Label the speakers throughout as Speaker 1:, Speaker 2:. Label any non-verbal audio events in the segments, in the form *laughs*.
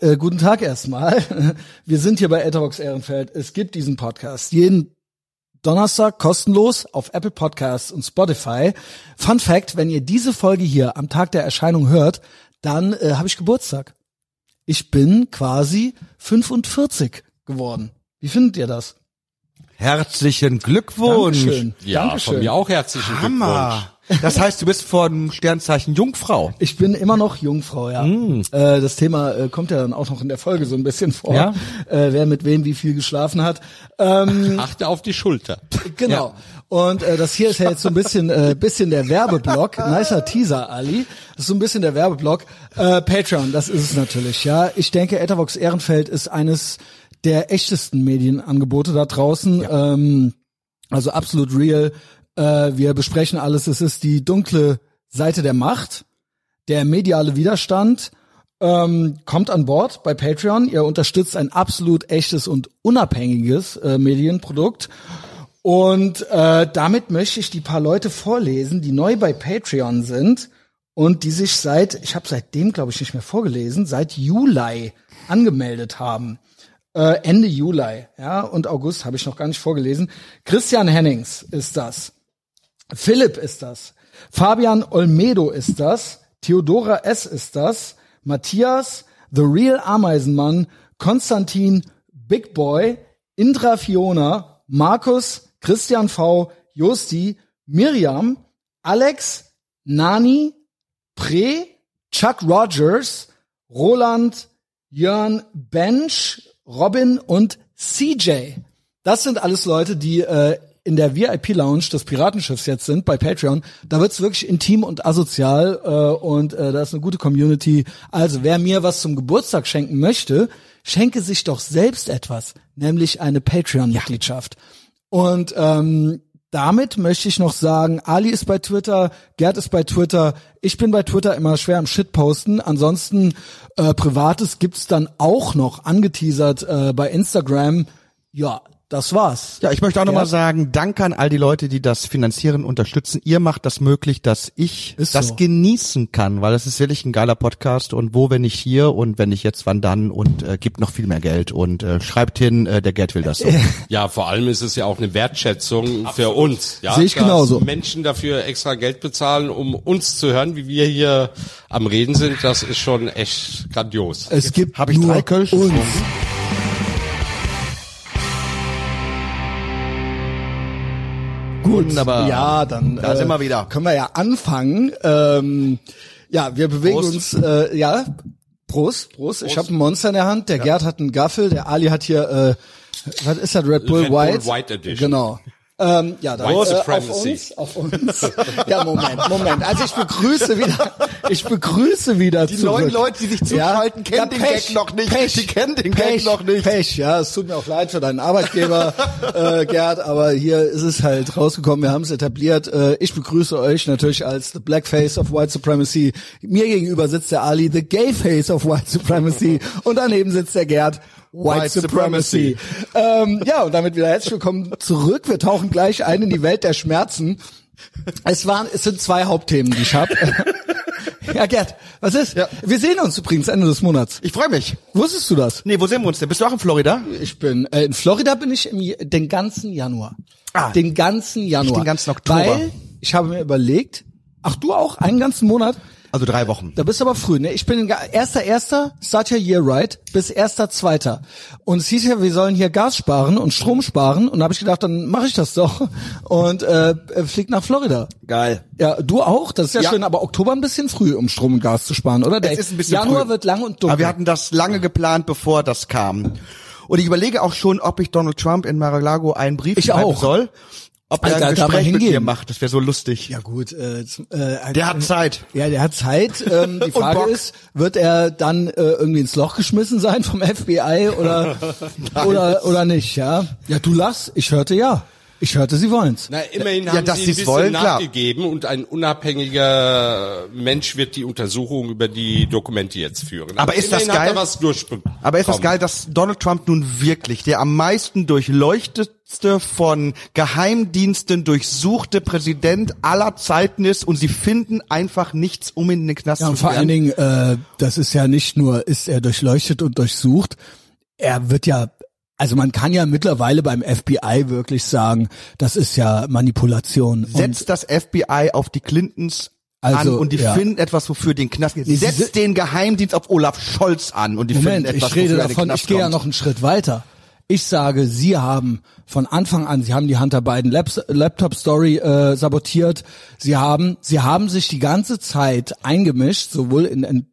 Speaker 1: Äh, guten Tag erstmal. *laughs* Wir sind hier bei Etherbox Ehrenfeld. Es gibt diesen Podcast jeden Donnerstag kostenlos auf Apple Podcasts und Spotify. Fun Fact, wenn ihr diese Folge hier am Tag der Erscheinung hört, dann äh, habe ich Geburtstag. Ich bin quasi 45 geworden. Wie findet ihr das?
Speaker 2: Herzlichen Glückwunsch.
Speaker 1: Dankeschön.
Speaker 3: Ja,
Speaker 1: Dankeschön.
Speaker 3: von mir auch herzlichen
Speaker 2: Hammer. Das heißt, du bist von Sternzeichen Jungfrau.
Speaker 1: Ich bin immer noch Jungfrau, ja.
Speaker 3: Mm.
Speaker 1: Äh, das Thema äh, kommt ja dann auch noch in der Folge so ein bisschen vor.
Speaker 2: Ja.
Speaker 1: Äh, wer mit wem wie viel geschlafen hat. Ähm,
Speaker 3: Glückwunsch. Achte auf die Schulter.
Speaker 1: Genau. Und äh, das hier ist ja jetzt so ein bisschen, äh, bisschen der Werbeblock. Nicer Teaser, Ali. Das ist so ein bisschen der Werbeblock. Äh, Patreon, das ist es natürlich, ja. Ich denke, Ethervox Ehrenfeld ist eines der echtesten Medienangebote da draußen. Ähm, also absolut real. Äh, wir besprechen alles. Es ist die dunkle Seite der Macht, der mediale Widerstand. Ähm, kommt an Bord bei Patreon. Ihr unterstützt ein absolut echtes und unabhängiges äh, Medienprodukt. Und äh, damit möchte ich die paar Leute vorlesen, die neu bei Patreon sind und die sich seit, ich habe seitdem, glaube ich, nicht mehr vorgelesen, seit Juli angemeldet haben. Äh, Ende Juli, ja, und August habe ich noch gar nicht vorgelesen. Christian Hennings ist das. Philipp ist das. Fabian Olmedo ist das. Theodora S. ist das. Matthias, The Real Ameisenmann, Konstantin, Big Boy, Indra Fiona, Markus, Christian V., Josti, Miriam, Alex, Nani, Pre, Chuck Rogers, Roland, Jörn Bench, Robin und CJ. Das sind alles Leute, die äh, in der VIP-Lounge des Piratenschiffs jetzt sind bei Patreon. Da wird's wirklich intim und asozial äh, und äh, da ist eine gute Community. Also wer mir was zum Geburtstag schenken möchte, schenke sich doch selbst etwas, nämlich eine Patreon-Mitgliedschaft. Und ähm, damit möchte ich noch sagen, Ali ist bei Twitter, Gerd ist bei Twitter, ich bin bei Twitter immer schwer am Shit posten. Ansonsten äh, Privates gibt's dann auch noch angeteasert äh, bei Instagram. Ja, das war's.
Speaker 2: Ja, ich möchte
Speaker 1: Ja.
Speaker 2: auch nochmal sagen, danke an all die Leute, die das finanzieren, unterstützen. Ihr macht das möglich, dass ich
Speaker 1: Ist
Speaker 2: das
Speaker 1: so.
Speaker 2: genießen kann, weil das ist wirklich ein geiler Podcast und wo, wenn nicht hier und wenn nicht jetzt, wann dann und äh, gibt noch viel mehr Geld und äh, schreibt hin, äh, der Gerd will das so.
Speaker 3: Ja, vor allem ist es ja auch eine Wertschätzung für uns. Ja,
Speaker 1: Sehe ich
Speaker 3: dass
Speaker 1: genauso.
Speaker 3: Menschen dafür extra Geld bezahlen, um uns zu hören, wie wir hier am Reden sind, das ist schon echt grandios.
Speaker 1: Es gibt
Speaker 2: Hab ich
Speaker 1: nur
Speaker 2: drei Kölsch
Speaker 1: uns.
Speaker 2: getrunken?
Speaker 1: Gut,
Speaker 2: Wunderbar.
Speaker 1: ja, dann äh,
Speaker 2: Da sind wir wieder.
Speaker 1: Können wir ja anfangen. Ähm, ja, wir bewegen
Speaker 2: Prost.
Speaker 1: uns. Äh, ja, Prost, Prost. Ich habe ein Monster in der Hand. Der Gerd hat einen Gaffel. Der Ali hat hier. Äh, was ist das? Red Bull
Speaker 3: Red Bull
Speaker 1: White.
Speaker 3: White Edition.
Speaker 1: Genau. Ähm, ja, dann,
Speaker 3: White
Speaker 1: äh, auf
Speaker 3: Supremacy.
Speaker 1: uns, auf uns. *laughs* Ja, Moment, Moment. Also ich begrüße wieder, ich begrüße wieder
Speaker 2: Die neuen Leute, die sich zuschalten, kennen den
Speaker 1: Pech,
Speaker 2: Gag noch nicht.
Speaker 1: Pech,
Speaker 2: Die kennen den Gag
Speaker 1: Pech,
Speaker 2: noch nicht.
Speaker 1: Pech, ja, es tut mir auch leid für deinen
Speaker 2: *laughs*
Speaker 1: Arbeitgeber, äh, Gerd, aber hier ist es halt rausgekommen, wir haben es etabliert. Äh, ich begrüße euch natürlich als The Black Face of White Supremacy. Mir gegenüber sitzt der Ali, The Gay Face of White
Speaker 2: *laughs*
Speaker 1: Supremacy. Und daneben sitzt der Gerd, White,
Speaker 2: White
Speaker 1: Supremacy.
Speaker 2: Supremacy.
Speaker 1: ähm, ja, und damit wieder herzlich willkommen zurück. Wir tauchen gleich ein in die Welt der Schmerzen. Es waren, es sind zwei Hauptthemen, die ich
Speaker 2: *laughs*
Speaker 1: habe. ja, Gerd, was ist?
Speaker 2: Ja.
Speaker 1: Wir sehen uns übrigens Ende des Monats.
Speaker 2: *laughs* Ich freue mich.
Speaker 1: Wusstest du das?
Speaker 2: Nee, wo sehen wir uns denn? Bist du auch in Florida?
Speaker 1: Ich bin äh, in Florida bin ich im, Je- den ganzen Januar.
Speaker 2: Ah.
Speaker 1: den ganzen Januar.
Speaker 2: den ganzen Oktober.
Speaker 1: Weil ich habe mir überlegt, ach du auch einen ganzen Monat.
Speaker 2: Also drei Wochen.
Speaker 1: Da bist du aber früh, ne? Ich bin in Ga- erster erster Start Your Year Right bis erster zweiter. Und es hieß ja, wir sollen hier Gas sparen und Strom sparen. Und da habe ich gedacht, dann mache ich das doch und äh, äh, flieg nach Florida.
Speaker 2: Geil.
Speaker 1: Ja, du auch. Das ist ja,
Speaker 2: Ja.
Speaker 1: schön. Aber Oktober ein bisschen früh, um Strom und Gas zu sparen, oder? Der
Speaker 2: Es ist ein bisschen
Speaker 1: Januar
Speaker 2: früh.
Speaker 1: wird lang und dunkel.
Speaker 2: Aber wir hatten das lange geplant, bevor das kam. Und ich überlege auch schon, ob ich Donald Trump in Mar-a-Lago einen Brief
Speaker 1: Ich
Speaker 2: schreiben
Speaker 1: auch.
Speaker 2: soll. Ob
Speaker 1: Alter,
Speaker 2: er ein
Speaker 1: da mal
Speaker 2: Gespräch mit
Speaker 1: hingehen.
Speaker 2: mir macht. Das wäre so lustig. Mhm.
Speaker 1: Ja gut, äh, z- äh,
Speaker 2: Der hat Zeit.
Speaker 1: Ja, der hat Zeit. *laughs* Ähm, die
Speaker 2: Und
Speaker 1: Frage
Speaker 2: Bock.
Speaker 1: ist, wird er dann äh, irgendwie ins Loch geschmissen sein *laughs* vom FBI oder oder oder nicht? Ja. Ja, du lachst. Ich hörte ja. Ich hörte, sie wollen's.
Speaker 3: Na, immerhin
Speaker 2: Ja,
Speaker 3: haben
Speaker 2: dass
Speaker 3: sie ein
Speaker 2: sie's
Speaker 3: bisschen
Speaker 2: wollen, klar.
Speaker 3: nachgegeben und ein unabhängiger Mensch wird die Untersuchung über die Dokumente jetzt führen.
Speaker 2: Aber ist das
Speaker 3: immerhin
Speaker 2: geil?
Speaker 3: Hat er was durchbekommen.
Speaker 2: Aber ist das geil, dass Donald Trump nun wirklich der am meisten durchleuchtetste von Geheimdiensten durchsuchte Präsident aller Zeiten ist und sie finden einfach nichts, um ihn in den Knast
Speaker 1: Ja,
Speaker 2: zu
Speaker 1: und vor allen
Speaker 2: sperren.
Speaker 1: Dingen, äh, das ist ja nicht nur, ist er durchleuchtet und durchsucht, er wird ja, also man kann ja mittlerweile beim FBI wirklich sagen, das ist ja Manipulation. und
Speaker 2: Setzt das FBI auf die Clintons an
Speaker 1: Also,
Speaker 2: und die
Speaker 1: ja.
Speaker 2: finden etwas, wofür den Knast geht.
Speaker 1: sie
Speaker 2: Setzt
Speaker 1: sind-
Speaker 2: den Geheimdienst auf Olaf Scholz an und die
Speaker 1: Moment,
Speaker 2: finden etwas,
Speaker 1: ich rede
Speaker 2: wofür er in den
Speaker 1: davon,
Speaker 2: Knast
Speaker 1: ich gehe ja
Speaker 2: kommt.
Speaker 1: noch einen Schritt weiter. Ich sage, Sie haben von Anfang an, Sie haben die Hunter Biden Laps- Laptop Story äh, sabotiert. Sie haben, Sie haben sich die ganze Zeit eingemischt, sowohl in Entwicklungen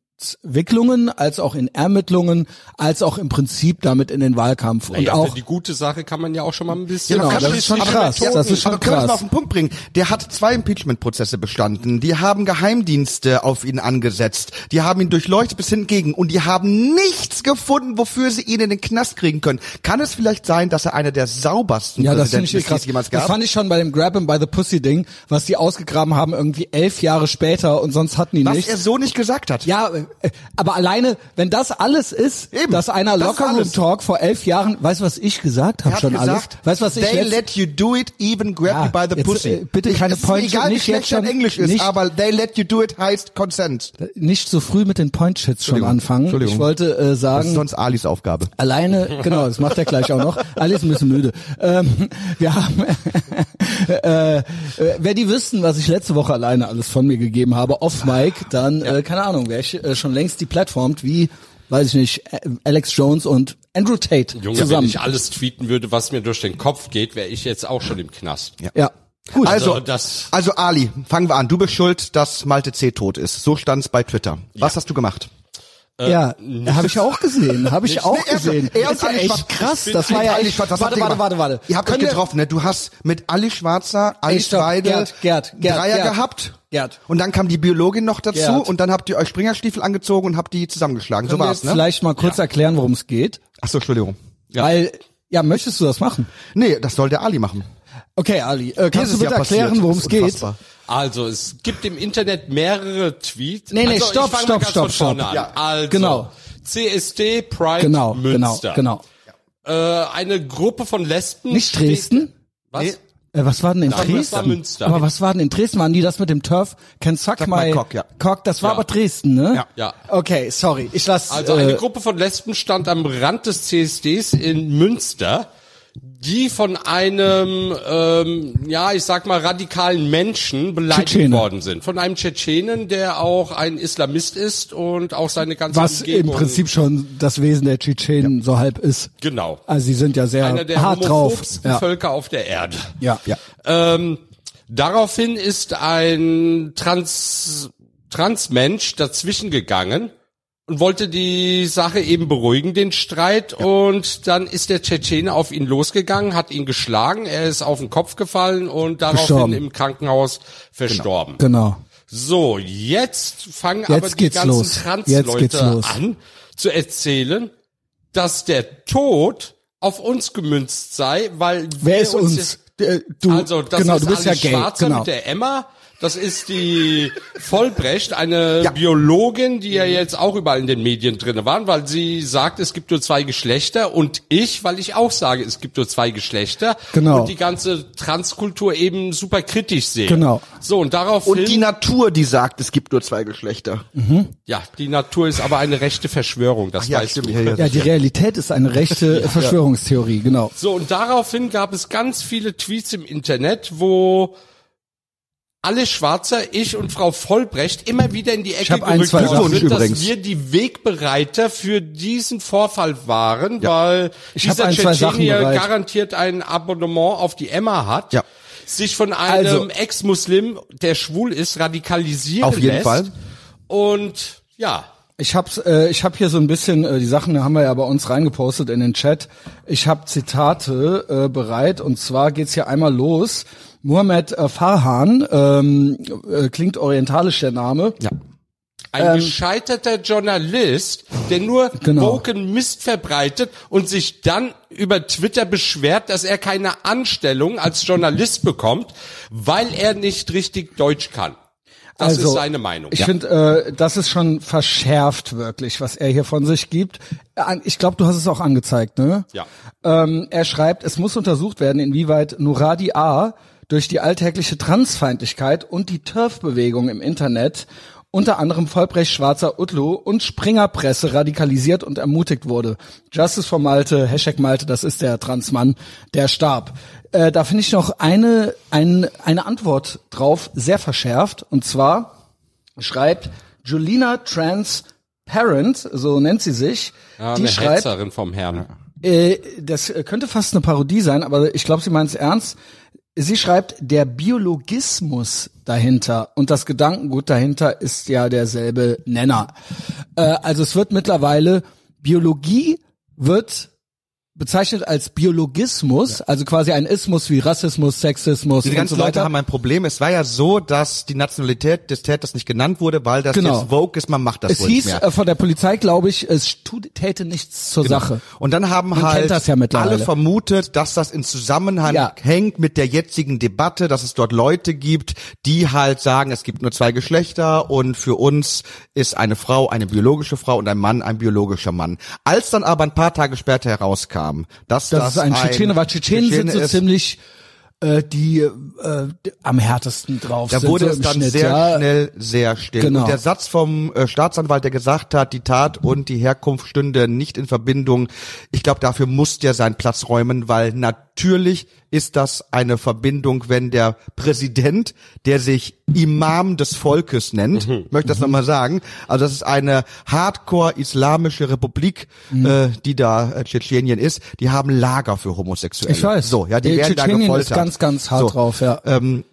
Speaker 1: als auch in Ermittlungen, als auch im Prinzip damit in den Wahlkampf und
Speaker 3: Ja,
Speaker 1: auch
Speaker 3: die gute Sache kann man ja auch schon mal ein bisschen.
Speaker 1: Genau,
Speaker 2: Aber kann
Speaker 1: das
Speaker 2: man
Speaker 1: ist schon
Speaker 2: nicht-
Speaker 1: krass,
Speaker 2: aber-
Speaker 1: das ist schon
Speaker 2: aber können wir es mal
Speaker 1: krass.
Speaker 2: auf den Punkt bringen? Der hat zwei Impeachment-Prozesse bestanden. Die haben Geheimdienste auf ihn angesetzt. Die haben ihn durchleuchtet bis hingegen. Und die haben nichts gefunden, wofür sie ihn in den Knast kriegen können. Kann es vielleicht sein, dass er einer der saubersten
Speaker 1: Ja, das finde
Speaker 2: Präsidenten
Speaker 1: ich eh
Speaker 2: ist, die
Speaker 1: krass.
Speaker 2: es jemals
Speaker 1: Das
Speaker 2: gab?
Speaker 1: fand ich schon bei dem Grab 'em by the Pussy Ding, was die ausgegraben haben, irgendwie elf Jahre später und sonst hatten die
Speaker 2: Was
Speaker 1: nichts.
Speaker 2: er so nicht gesagt hat.
Speaker 1: Ja, äh, aber alleine, wenn das alles ist,
Speaker 2: Eben,
Speaker 1: dass einer
Speaker 2: das
Speaker 1: Lockerroom
Speaker 2: alles.
Speaker 1: Talk vor elf Jahren, weißt du, was ich gesagt
Speaker 2: Er
Speaker 1: habe
Speaker 2: hat
Speaker 1: schon
Speaker 2: gesagt,
Speaker 1: alles? Weißt du, was ich
Speaker 2: they
Speaker 1: letzt-
Speaker 2: let you do it, even grab
Speaker 1: Ja,
Speaker 2: you by the
Speaker 1: jetzt,
Speaker 2: pussy.
Speaker 1: äh, bitte keine
Speaker 2: Es ist mir
Speaker 1: Point-
Speaker 2: Egal, wie
Speaker 1: nicht jetzt
Speaker 2: schlecht dein
Speaker 1: schon-
Speaker 2: Englisch ist,
Speaker 1: nicht- Äh,
Speaker 2: aber they let you do it heißt Consent.
Speaker 1: nicht so früh mit den Point Shits schon
Speaker 2: Entschuldigung,
Speaker 1: anfangen.
Speaker 2: Entschuldigung.
Speaker 1: Ich wollte äh,
Speaker 2: Das ist
Speaker 1: sagen,
Speaker 2: sonst Alis Aufgabe. *laughs*
Speaker 1: Alleine, genau, das macht er gleich auch noch. Alle ist ein bisschen müde. Ähm, wir haben, *laughs* äh, äh, wer die wüssten, was ich letzte Woche alleine alles von mir gegeben habe, off Mic, dann, äh, keine Ahnung, wäre ich äh, schon längst deplatformt, wie, weiß ich nicht, äh, Alex Jones und Andrew Tate
Speaker 3: Junge, wenn
Speaker 1: zusammen.
Speaker 3: ich alles tweeten würde, was mir durch den Kopf geht, wäre ich jetzt auch schon im Knast.
Speaker 1: Ja, gut.
Speaker 2: Also,
Speaker 3: Also, das-
Speaker 2: also Ali, fangen wir an. Du bist schuld, dass Malte C. tot ist. So stand's bei Twitter. Was hast du gemacht?
Speaker 1: ja, habe ich auch gesehen, habe ich auch
Speaker 2: Äh, Nee, er-
Speaker 1: gesehen.
Speaker 2: er und
Speaker 1: ist ja
Speaker 2: Ali
Speaker 1: echt
Speaker 2: Schwarz-
Speaker 1: krass,
Speaker 2: ich
Speaker 1: das
Speaker 2: bin-
Speaker 1: war ja
Speaker 2: Ali
Speaker 1: echt,
Speaker 2: Schwarz, was habt
Speaker 1: warte,
Speaker 2: ihr
Speaker 1: warte,
Speaker 2: gemacht?
Speaker 1: warte, warte.
Speaker 2: Ihr habt euch
Speaker 1: Können wir-
Speaker 2: getroffen, ne? Du hast mit Ali Schwarzer, Ali
Speaker 1: Ey, stopp,
Speaker 2: Schweidel,
Speaker 1: Gerd, Gerd, Gerd,
Speaker 2: Dreier
Speaker 1: Gerd.
Speaker 2: gehabt.
Speaker 1: Gerd.
Speaker 2: Und dann kam die Biologin noch dazu
Speaker 1: Gerd.
Speaker 2: und dann habt ihr euch Springerstiefel angezogen und habt die zusammengeschlagen.
Speaker 1: Können
Speaker 2: so
Speaker 1: wir
Speaker 2: war's,
Speaker 1: jetzt
Speaker 2: ne?
Speaker 1: vielleicht mal kurz erklären, worum es geht?
Speaker 2: Ach so, Entschuldigung.
Speaker 1: Weil, ja, möchtest du das machen?
Speaker 2: Nee, das soll der Ali machen.
Speaker 1: Okay, Ali, äh,
Speaker 2: Mir ist
Speaker 1: kannst du
Speaker 2: es
Speaker 1: bitte
Speaker 2: ja passiert.
Speaker 1: erklären, worum es
Speaker 2: Das ist
Speaker 1: geht?
Speaker 2: unfassbar.
Speaker 3: Also, es gibt im Internet mehrere Tweets.
Speaker 1: Nee, nee,
Speaker 3: also,
Speaker 1: stopp,
Speaker 3: ich fang mal
Speaker 1: stopp,
Speaker 3: ganz
Speaker 1: stopp,
Speaker 3: von vorne
Speaker 1: stopp.
Speaker 3: an.
Speaker 2: Ja.
Speaker 3: Also,
Speaker 1: Genau.
Speaker 3: CSD Pride
Speaker 1: Genau, genau,
Speaker 3: Münster.
Speaker 1: genau.
Speaker 3: Äh, eine Gruppe von Lesben.
Speaker 1: Nicht
Speaker 3: steht-
Speaker 1: Dresden?
Speaker 3: Was?
Speaker 1: Äh, was war denn in
Speaker 3: Nein, das
Speaker 1: Dresden?
Speaker 3: war Münster.
Speaker 1: Aber was war denn in Dresden? Waren die das mit dem Turf? Can suck,
Speaker 2: Suck
Speaker 1: my,
Speaker 2: my cock, ja.
Speaker 1: cock, das war
Speaker 3: Ja.
Speaker 1: aber Dresden, ne?
Speaker 2: Ja.
Speaker 3: Ja.
Speaker 1: Okay, sorry, ich lass,
Speaker 3: Also
Speaker 1: äh,
Speaker 3: eine Gruppe von Lesben stand am Rand des CSDs in Münster, die von einem, ähm, ja, ich sag mal, radikalen Menschen beleidigt
Speaker 1: Tschetschene.
Speaker 3: worden sind. Von einem Tschetschenen, der auch ein Islamist ist und auch seine ganze
Speaker 1: was im
Speaker 3: Umgebung.
Speaker 1: Prinzip schon das Wesen der Tschetschenen so halb ist.
Speaker 3: Genau.
Speaker 1: Also sie sind ja sehr
Speaker 3: Einer der
Speaker 1: hart drauf.
Speaker 3: homophobsten
Speaker 1: Ja.
Speaker 3: Völker auf der Erde.
Speaker 1: ja, ja.
Speaker 3: Ähm, daraufhin ist ein Trans Transmensch dazwischen gegangen und wollte die Sache eben beruhigen, den Streit. Und dann ist der Tschetschene auf ihn losgegangen, hat ihn geschlagen, er ist auf den Kopf gefallen und daraufhin
Speaker 1: Gestorben.
Speaker 3: im Krankenhaus verstorben.
Speaker 1: Genau.
Speaker 3: So, jetzt fangen aber die
Speaker 1: geht's
Speaker 3: ganzen
Speaker 1: los. Jetzt geht's
Speaker 3: Transleute
Speaker 1: los.
Speaker 3: an zu erzählen, dass der Tod auf uns gemünzt sei, weil
Speaker 1: Wer
Speaker 3: wir
Speaker 1: ist uns? Äh, Du,
Speaker 3: also das
Speaker 1: genau,
Speaker 3: ist
Speaker 1: du bist
Speaker 3: Alice
Speaker 1: ja gay.
Speaker 3: Schwarzer
Speaker 1: genau.
Speaker 3: mit der Emma. Das
Speaker 1: *laughs*
Speaker 3: ist die Vollbrecht, eine
Speaker 2: Ja.
Speaker 3: Biologin, die ja jetzt auch überall in den Medien drinne waren, weil sie sagt, es gibt nur zwei Geschlechter und ich, weil ich auch sage, es gibt nur zwei Geschlechter
Speaker 1: Genau.
Speaker 3: und die ganze Transkultur eben super kritisch sehe.
Speaker 1: Genau.
Speaker 3: So und daraufhin
Speaker 2: Und die Natur, die sagt, es gibt nur zwei Geschlechter.
Speaker 3: ja, die Natur ist aber eine rechte Verschwörung, das
Speaker 2: ja,
Speaker 3: weißt
Speaker 2: stimmt.
Speaker 3: du.
Speaker 2: Ja, ja.
Speaker 1: ja, die Realität ist eine
Speaker 3: *laughs*
Speaker 1: rechte Verschwörungstheorie, genau.
Speaker 3: So, und daraufhin gab es ganz viele Tweets im Internet, wo alle Schwarzer, ich und Frau Vollbrecht immer wieder in die Ecke
Speaker 1: hab ein,
Speaker 3: gerückt
Speaker 1: zwei
Speaker 3: worden
Speaker 1: Sachen
Speaker 3: sind,
Speaker 2: übrigens.
Speaker 3: dass wir die Wegbereiter für diesen Vorfall waren, weil
Speaker 1: hab
Speaker 3: dieser
Speaker 1: ein, zwei Sachen
Speaker 3: Tschetschenier
Speaker 1: bereit.
Speaker 3: garantiert ein Abonnement auf die Emma hat,
Speaker 2: Ja.
Speaker 3: sich von einem
Speaker 1: Also-
Speaker 3: Ex-Muslim, der schwul ist, radikalisieren
Speaker 2: Auf jeden
Speaker 3: lässt.
Speaker 2: Fall.
Speaker 3: Und ja,
Speaker 1: Ich hab's, äh, ich hab hier so ein bisschen, äh, die Sachen haben wir ja bei uns reingepostet in den Chat. Ich hab Zitate äh, bereit und zwar geht's hier einmal los. Muhammad äh, Farhan, ähm, äh, klingt orientalisch der Name.
Speaker 2: Ja.
Speaker 3: Ein gescheiterter Journalist, der nur
Speaker 1: Genau.
Speaker 3: woken Mist verbreitet und sich dann über Twitter beschwert, dass er keine Anstellung als Journalist bekommt, weil er nicht richtig Deutsch kann. Das ist seine Meinung.
Speaker 1: Also, Ich finde, äh, das ist schon verschärft wirklich, was er hier von sich gibt. An- Ich glaube, du hast es auch angezeigt, ne?
Speaker 3: Ja.
Speaker 1: Ähm, er schreibt, es muss untersucht werden, inwieweit Nuradi A. durch die alltägliche Transfeindlichkeit und die Turf-Bewegung im Internet unter anderem Vollbrecht Schwarzer Utlu und Springerpresse radikalisiert und ermutigt wurde. Justice for Malte, Hashtag Malte, das ist der Transmann, der starb. Äh, da finde ich noch eine, ein, eine Antwort drauf, sehr verschärft, und zwar, schreibt Julina Transparent, so nennt sie sich.
Speaker 3: ja,
Speaker 1: die
Speaker 3: eine
Speaker 1: schreibt,
Speaker 3: Hetzerin vom Herrn.
Speaker 1: äh, das äh, könnte fast eine Parodie sein, aber ich glaube, sie meint es ernst. Sie schreibt, der Biologismus dahinter und das Gedankengut dahinter ist ja derselbe Nenner. Äh, also es wird mittlerweile, Biologie wird bezeichnet als Biologismus, also quasi ein Ismus wie Rassismus, Sexismus
Speaker 2: Diese
Speaker 1: und
Speaker 2: ganzen
Speaker 1: so
Speaker 2: Leute
Speaker 1: weiter.
Speaker 2: haben halt ein Problem. Es war ja so, dass die Nationalität des Täters nicht genannt wurde, weil das
Speaker 1: Genau.
Speaker 2: jetzt Vogue ist, man macht das
Speaker 1: es
Speaker 2: wohl
Speaker 1: hieß
Speaker 2: nicht mehr.
Speaker 1: äh, von der Polizei, glaube ich, es tut, täte nichts zur Sache.
Speaker 2: Genau. Und dann haben
Speaker 1: Man
Speaker 2: halt
Speaker 1: kennt das ja mittlerweile.
Speaker 2: alle vermutet, dass das in Zusammenhang
Speaker 1: Ja.
Speaker 2: hängt mit der jetzigen Debatte, dass es dort Leute gibt, die halt sagen, es gibt nur zwei Geschlechter und für uns ist eine Frau eine biologische Frau und ein Mann ein biologischer Mann. Als dann aber ein paar Tage später herauskam, dass
Speaker 1: Das, ist ein Tschetschene, weil Tschetschenen sind
Speaker 2: Tschetschene
Speaker 1: so
Speaker 2: ist,
Speaker 1: ziemlich äh, die äh, d- am härtesten drauf
Speaker 2: Da
Speaker 1: sind.
Speaker 2: wurde
Speaker 1: so
Speaker 2: es
Speaker 1: im
Speaker 2: dann
Speaker 1: Schnitt,
Speaker 2: sehr
Speaker 1: ja.
Speaker 2: schnell sehr still.
Speaker 1: Genau.
Speaker 2: Und der Satz vom äh, Staatsanwalt, der gesagt hat, die Tat und die Herkunft stünde nicht in Verbindung, ich glaube, dafür muss der seinen Platz räumen, weil natürlich ist das eine Verbindung, wenn der Präsident, der sich Imam des Volkes nennt,
Speaker 1: Mhm.
Speaker 2: möchte das nochmal sagen, also das ist eine Hardcore-Islamische Republik,
Speaker 1: Mhm.
Speaker 2: äh, die da äh, Tschetschenien ist, die haben Lager für Homosexuelle.
Speaker 1: Ich weiß.
Speaker 2: So, ja, die,
Speaker 1: Die
Speaker 2: werden da
Speaker 1: Tschetschenien
Speaker 2: gefoltert.
Speaker 1: ist ganz, ganz hart
Speaker 2: so,
Speaker 1: drauf, ja.
Speaker 2: Ähm,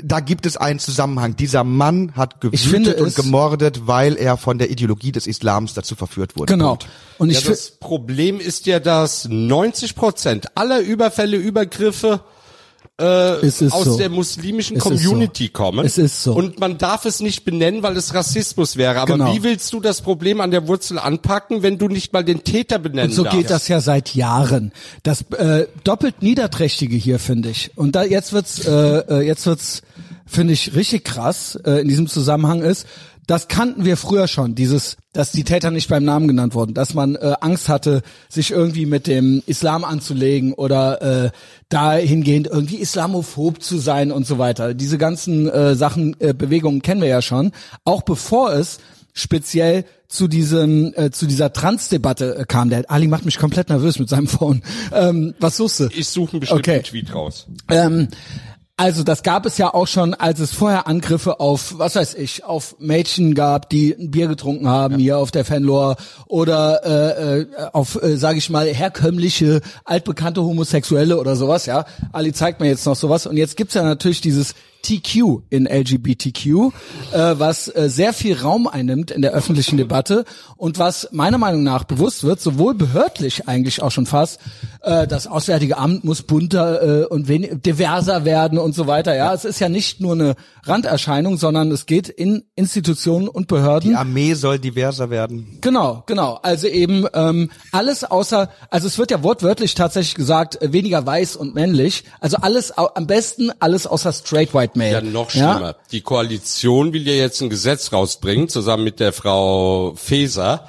Speaker 2: da gibt es einen Zusammenhang. Dieser Mann hat
Speaker 1: Ich finde
Speaker 2: gewütet und
Speaker 1: es-
Speaker 2: gemordet, weil er von der Ideologie des Islams dazu verführt wurde.
Speaker 1: Genau.
Speaker 2: Punkt.
Speaker 1: Und ich
Speaker 3: Ja,
Speaker 1: fi-
Speaker 3: das Problem ist ja, dass 90 Prozent aller Überfälle, Übergriffe äh,
Speaker 1: Es ist
Speaker 3: aus
Speaker 1: so.
Speaker 3: der muslimischen
Speaker 1: Es ist
Speaker 3: Community
Speaker 1: so.
Speaker 3: kommen.
Speaker 1: Es ist so.
Speaker 3: Und man darf es nicht benennen, weil es Rassismus wäre. Aber
Speaker 1: Genau.
Speaker 3: wie willst du das Problem an der Wurzel anpacken, wenn du nicht mal den Täter benennen
Speaker 1: und so
Speaker 3: darfst?
Speaker 1: geht das ja seit Jahren. Das äh, doppelt niederträchtige hier finde ich. Und da jetzt wird's, äh, äh, jetzt wird's, finde ich richtig krass äh, in diesem Zusammenhang ist. Das kannten wir früher schon, dieses, dass die Täter nicht beim Namen genannt wurden, dass man äh, Angst hatte, sich irgendwie mit dem Islam anzulegen oder äh, dahingehend irgendwie islamophob zu sein und so weiter. Diese ganzen äh, Sachen, äh, Bewegungen kennen wir ja schon, auch bevor es speziell zu diesem äh, zu dieser Trans-Debatte äh, kam. Der Ali macht mich komplett nervös mit seinem *laughs* Phone. Ähm, was suchst du?
Speaker 3: Ich suche einen bestimmten
Speaker 1: Okay.
Speaker 3: Tweet raus.
Speaker 1: Ähm, also das gab es ja auch schon, als es vorher Angriffe auf, was weiß ich, auf Mädchen gab, die ein Bier getrunken haben hier auf der Fanlore oder äh, äh, auf, äh, sage ich mal, herkömmliche, altbekannte Homosexuelle oder sowas, ja. Ali zeigt mir jetzt noch sowas. Und jetzt gibt's ja natürlich dieses TQ in LGBTQ, äh, was äh, sehr viel Raum einnimmt in der öffentlichen Debatte und was meiner Meinung nach bewusst wird, sowohl behördlich eigentlich auch schon fast, äh, das Auswärtige Amt muss bunter äh, und wen- diverser werden und so weiter. Ja, es ist ja nicht nur eine Randerscheinung, sondern es geht in Institutionen und Behörden.
Speaker 2: Die Armee soll diverser werden.
Speaker 1: Genau, genau. Also eben ähm, alles außer, also es wird ja wortwörtlich tatsächlich gesagt, äh, weniger weiß und männlich. Also alles, au- am besten alles außer straight white male.
Speaker 3: Ja, noch schlimmer.
Speaker 1: Ja?
Speaker 3: Die Koalition will ja jetzt ein Gesetz rausbringen, zusammen mit der Frau Feser,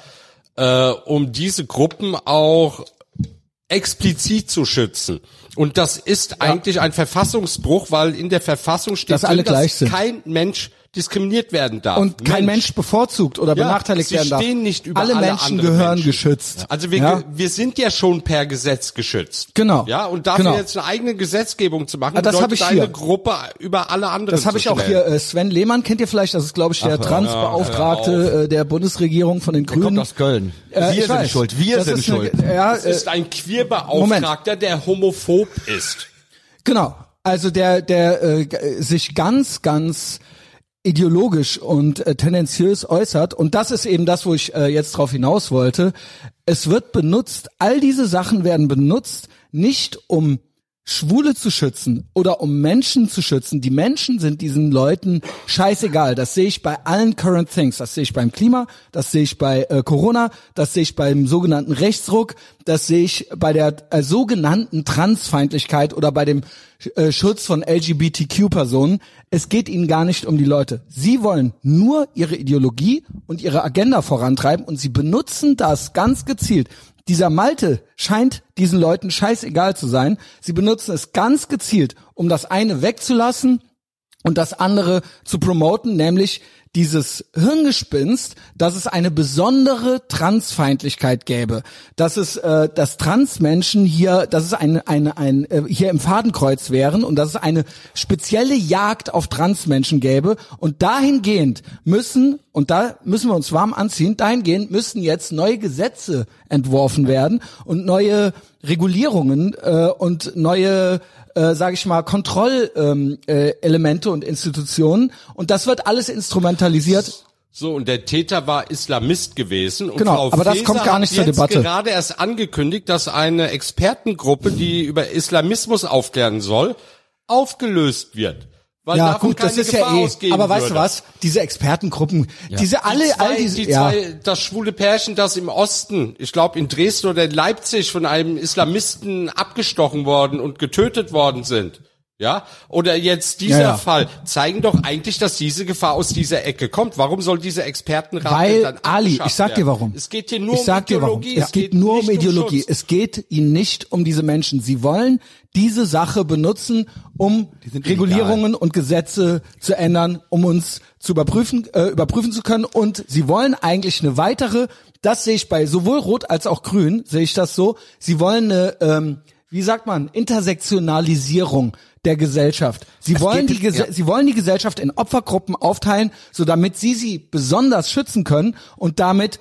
Speaker 3: äh, um diese Gruppen auch explizit zu schützen. Und das ist eigentlich ein Verfassungsbruch, weil in der Verfassung steht,
Speaker 1: Dass alle
Speaker 3: drin,
Speaker 1: gleich sind.
Speaker 3: kein Mensch diskriminiert werden darf.
Speaker 1: Und kein Mensch bevorzugt oder
Speaker 3: Ja,
Speaker 1: benachteiligt
Speaker 3: sie
Speaker 1: werden darf.
Speaker 3: stehen nicht über
Speaker 1: alle
Speaker 3: alle
Speaker 1: Menschen
Speaker 3: anderen
Speaker 1: gehören
Speaker 3: Menschen.
Speaker 1: geschützt.
Speaker 3: Also wir,
Speaker 1: ja?
Speaker 3: wir sind ja schon per Gesetz geschützt.
Speaker 1: Genau.
Speaker 3: Ja, und dafür
Speaker 1: Genau.
Speaker 3: jetzt eine eigene Gesetzgebung zu machen,
Speaker 1: Ah, das hab
Speaker 3: bedeutet
Speaker 1: ich
Speaker 3: eine
Speaker 1: hier.
Speaker 3: Gruppe über alle anderen
Speaker 1: Das habe
Speaker 3: zu
Speaker 1: ich auch
Speaker 3: stellen.
Speaker 1: hier. Äh, Sven Lehmann kennt ihr vielleicht. Das ist, glaube ich, der Transbeauftragte äh, der Bundesregierung von den Grünen.
Speaker 2: Kommt aus Köln.
Speaker 1: Äh, ich
Speaker 2: wir sind
Speaker 1: weiß.
Speaker 2: schuld. Wir
Speaker 1: Das
Speaker 2: sind
Speaker 1: ist eine- äh,
Speaker 2: schuld.
Speaker 1: Ja,
Speaker 3: Es ist ein Queerbeauftragter, der homophob ist.
Speaker 1: Genau. Also der, der äh, g- sich ganz, ganz ideologisch und äh, tendenziös äußert. Und das ist eben das, wo ich äh, jetzt drauf hinaus wollte. Es wird benutzt, all diese Sachen werden benutzt, nicht um Schwule zu schützen oder um Menschen zu schützen. Die Menschen sind diesen Leuten scheißegal. Das sehe ich bei allen Current Things. Das sehe ich beim Klima, das sehe ich bei äh, Corona, das sehe ich beim sogenannten Rechtsruck, das sehe ich bei der äh, sogenannten Transfeindlichkeit oder bei dem äh, Schutz von LGBTQ-Personen. Es geht ihnen gar nicht um die Leute. Sie wollen nur ihre Ideologie und ihre Agenda vorantreiben und sie benutzen das ganz gezielt dieser Malte scheint diesen Leuten scheißegal zu sein. Sie benutzen es ganz gezielt, um das eine wegzulassen und das andere zu promoten, nämlich dieses Hirngespinst, dass es eine besondere Transfeindlichkeit gäbe, dass es, äh, dass Transmenschen hier, dass es ein, ein, ein, äh, hier im Fadenkreuz wären und dass es eine spezielle Jagd auf Transmenschen gäbe und dahingehend müssen, und da müssen wir uns warm anziehen, dahingehend müssen jetzt neue Gesetze entworfen werden und neue Regulierungen äh, und neue äh, sage ich mal, Kontrollelemente ähm, äh, Elemente und Institutionen. Und das wird alles instrumentalisiert.
Speaker 3: So, und der Täter war Islamist gewesen. Und
Speaker 1: Genau,
Speaker 3: Frau
Speaker 1: aber das
Speaker 3: Faeser
Speaker 1: kommt gar nicht
Speaker 3: hat
Speaker 1: zur
Speaker 3: jetzt
Speaker 1: Debatte.
Speaker 3: gerade erst angekündigt, dass eine Expertengruppe, die über Islamismus aufklären soll, aufgelöst wird. Weil
Speaker 1: Ja,
Speaker 3: davon
Speaker 1: gut, das
Speaker 3: um keine
Speaker 1: ist
Speaker 3: Gefahr
Speaker 1: ja eh.
Speaker 3: ausgehen
Speaker 1: Aber weißt
Speaker 3: würde.
Speaker 1: du was? Diese Expertengruppen, diese alle,
Speaker 3: Die zwei,
Speaker 1: all diese,
Speaker 3: die
Speaker 1: ja.
Speaker 3: zwei, das schwule Pärchen, das im Osten, ich glaube in Dresden oder in Leipzig von einem Islamisten abgestochen worden und getötet worden sind. Ja, oder jetzt dieser
Speaker 1: Ja, ja.
Speaker 3: Fall zeigen doch eigentlich, dass diese Gefahr aus dieser Ecke kommt. Warum soll dieser Expertenrat
Speaker 1: Weil,
Speaker 3: denn dann
Speaker 1: Ali,
Speaker 3: abgeschafft
Speaker 1: ich sag dir
Speaker 3: werden?
Speaker 1: warum.
Speaker 3: Es geht hier nur
Speaker 1: ich
Speaker 3: um
Speaker 1: sag dir warum.
Speaker 3: Ideologie.
Speaker 1: Es geht nur um
Speaker 3: nicht
Speaker 1: Ideologie.
Speaker 3: Schutz.
Speaker 1: es geht ihnen nicht um diese Menschen. Sie wollen diese Sache benutzen, um
Speaker 2: sind illegal.
Speaker 1: Regulierungen und Gesetze zu ändern, um uns zu überprüfen, äh, überprüfen zu können. Und sie wollen eigentlich eine weitere, das sehe ich bei sowohl Rot als auch Grün, sehe ich das so. Sie wollen eine, ähm, wie sagt man, Intersektionalisierung der Gesellschaft. Sie wollen,
Speaker 2: geht-
Speaker 1: die Gese
Speaker 2: ja.
Speaker 1: sie wollen die Gesellschaft in Opfergruppen aufteilen, so damit sie sie besonders schützen können und damit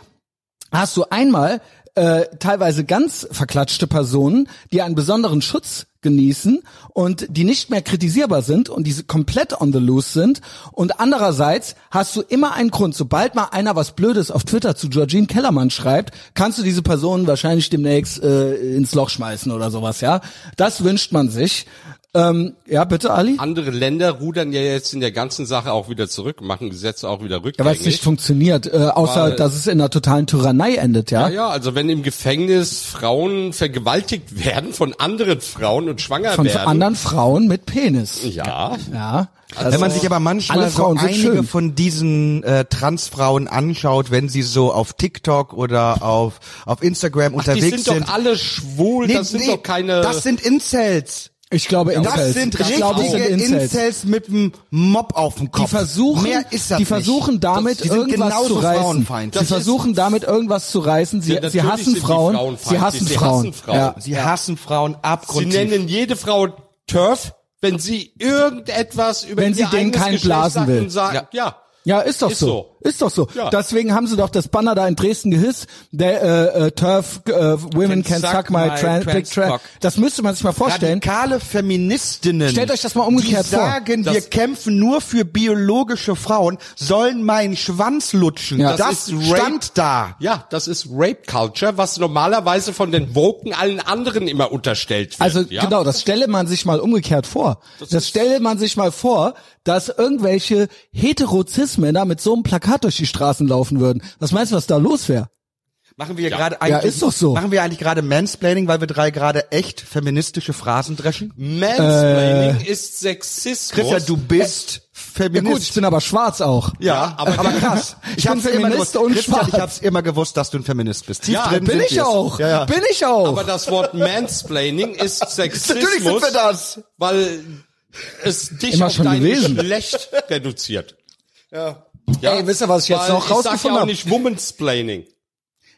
Speaker 1: hast du einmal äh, teilweise ganz verklatschte Personen, die einen besonderen Schutz genießen und die nicht mehr kritisierbar sind und die komplett on the loose sind. Und andererseits hast du immer einen Grund, sobald mal einer was Blödes auf Twitter zu Georgine Kellermann schreibt, kannst du diese Person wahrscheinlich demnächst äh, ins Loch schmeißen oder sowas, ja. Das wünscht man sich. Ähm, ja, bitte, Ali?
Speaker 3: Andere Länder rudern ja jetzt in der ganzen Sache auch wieder zurück, machen Gesetze auch wieder rückgängig.
Speaker 1: Ja, weil es nicht funktioniert, äh, außer
Speaker 3: Weil-
Speaker 1: dass es in einer totalen Tyrannei endet, ja.
Speaker 3: Ja, ja, also wenn im Gefängnis Frauen vergewaltigt werden von anderen Frauen und schwanger
Speaker 1: Von
Speaker 3: werden.
Speaker 1: anderen Frauen mit Penis.
Speaker 3: ja.
Speaker 1: Ja.
Speaker 2: Wenn man sich
Speaker 1: also
Speaker 2: aber
Speaker 1: alle
Speaker 2: manchmal so
Speaker 1: Frauen sind
Speaker 2: einige
Speaker 1: schön.
Speaker 2: von diesen äh, Transfrauen anschaut, wenn sie so auf TikTok oder auf, auf Instagram
Speaker 3: Die
Speaker 2: unterwegs
Speaker 3: sind doch alle schwul,
Speaker 2: Nee,
Speaker 3: das sind
Speaker 2: nee,
Speaker 3: doch keine.
Speaker 2: Das sind Incels.
Speaker 1: Ich glaube Incels.
Speaker 2: Das sind
Speaker 1: ich
Speaker 2: richtige
Speaker 1: glaube, es sind
Speaker 2: Incels.
Speaker 1: Incels.
Speaker 2: mit dem Mob auf dem
Speaker 1: Die
Speaker 2: Kopf.
Speaker 1: versuchen,
Speaker 2: Mehr ist das
Speaker 1: die versuchen
Speaker 2: nicht.
Speaker 1: damit
Speaker 2: die sind
Speaker 1: irgendwas
Speaker 2: genauso
Speaker 1: zu reißen.
Speaker 2: Frauenfeind.
Speaker 1: Sie
Speaker 3: Das ist-
Speaker 1: versuchen damit irgendwas zu reißen. Sie,
Speaker 3: Ja,
Speaker 1: sie
Speaker 3: natürlich
Speaker 1: hassen
Speaker 3: sind die
Speaker 1: Frauen.
Speaker 3: frauenfeindlich.
Speaker 1: Sie hassen
Speaker 3: Sie
Speaker 1: Frauen.
Speaker 3: hassen Frauen.
Speaker 1: Ja.
Speaker 2: Sie hassen Frauen
Speaker 3: sie
Speaker 2: abgrundtief.
Speaker 3: nennen jede Frau Turf, wenn sie irgendetwas über
Speaker 1: Wenn sie
Speaker 3: ihr
Speaker 1: denen
Speaker 3: eigenes
Speaker 1: keinen
Speaker 3: Geschlecht
Speaker 1: blasen
Speaker 3: sagt
Speaker 1: will.
Speaker 3: und Sagt, ja.
Speaker 1: Ja, ist doch
Speaker 3: Ist
Speaker 1: so.
Speaker 3: so.
Speaker 1: Ist doch so.
Speaker 3: Ja.
Speaker 1: Deswegen haben sie doch das Banner da in Dresden gehisst. Der äh, äh, Turf äh, Women can, suck, my, trans, big
Speaker 2: trans
Speaker 1: trans.
Speaker 2: cock.
Speaker 1: Das müsste man sich mal vorstellen.
Speaker 2: Radikale Feministinnen.
Speaker 1: Stellt euch das mal umgekehrt
Speaker 2: die
Speaker 1: vor.
Speaker 2: sagen,
Speaker 3: Das-
Speaker 2: wir kämpfen nur für biologische Frauen, sollen meinen Schwanz lutschen.
Speaker 1: Ja.
Speaker 2: Das,
Speaker 3: Das ist Rape.
Speaker 2: stand da.
Speaker 3: Ja, das ist Rape Culture, was normalerweise von den Woken allen anderen immer unterstellt wird.
Speaker 1: Also
Speaker 3: ja?
Speaker 1: genau, das stelle man sich mal umgekehrt vor. Das, stelle man sich mal vor, dass irgendwelche Heterozismänner mit so einem Plakat durch die Straßen laufen würden. Was meinst du, was da los wäre?
Speaker 2: Machen wir
Speaker 3: Ja.
Speaker 2: gerade eigentlich,
Speaker 1: ist doch so.
Speaker 2: machen wir eigentlich gerade Mansplaining, weil wir drei gerade echt feministische Phrasen dreschen?
Speaker 3: Mansplaining
Speaker 1: äh,
Speaker 3: ist Sexismus.
Speaker 2: Äh, Christian, du bist
Speaker 1: Ja gut,
Speaker 2: Feminist.
Speaker 1: ich bin aber schwarz auch.
Speaker 2: Ja, aber, *laughs* aber krass.
Speaker 1: Ich bin
Speaker 2: hab's immer
Speaker 1: Feminist
Speaker 2: gewusst.
Speaker 1: und
Speaker 2: Christian,
Speaker 1: schwarz.
Speaker 2: Ich hab's immer gewusst, dass du ein Feminist bist. Tief
Speaker 3: Ja,
Speaker 2: drin
Speaker 1: Bin
Speaker 2: sind
Speaker 1: ich
Speaker 2: wir's.
Speaker 1: auch.
Speaker 2: Ja, ja.
Speaker 1: Bin ich auch.
Speaker 3: Aber das Wort Mansplaining ist
Speaker 2: *laughs*
Speaker 3: Sexismus.
Speaker 2: Natürlich sind wir das.
Speaker 3: Weil es dich
Speaker 1: Immer
Speaker 3: auf
Speaker 1: schon
Speaker 3: dein
Speaker 1: gewesen.
Speaker 3: Geschlecht reduziert. Ja.
Speaker 1: Ey, wisst ihr, was ich jetzt
Speaker 3: Weil
Speaker 1: noch
Speaker 3: Ich sag ja
Speaker 1: rausgefunden
Speaker 3: auch
Speaker 1: hab?
Speaker 3: nicht Womansplaining.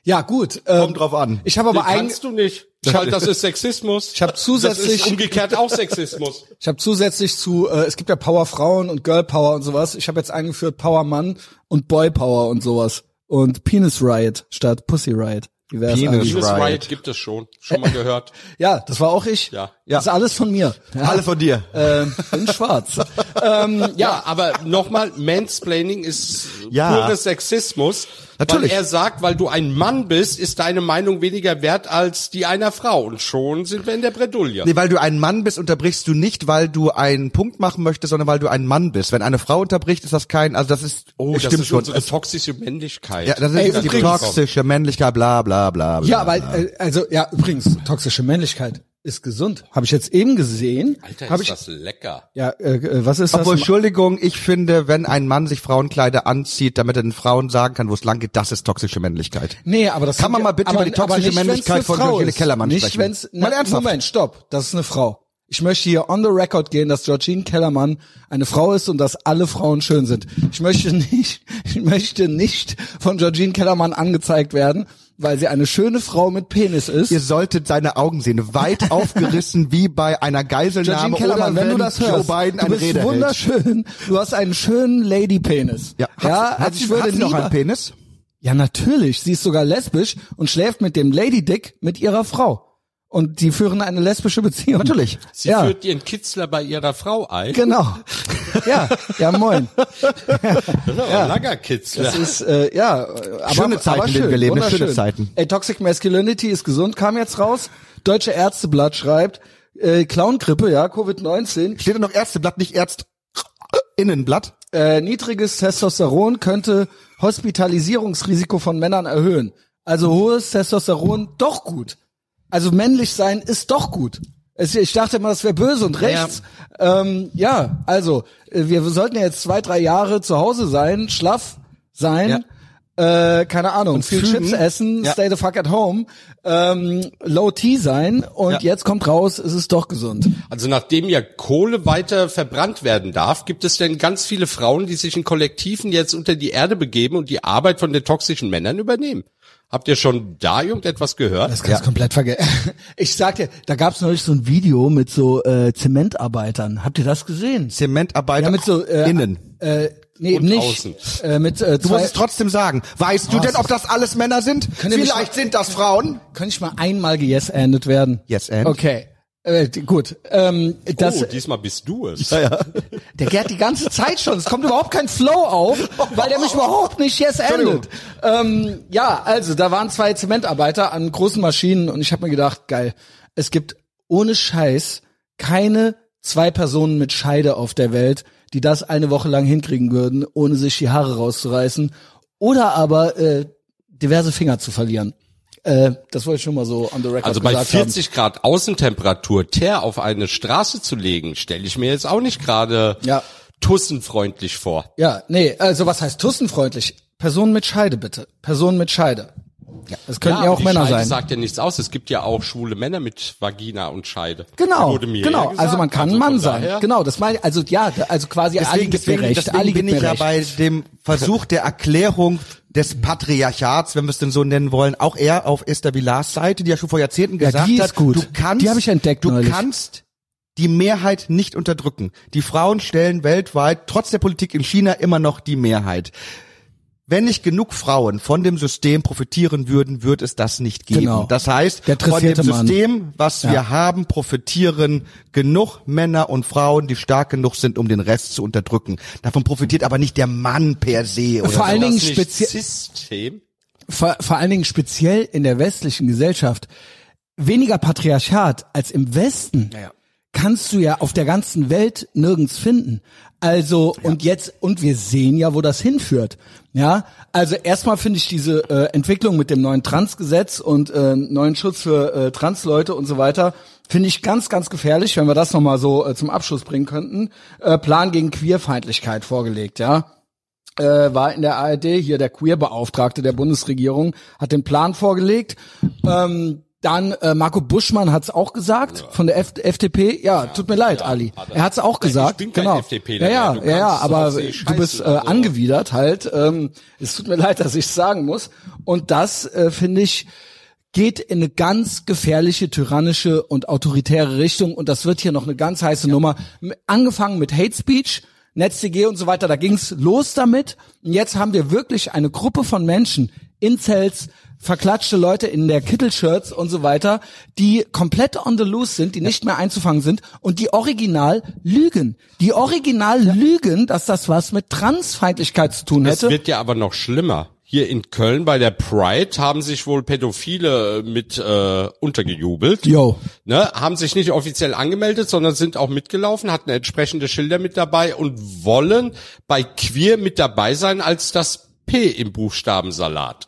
Speaker 1: ja gut. Ähm,
Speaker 2: Kommt drauf an.
Speaker 1: Ich habe aber
Speaker 3: Nee,
Speaker 1: eigentlich,
Speaker 3: kannst du nicht. Weil das ist Sexismus.
Speaker 1: Ich hab zusätzlich-
Speaker 3: Das ist umgekehrt
Speaker 1: *laughs*
Speaker 3: auch Sexismus.
Speaker 1: ich habe zusätzlich zu, äh, es gibt ja Power Frauen und Girl Power und sowas. Ich habe jetzt eingeführt Power Mann und Boy Power und sowas und Penis Riot statt Pussy Riot. Wie wär's
Speaker 2: Penis
Speaker 1: eigentlich?
Speaker 3: Dieses
Speaker 2: Right.
Speaker 3: Riot gibt es schon. Schon mal gehört.
Speaker 1: Ja, das war auch ich.
Speaker 3: Ja.
Speaker 1: Das ist alles von mir. Ja.
Speaker 2: Alle von dir.
Speaker 1: Ähm, bin schwarz.
Speaker 3: ähm, ja, aber nochmal, Mansplaining ist
Speaker 2: Ja.
Speaker 3: pures Sexismus.
Speaker 2: Natürlich.
Speaker 3: Weil er sagt, weil du ein Mann bist, ist deine Meinung weniger wert als die einer Frau. Und schon sind wir in der Bredouille.
Speaker 2: Nee, weil du ein Mann bist, unterbrichst du nicht, weil du einen Punkt machen möchtest, sondern weil du ein Mann bist. Wenn eine Frau unterbricht, ist das kein, also das ist,
Speaker 3: oh,
Speaker 2: es
Speaker 3: das
Speaker 2: stimmt
Speaker 3: ist
Speaker 2: schon.
Speaker 3: unsere
Speaker 2: Es-
Speaker 3: toxische Männlichkeit.
Speaker 2: ja, das ist
Speaker 1: Ey,
Speaker 2: die
Speaker 1: übrigens-
Speaker 2: toxische Männlichkeit, bla, bla, bla, bla.
Speaker 1: Ja, aber äh, also ja, übrigens, toxische Männlichkeit ist gesund. Habe ich jetzt eben gesehen.
Speaker 3: Alter,
Speaker 1: Hab
Speaker 3: ist
Speaker 1: ich,
Speaker 3: das lecker.
Speaker 1: Ja, äh, äh, was ist das?
Speaker 2: Obwohl, Also Entschuldigung, ich finde, wenn ein Mann sich Frauenkleider anzieht, damit er den Frauen sagen kann, wo es lang geht, das ist toxische Männlichkeit.
Speaker 1: Nee, aber das
Speaker 2: Kann man
Speaker 1: hat-
Speaker 2: mal bitte
Speaker 1: aber-
Speaker 2: über die
Speaker 1: aber
Speaker 2: toxische
Speaker 1: nicht, wenn's
Speaker 2: Männlichkeit
Speaker 1: eine
Speaker 2: von
Speaker 1: Frau
Speaker 2: Georgine
Speaker 1: ist.
Speaker 2: Kellermann
Speaker 1: nicht,
Speaker 2: sprechen.
Speaker 1: Wenn's,
Speaker 2: Mal
Speaker 1: na,
Speaker 2: ernsthaft.
Speaker 1: Moment, stopp. Das ist eine Frau. Ich möchte hier on the record gehen, dass Georgine Kellermann eine Frau ist und dass alle Frauen schön sind. Ich möchte *laughs* nicht, ich möchte nicht von Georgine Kellermann angezeigt werden, weil sie eine schöne Frau mit Penis ist.
Speaker 2: Ihr solltet seine Augen
Speaker 1: *laughs*
Speaker 2: sehen, weit aufgerissen wie bei einer Geiselnahme
Speaker 1: Georgine
Speaker 2: oder
Speaker 1: Kellermann, wenn, du das hörst,
Speaker 2: Joe Biden
Speaker 1: du
Speaker 2: eine
Speaker 1: bist
Speaker 2: Rede hält.
Speaker 1: wunderschön. Du hast einen schönen Lady-Penis.
Speaker 2: Ja, hat,
Speaker 1: ja
Speaker 2: hat,
Speaker 1: also ich würde
Speaker 2: hat sie noch
Speaker 1: lieber-
Speaker 2: einen Penis?
Speaker 1: Ja, natürlich. Sie ist sogar lesbisch und schläft mit dem Lady Dick mit ihrer Frau. Und die führen eine lesbische Beziehung.
Speaker 2: Natürlich.
Speaker 3: Sie
Speaker 1: ja,
Speaker 3: führt ihren Kitzler bei ihrer Frau ein.
Speaker 1: genau. Ja, ja, moin.
Speaker 3: Das ist aber ein langer Kitzler.
Speaker 1: Das ist, äh, ja, äh, aber,
Speaker 2: Schöne Zeiten,
Speaker 1: aber
Speaker 2: in
Speaker 1: schön,
Speaker 2: denen wir leben, schöne
Speaker 1: wunderschön.
Speaker 2: Zeiten.
Speaker 1: Ey, Toxic Masculinity ist gesund, kam jetzt raus. Deutsche Ärzteblatt schreibt, äh, Clowngrippe, ja, Covid-19,
Speaker 2: Steht da noch Ärzteblatt, nicht Ärzt... Innenblatt?
Speaker 1: äh, niedriges Testosteron könnte Hospitalisierungsrisiko von Männern erhöhen. Also hohes Testosteron doch gut. Also männlich sein ist doch gut. Es, ich dachte immer, das wäre böse und rechts. Ähm, ja, also äh, wir sollten ja jetzt zwei, drei Jahre zu Hause sein, schlaff sein. Äh, keine Ahnung, viel
Speaker 2: fühlen.
Speaker 1: Chips essen,
Speaker 2: Ja.
Speaker 1: stay the fuck at home, ähm, low T sein und
Speaker 2: Ja.
Speaker 1: jetzt kommt raus, es ist doch gesund.
Speaker 3: Also nachdem ja Kohle weiter verbrannt werden darf, gibt es denn ganz viele Frauen, die sich in Kollektiven jetzt unter die Erde begeben und die Arbeit von den toxischen Männern übernehmen. Habt ihr schon da irgendetwas gehört?
Speaker 1: Das kannst du komplett vergessen. *laughs* Ich sag dir, da gab's neulich so ein Video mit so äh, Zementarbeitern. Habt ihr das gesehen?
Speaker 2: Zementarbeiter
Speaker 1: Ja, mit so äh,
Speaker 2: innen.
Speaker 1: Äh, nee, eben
Speaker 3: Und
Speaker 1: nicht.
Speaker 3: außen.
Speaker 1: Äh, mit äh,
Speaker 2: Du musst
Speaker 1: zwei,
Speaker 2: es trotzdem sagen. Weißt du
Speaker 1: Ah,
Speaker 2: denn,
Speaker 1: es
Speaker 2: ob das alles Männer sind?
Speaker 1: Könnt ihr mich
Speaker 2: Vielleicht
Speaker 1: mal-
Speaker 2: sind das Frauen.
Speaker 1: könnte ich mal einmal yes-ended werden?
Speaker 2: Yes-and?
Speaker 1: Okay. Äh, d- gut. Ähm, das,
Speaker 3: oh, diesmal bist du es.
Speaker 1: der Gerd die ganze Zeit schon. Es kommt überhaupt kein Flow auf, weil der mich überhaupt nicht yes endet. Ähm, ja, also da waren zwei Zementarbeiter an großen Maschinen und ich habe mir gedacht, geil, es gibt ohne Scheiß keine zwei Personen mit Scheide auf der Welt, die das eine Woche lang hinkriegen würden, ohne sich die Haare rauszureißen oder aber äh, diverse Finger zu verlieren. Äh, das wollte ich schon mal so on the record
Speaker 3: Also bei
Speaker 1: gesagt
Speaker 3: 40 Grad Außentemperatur Teer auf eine Straße zu legen, stelle ich mir jetzt auch nicht gerade
Speaker 1: Ja.
Speaker 3: tussenfreundlich vor.
Speaker 1: haben. Ja, nee, also was heißt tussenfreundlich? Personen mit Scheide bitte. Personen mit Scheide. Ja, das könnten ja,
Speaker 3: aber
Speaker 1: auch
Speaker 3: die
Speaker 1: Männer
Speaker 3: Scheide
Speaker 1: sein.
Speaker 3: sagt ja nichts aus. Es gibt ja auch schwule Männer mit Vagina und Scheide.
Speaker 1: Genau,
Speaker 3: Wurde mir
Speaker 1: genau.
Speaker 3: gesagt.
Speaker 1: Also man kann ein
Speaker 3: von
Speaker 1: Mann sein.
Speaker 3: daher-
Speaker 1: Genau, das meine ich. Also ja, also quasi Ali
Speaker 2: Deswegen,
Speaker 1: gibt mir
Speaker 2: deswegen,
Speaker 1: recht. Ali
Speaker 2: deswegen
Speaker 1: gibt
Speaker 2: bin ich
Speaker 1: mir
Speaker 2: ja
Speaker 1: recht.
Speaker 2: bei dem Versuch der Erklärung des Patriarchats, wenn wir es denn so nennen wollen, auch eher auf Esther Villars Seite, die ja schon vor Jahrzehnten
Speaker 1: Ja,
Speaker 2: gesagt
Speaker 1: die ist
Speaker 2: hat,
Speaker 1: gut.
Speaker 2: du kannst,
Speaker 1: Die habe ich entdeckt
Speaker 2: du
Speaker 1: neulich.
Speaker 2: kannst die Mehrheit nicht unterdrücken. Die Frauen stellen weltweit, trotz der Politik in China, immer noch die Mehrheit. Wenn nicht genug Frauen von dem System profitieren würden, wird es das nicht geben.
Speaker 1: Genau.
Speaker 2: Das heißt,
Speaker 1: Der
Speaker 2: von dem
Speaker 1: dressierte Mann.
Speaker 2: System, was wir haben, profitieren genug Männer und Frauen, die stark genug sind, um den Rest zu unterdrücken. Davon profitiert aber nicht der Mann per se. Oder
Speaker 1: Vor allen
Speaker 2: sowas.
Speaker 1: Dingen
Speaker 3: Also Das nicht
Speaker 1: speziell.
Speaker 3: System.
Speaker 1: vor, vor allen Dingen speziell in der westlichen Gesellschaft weniger Patriarchat als im Westen kannst du ja auf der ganzen Welt nirgends finden. Also und jetzt und wir sehen ja, wo das hinführt. Ja, also erstmal finde ich diese äh, Entwicklung mit dem neuen Transgesetz und äh, neuen Schutz für äh, Transleute und so weiter finde ich ganz ganz gefährlich, wenn wir das noch mal so äh, zum Abschluss bringen könnten. Äh, Plan gegen Queerfeindlichkeit vorgelegt, ja äh, war in der ARD hier der Queer-Beauftragte der Bundesregierung, hat den Plan vorgelegt. Ähm, dann äh, Marco Buschmann hat es auch gesagt von der F FDP. Ja, tut mir leid, Ali. Er hat es auch gesagt.
Speaker 3: bin kein
Speaker 1: genau.
Speaker 3: FDPler
Speaker 1: ja, ja,
Speaker 3: mehr. Du
Speaker 1: ja, ja,
Speaker 3: kannst
Speaker 1: aber
Speaker 3: auf sie
Speaker 1: du
Speaker 3: scheißen,
Speaker 1: bist äh,
Speaker 3: also.
Speaker 1: angewidert halt. Ähm, es tut mir leid, dass ich sagen muss. Und das äh, finde ich geht in eine ganz gefährliche, tyrannische und autoritäre Richtung und das wird hier noch eine ganz heiße Nummer. M- Angefangen mit Hate Speech, NetzDG und so weiter, da ging's los damit. Und jetzt haben wir wirklich eine Gruppe von Menschen, Incels, verklatschte Leute in der Kittelshirts und so weiter, die komplett on the loose sind, die nicht mehr einzufangen sind und die original lügen. Die original lügen, dass das was mit Transfeindlichkeit zu tun
Speaker 3: Es
Speaker 1: hätte.
Speaker 3: wird ja aber noch schlimmer. Hier in Köln bei der Pride haben sich wohl Pädophile mit äh, untergejubelt.
Speaker 1: Yo.
Speaker 3: Ne, haben sich nicht offiziell angemeldet, sondern sind auch mitgelaufen, hatten entsprechende Schilder mit dabei und wollen bei Queer mit dabei sein als das P im Buchstabensalat.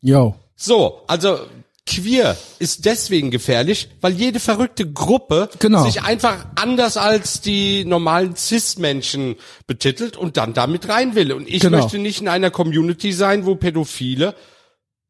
Speaker 1: Yo.
Speaker 3: So, also queer ist deswegen gefährlich, weil jede verrückte Gruppe
Speaker 1: Genau.
Speaker 3: sich einfach anders als die normalen Cis-Menschen betitelt und dann damit rein will. Und ich
Speaker 1: Genau.
Speaker 3: möchte nicht in einer Community sein, wo Pädophile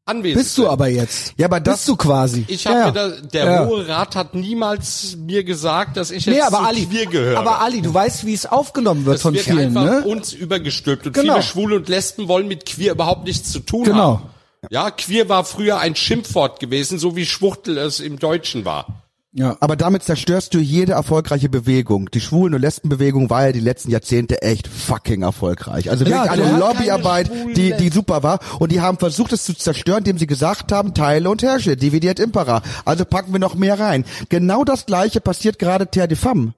Speaker 3: anwesend
Speaker 1: Bist du aber jetzt.
Speaker 2: Ja, aber das-
Speaker 1: Bist du quasi.
Speaker 3: Ich
Speaker 1: Ja, ja.
Speaker 3: habe da, der
Speaker 1: Ja.
Speaker 3: Hohe Rat hat niemals mir gesagt, dass ich jetzt
Speaker 1: Nee, aber
Speaker 3: zu
Speaker 1: Ali,
Speaker 3: queer gehöre.
Speaker 1: aber Ali, du weißt, wie es aufgenommen wird
Speaker 3: es
Speaker 1: von
Speaker 3: wird
Speaker 1: vielen,
Speaker 3: einfach
Speaker 1: ne?
Speaker 3: uns übergestülpt und
Speaker 1: Genau.
Speaker 3: viele Schwule und Lesben wollen mit queer überhaupt nichts zu tun
Speaker 1: Genau.
Speaker 3: haben. Ja, queer war früher ein Schimpfwort gewesen, so wie Schwuchtel es im Deutschen war.
Speaker 1: Ja.
Speaker 2: Aber damit zerstörst du jede erfolgreiche Bewegung. Die Schwulen- und Lesbenbewegung war ja die letzten Jahrzehnte echt fucking erfolgreich. Also
Speaker 1: Ja,
Speaker 2: wirklich
Speaker 1: du
Speaker 2: eine
Speaker 1: hast
Speaker 2: Lobbyarbeit,
Speaker 3: keine Schwulen-
Speaker 2: die, die super war. Und die haben versucht, es zu zerstören, indem sie gesagt haben, Teile und Herrsche, dividiert impera. Also packen wir noch mehr rein. Genau das Gleiche passiert gerade Terre de Femme.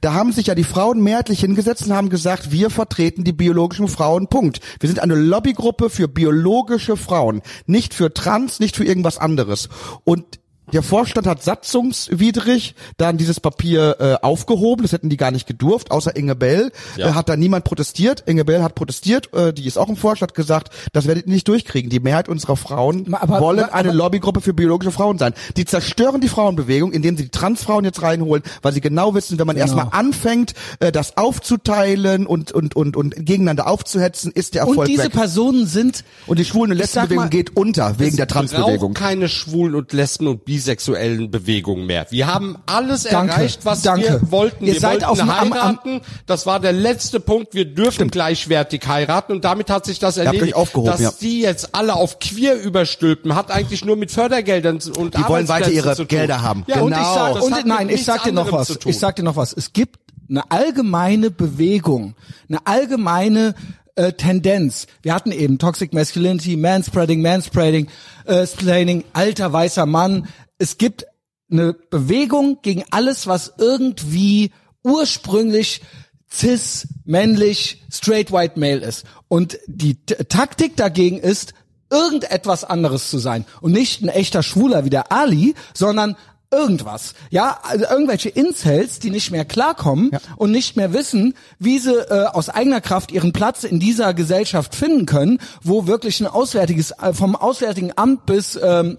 Speaker 2: Da haben sich ja die Frauen mehrheitlich hingesetzt und haben gesagt, wir vertreten die biologischen Frauen, Punkt. Wir sind eine Lobbygruppe für biologische Frauen, nicht für Trans, nicht für irgendwas anderes. Und der Vorstand hat satzungswidrig dann dieses Papier äh, aufgehoben. Das hätten die gar nicht gedurft, außer Inge Bell.
Speaker 3: Ja.
Speaker 2: Äh, hat da niemand protestiert. Inge Bell hat protestiert. Äh, die ist auch im Vorstand gesagt, das werdet ihr nicht durchkriegen. Die Mehrheit unserer Frauen
Speaker 1: Ma- aber-
Speaker 2: wollen
Speaker 1: ma-
Speaker 2: eine
Speaker 1: aber-
Speaker 2: Lobbygruppe für biologische Frauen sein. Die zerstören die Frauenbewegung, indem sie die Transfrauen jetzt reinholen, weil sie genau wissen, wenn man erstmal anfängt, äh, das aufzuteilen und, und, und, und gegeneinander aufzuhetzen, ist der Erfolg
Speaker 1: Und diese
Speaker 2: weg.
Speaker 1: Personen sind,
Speaker 2: Und die Schwulen- und
Speaker 1: Ich sag
Speaker 2: Lesbenbewegung
Speaker 1: mal,
Speaker 2: geht unter wegen der Transbewegung.
Speaker 3: braucht keine Schwulen und Lesben und bisexuellen Bewegungen mehr. Wir haben alles
Speaker 1: Danke,
Speaker 3: erreicht, was
Speaker 1: danke.
Speaker 3: wir wollten.
Speaker 1: Ihr
Speaker 3: wir
Speaker 1: seid
Speaker 3: wollten
Speaker 1: auf dem- am- am-
Speaker 3: heiraten. das war der letzte Punkt. Wir dürfen gleichwertig heiraten und damit hat sich das
Speaker 2: habt euch
Speaker 3: erledigt.
Speaker 2: aufgehoben,
Speaker 3: dass
Speaker 2: ja.
Speaker 3: die jetzt alle auf queer überstülpen, hat eigentlich nur mit Fördergeldern und
Speaker 2: Die wollen weiter
Speaker 3: Arbeitsplätzen
Speaker 2: ihre
Speaker 3: zu tun.
Speaker 2: Gelder haben.
Speaker 3: Ja,
Speaker 1: und ich
Speaker 2: Genau.
Speaker 1: sag,
Speaker 3: Das hat
Speaker 1: und,
Speaker 3: mit
Speaker 1: nein, ich
Speaker 3: nichts
Speaker 1: sag dir noch
Speaker 3: anderem
Speaker 1: was.
Speaker 3: zu tun.
Speaker 1: Ich sag dir noch was. Es gibt eine allgemeine Bewegung, eine allgemeine äh, Tendenz. Wir hatten eben Toxic Masculinity, Manspreading, Manspreading, äh, Splaining, alter weißer Mann. Es gibt eine Bewegung gegen alles, was irgendwie ursprünglich cis, männlich, straight white male ist. Und die T Taktik dagegen ist, irgendetwas anderes zu sein. Und nicht ein echter Schwuler wie der Ali, sondern irgendwas. Ja, also irgendwelche Incels, die nicht mehr klarkommen und nicht mehr wissen, wie sie äh, aus eigener Kraft ihren Platz in dieser Gesellschaft finden können, wo wirklich ein auswärtiges, äh, vom Auswärtigen Amt bis, ähm,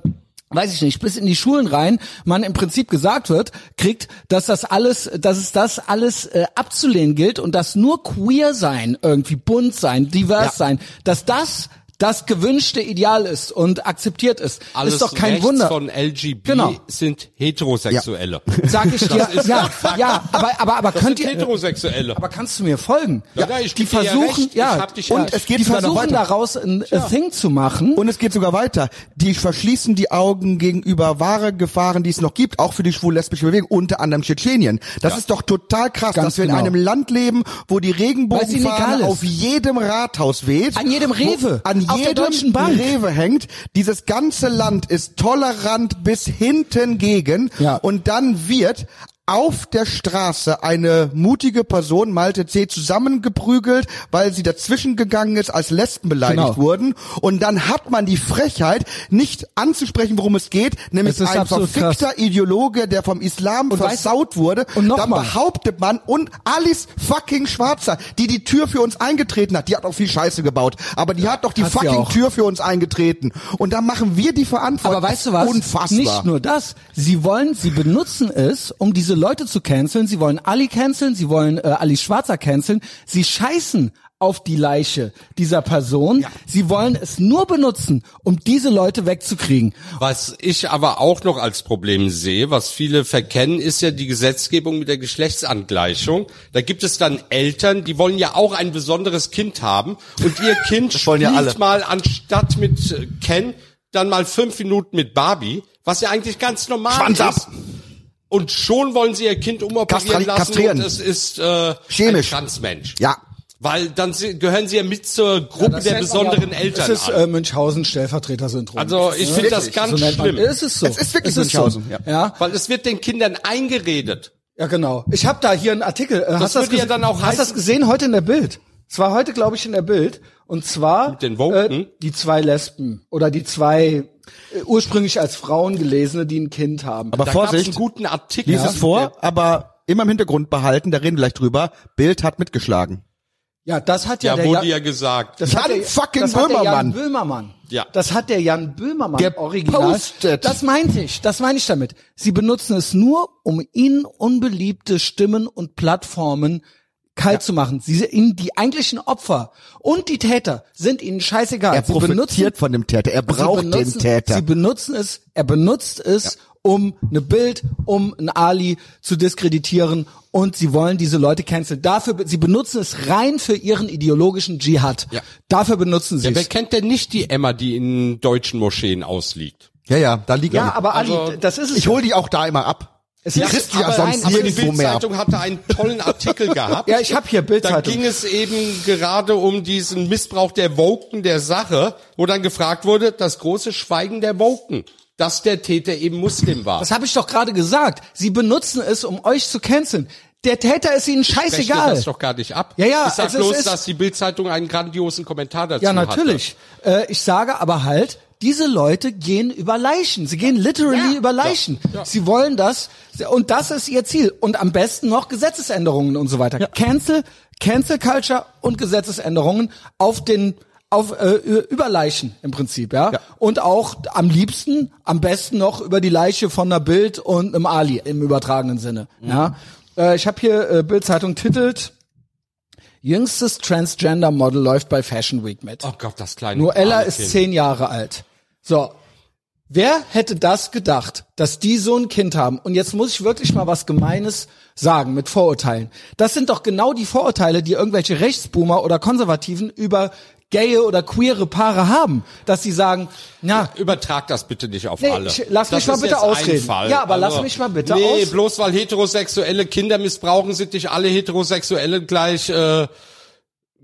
Speaker 1: weiß ich nicht, bis in die Schulen rein, man im Prinzip gesagt wird, kriegt, dass das alles, dass es das alles äh, abzulehnen gilt und dass nur queer sein, irgendwie bunt sein, divers
Speaker 2: Ja.
Speaker 1: sein, dass das das gewünschte Ideal ist und akzeptiert ist.
Speaker 3: Alles
Speaker 1: ist doch kein
Speaker 3: rechts
Speaker 1: Wunder.
Speaker 3: von LGB
Speaker 1: Genau.
Speaker 3: sind Heterosexuelle.
Speaker 1: Sag ich dir,
Speaker 3: ist
Speaker 1: ja,
Speaker 3: ein Fakt.
Speaker 1: ja, aber, aber, aber
Speaker 3: Das
Speaker 1: könnt
Speaker 3: sind
Speaker 1: ihr,
Speaker 3: Heterosexuelle.
Speaker 1: aber kannst du mir folgen?
Speaker 3: Ja, ja, ich
Speaker 1: die
Speaker 3: geb dir ja
Speaker 1: versuchen,
Speaker 3: recht. Ich
Speaker 1: ja,
Speaker 3: hab dich
Speaker 1: und
Speaker 3: ja-
Speaker 2: Es geht
Speaker 1: die
Speaker 2: sogar noch
Speaker 1: versuchen
Speaker 2: weiter.
Speaker 1: daraus ein äh, Thing zu machen.
Speaker 2: Und es geht sogar weiter. Die verschließen die Augen gegenüber wahre Gefahren, die es noch gibt, auch für die schwul-lesbische Bewegung, unter anderem Tschetschenien. Das ist doch total krass,
Speaker 1: Ganz
Speaker 2: dass wir
Speaker 1: genau.
Speaker 2: in einem Land leben, wo die
Speaker 1: Weil's ihnen egal
Speaker 2: Regenbogenfahne
Speaker 1: ist.
Speaker 2: auf jedem Rathaus weht.
Speaker 1: An jedem
Speaker 2: wo-
Speaker 1: Rewe.
Speaker 2: An
Speaker 1: Auf der
Speaker 2: jedem
Speaker 1: Deutschen Bank.
Speaker 2: Rewe hängt. Dieses ganze Land ist tolerant bis hinten gegen.
Speaker 1: Ja.
Speaker 2: Und dann wird auf der Straße eine mutige Person, Malte C., zusammengeprügelt, weil sie dazwischen gegangen ist, als Lesben beleidigt
Speaker 1: Genau.
Speaker 2: wurden. Und dann hat man die Frechheit, nicht anzusprechen, worum es geht, nämlich
Speaker 1: Es ist
Speaker 2: ein
Speaker 1: absolut
Speaker 2: verfickter Ideologe, der vom Islam
Speaker 1: weißt-
Speaker 2: versaut wurde.
Speaker 1: Und noch
Speaker 2: dann
Speaker 1: mal.
Speaker 2: behauptet man, und Alice fucking Schwarzer, die die Tür für uns eingetreten hat, die hat auch viel Scheiße gebaut, aber die hat doch die
Speaker 1: Hat sie
Speaker 2: fucking
Speaker 1: auch.
Speaker 2: Tür für uns eingetreten. Und dann machen wir die Verantwortung.
Speaker 1: Aber weißt du was?
Speaker 2: Unfassbar.
Speaker 1: Nicht nur das. Sie wollen, sie benutzen es, um diese Leute zu canceln. Sie wollen Ali canceln, sie wollen äh, Ali Schwarzer canceln. Sie scheißen auf die Leiche dieser Person. Sie wollen es nur benutzen, um diese Leute wegzukriegen.
Speaker 3: Was ich aber auch noch als Problem sehe, was viele verkennen, ist ja die Gesetzgebung mit der Geschlechtsangleichung. Da gibt es dann Eltern, die wollen ja auch ein besonderes Kind haben
Speaker 2: *laughs*
Speaker 3: und ihr Kind spielt
Speaker 2: wollen ja alle.
Speaker 3: mal anstatt mit äh, Ken dann mal fünf Minuten mit Barbie, was ja eigentlich ganz normal
Speaker 2: Schwanz
Speaker 3: ist.
Speaker 2: ab!
Speaker 3: Und schon wollen sie ihr Kind umoperieren
Speaker 2: Kastri-
Speaker 3: lassen
Speaker 2: kastrieren.
Speaker 3: und es ist äh,
Speaker 2: Chemisch.
Speaker 3: ein Transmensch.
Speaker 2: Ja.
Speaker 3: Weil dann sie, gehören sie ja mit zur Gruppe der besonderen Eltern
Speaker 1: Das ist
Speaker 3: an.
Speaker 1: äh, Münchhausen-Stellvertreter-Syndrom.
Speaker 3: Also ich finde das
Speaker 2: Wirklich,
Speaker 3: ganz
Speaker 1: so nennt man,
Speaker 3: schlimm.
Speaker 1: es ist so.
Speaker 2: Es ist wirklich
Speaker 1: so.
Speaker 2: Münchhausen, ja.
Speaker 1: ja.
Speaker 3: Weil es wird den Kindern eingeredet.
Speaker 1: Ja, genau. Ich habe da hier einen Artikel. Das hast du das,
Speaker 3: würde ja
Speaker 1: gese-
Speaker 3: dann auch
Speaker 1: hast
Speaker 3: heißen-
Speaker 1: das gesehen heute in der Bild? Es war heute, glaube ich, in der Bild. Und zwar äh,
Speaker 3: Mit den Woken?
Speaker 1: die zwei Lesben oder die zwei äh, ursprünglich als Frauen gelesene, die ein Kind haben.
Speaker 2: Aber
Speaker 3: Da gab's
Speaker 2: Vorsicht,
Speaker 3: einen guten Artikel.
Speaker 2: lies es vor, aber immer im Hintergrund behalten, da reden wir gleich drüber. Bild hat mitgeschlagen.
Speaker 1: ja, das hat ja,
Speaker 3: Ja,
Speaker 1: der
Speaker 3: wurde ja
Speaker 1: Jan,
Speaker 3: gesagt.
Speaker 1: das hat
Speaker 2: Jan
Speaker 1: der,
Speaker 2: fucking
Speaker 1: das hat der
Speaker 2: Böhmermann.
Speaker 1: Jan Böhmermann.
Speaker 3: Ja.
Speaker 1: Das hat der Jan Böhmermann original.
Speaker 2: Gepostet.
Speaker 1: Das meinte ich. Das meine ich damit. Sie benutzen es nur, um ihnen unbeliebte Stimmen und Plattformen kalt zu machen. Sie ihnen die eigentlichen Opfer und die Täter sind ihnen scheißegal.
Speaker 2: Er
Speaker 1: sie benutzen
Speaker 2: profitiert von dem Täter, er braucht
Speaker 1: sie benutzen,
Speaker 2: den Täter.
Speaker 1: Sie benutzen es, er benutzt es, um eine Bild, um ein Ali zu diskreditieren und sie wollen diese Leute canceln. Dafür, be- sie benutzen es rein für ihren ideologischen Dschihad.
Speaker 3: Ja.
Speaker 1: Dafür benutzen sie
Speaker 3: Ja, wer
Speaker 1: es.
Speaker 3: kennt denn nicht die Emma, die in deutschen Moscheen ausliegt?
Speaker 2: Ja, ja, da liegt
Speaker 1: Ja,
Speaker 2: er.
Speaker 1: aber Ali,
Speaker 3: Also,
Speaker 1: das ist es.
Speaker 2: Ich hol die auch da immer ab.
Speaker 1: Es
Speaker 2: Die
Speaker 1: ist-
Speaker 2: kriegst du ja
Speaker 1: aber nein,
Speaker 2: sonst
Speaker 1: aber
Speaker 3: Die
Speaker 2: nirgendwo mehr ab.
Speaker 3: Bildzeitung hatte einen tollen *laughs* Artikel gehabt.
Speaker 1: Ja, ich hab hier
Speaker 3: Da
Speaker 1: Bildzeitung.
Speaker 3: ging es eben gerade um diesen Missbrauch der Woken der Sache, wo dann gefragt wurde, das große Schweigen der Woken, dass der Täter eben Muslim war.
Speaker 1: Das habe ich doch gerade gesagt. Sie benutzen es, um euch zu canceln. Der Täter ist ihnen
Speaker 3: Rechne
Speaker 1: scheißegal.
Speaker 3: das doch gar nicht ab.
Speaker 1: Ja, ja,
Speaker 3: ich sag
Speaker 1: es ist-
Speaker 3: bloß,
Speaker 1: es ist-
Speaker 3: dass die Bildzeitung einen grandiosen Kommentar dazu
Speaker 1: Ja,
Speaker 3: hatte.
Speaker 1: natürlich. Äh, ich sage aber halt, diese Leute gehen über Leichen. Sie gehen literally über Leichen. Sie wollen das und das ist ihr Ziel. Und am besten noch Gesetzesänderungen und so weiter. Cancel, Cancel Culture und Gesetzesänderungen auf den auf äh, über Leichen im Prinzip, ja?
Speaker 2: Ja.
Speaker 1: Und auch am liebsten, am besten noch über die Leiche von einer Bild und einem Ali im übertragenen Sinne, ja? Äh, ich habe hier äh, Bild Zeitung titelt Jüngstes Transgender Model läuft bei Fashion Week mit.
Speaker 3: Oh Gott, das kleine
Speaker 1: Noella
Speaker 3: arme
Speaker 1: ist
Speaker 3: Kind.
Speaker 1: zehn Jahre alt. So. Wer hätte das gedacht, dass die so ein Kind haben? Und jetzt muss ich wirklich mal was Gemeines sagen mit Vorurteilen. Das sind doch genau die Vorurteile, die irgendwelche Rechtsboomer oder Konservativen über gaye oder queere Paare haben. Dass sie sagen, na,
Speaker 3: Übertrag das bitte nicht auf
Speaker 1: Nee,
Speaker 3: alle.
Speaker 1: ich- lass
Speaker 3: das
Speaker 1: mich mal
Speaker 3: ist
Speaker 1: bitte
Speaker 3: jetzt ein
Speaker 1: ausreden.
Speaker 3: Fall. Also,
Speaker 1: Ja, aber lass mich mal bitte
Speaker 3: nee,
Speaker 1: aus-
Speaker 3: bloß weil heterosexuelle Kinder missbrauchen, sind nicht alle Heterosexuellen gleich äh,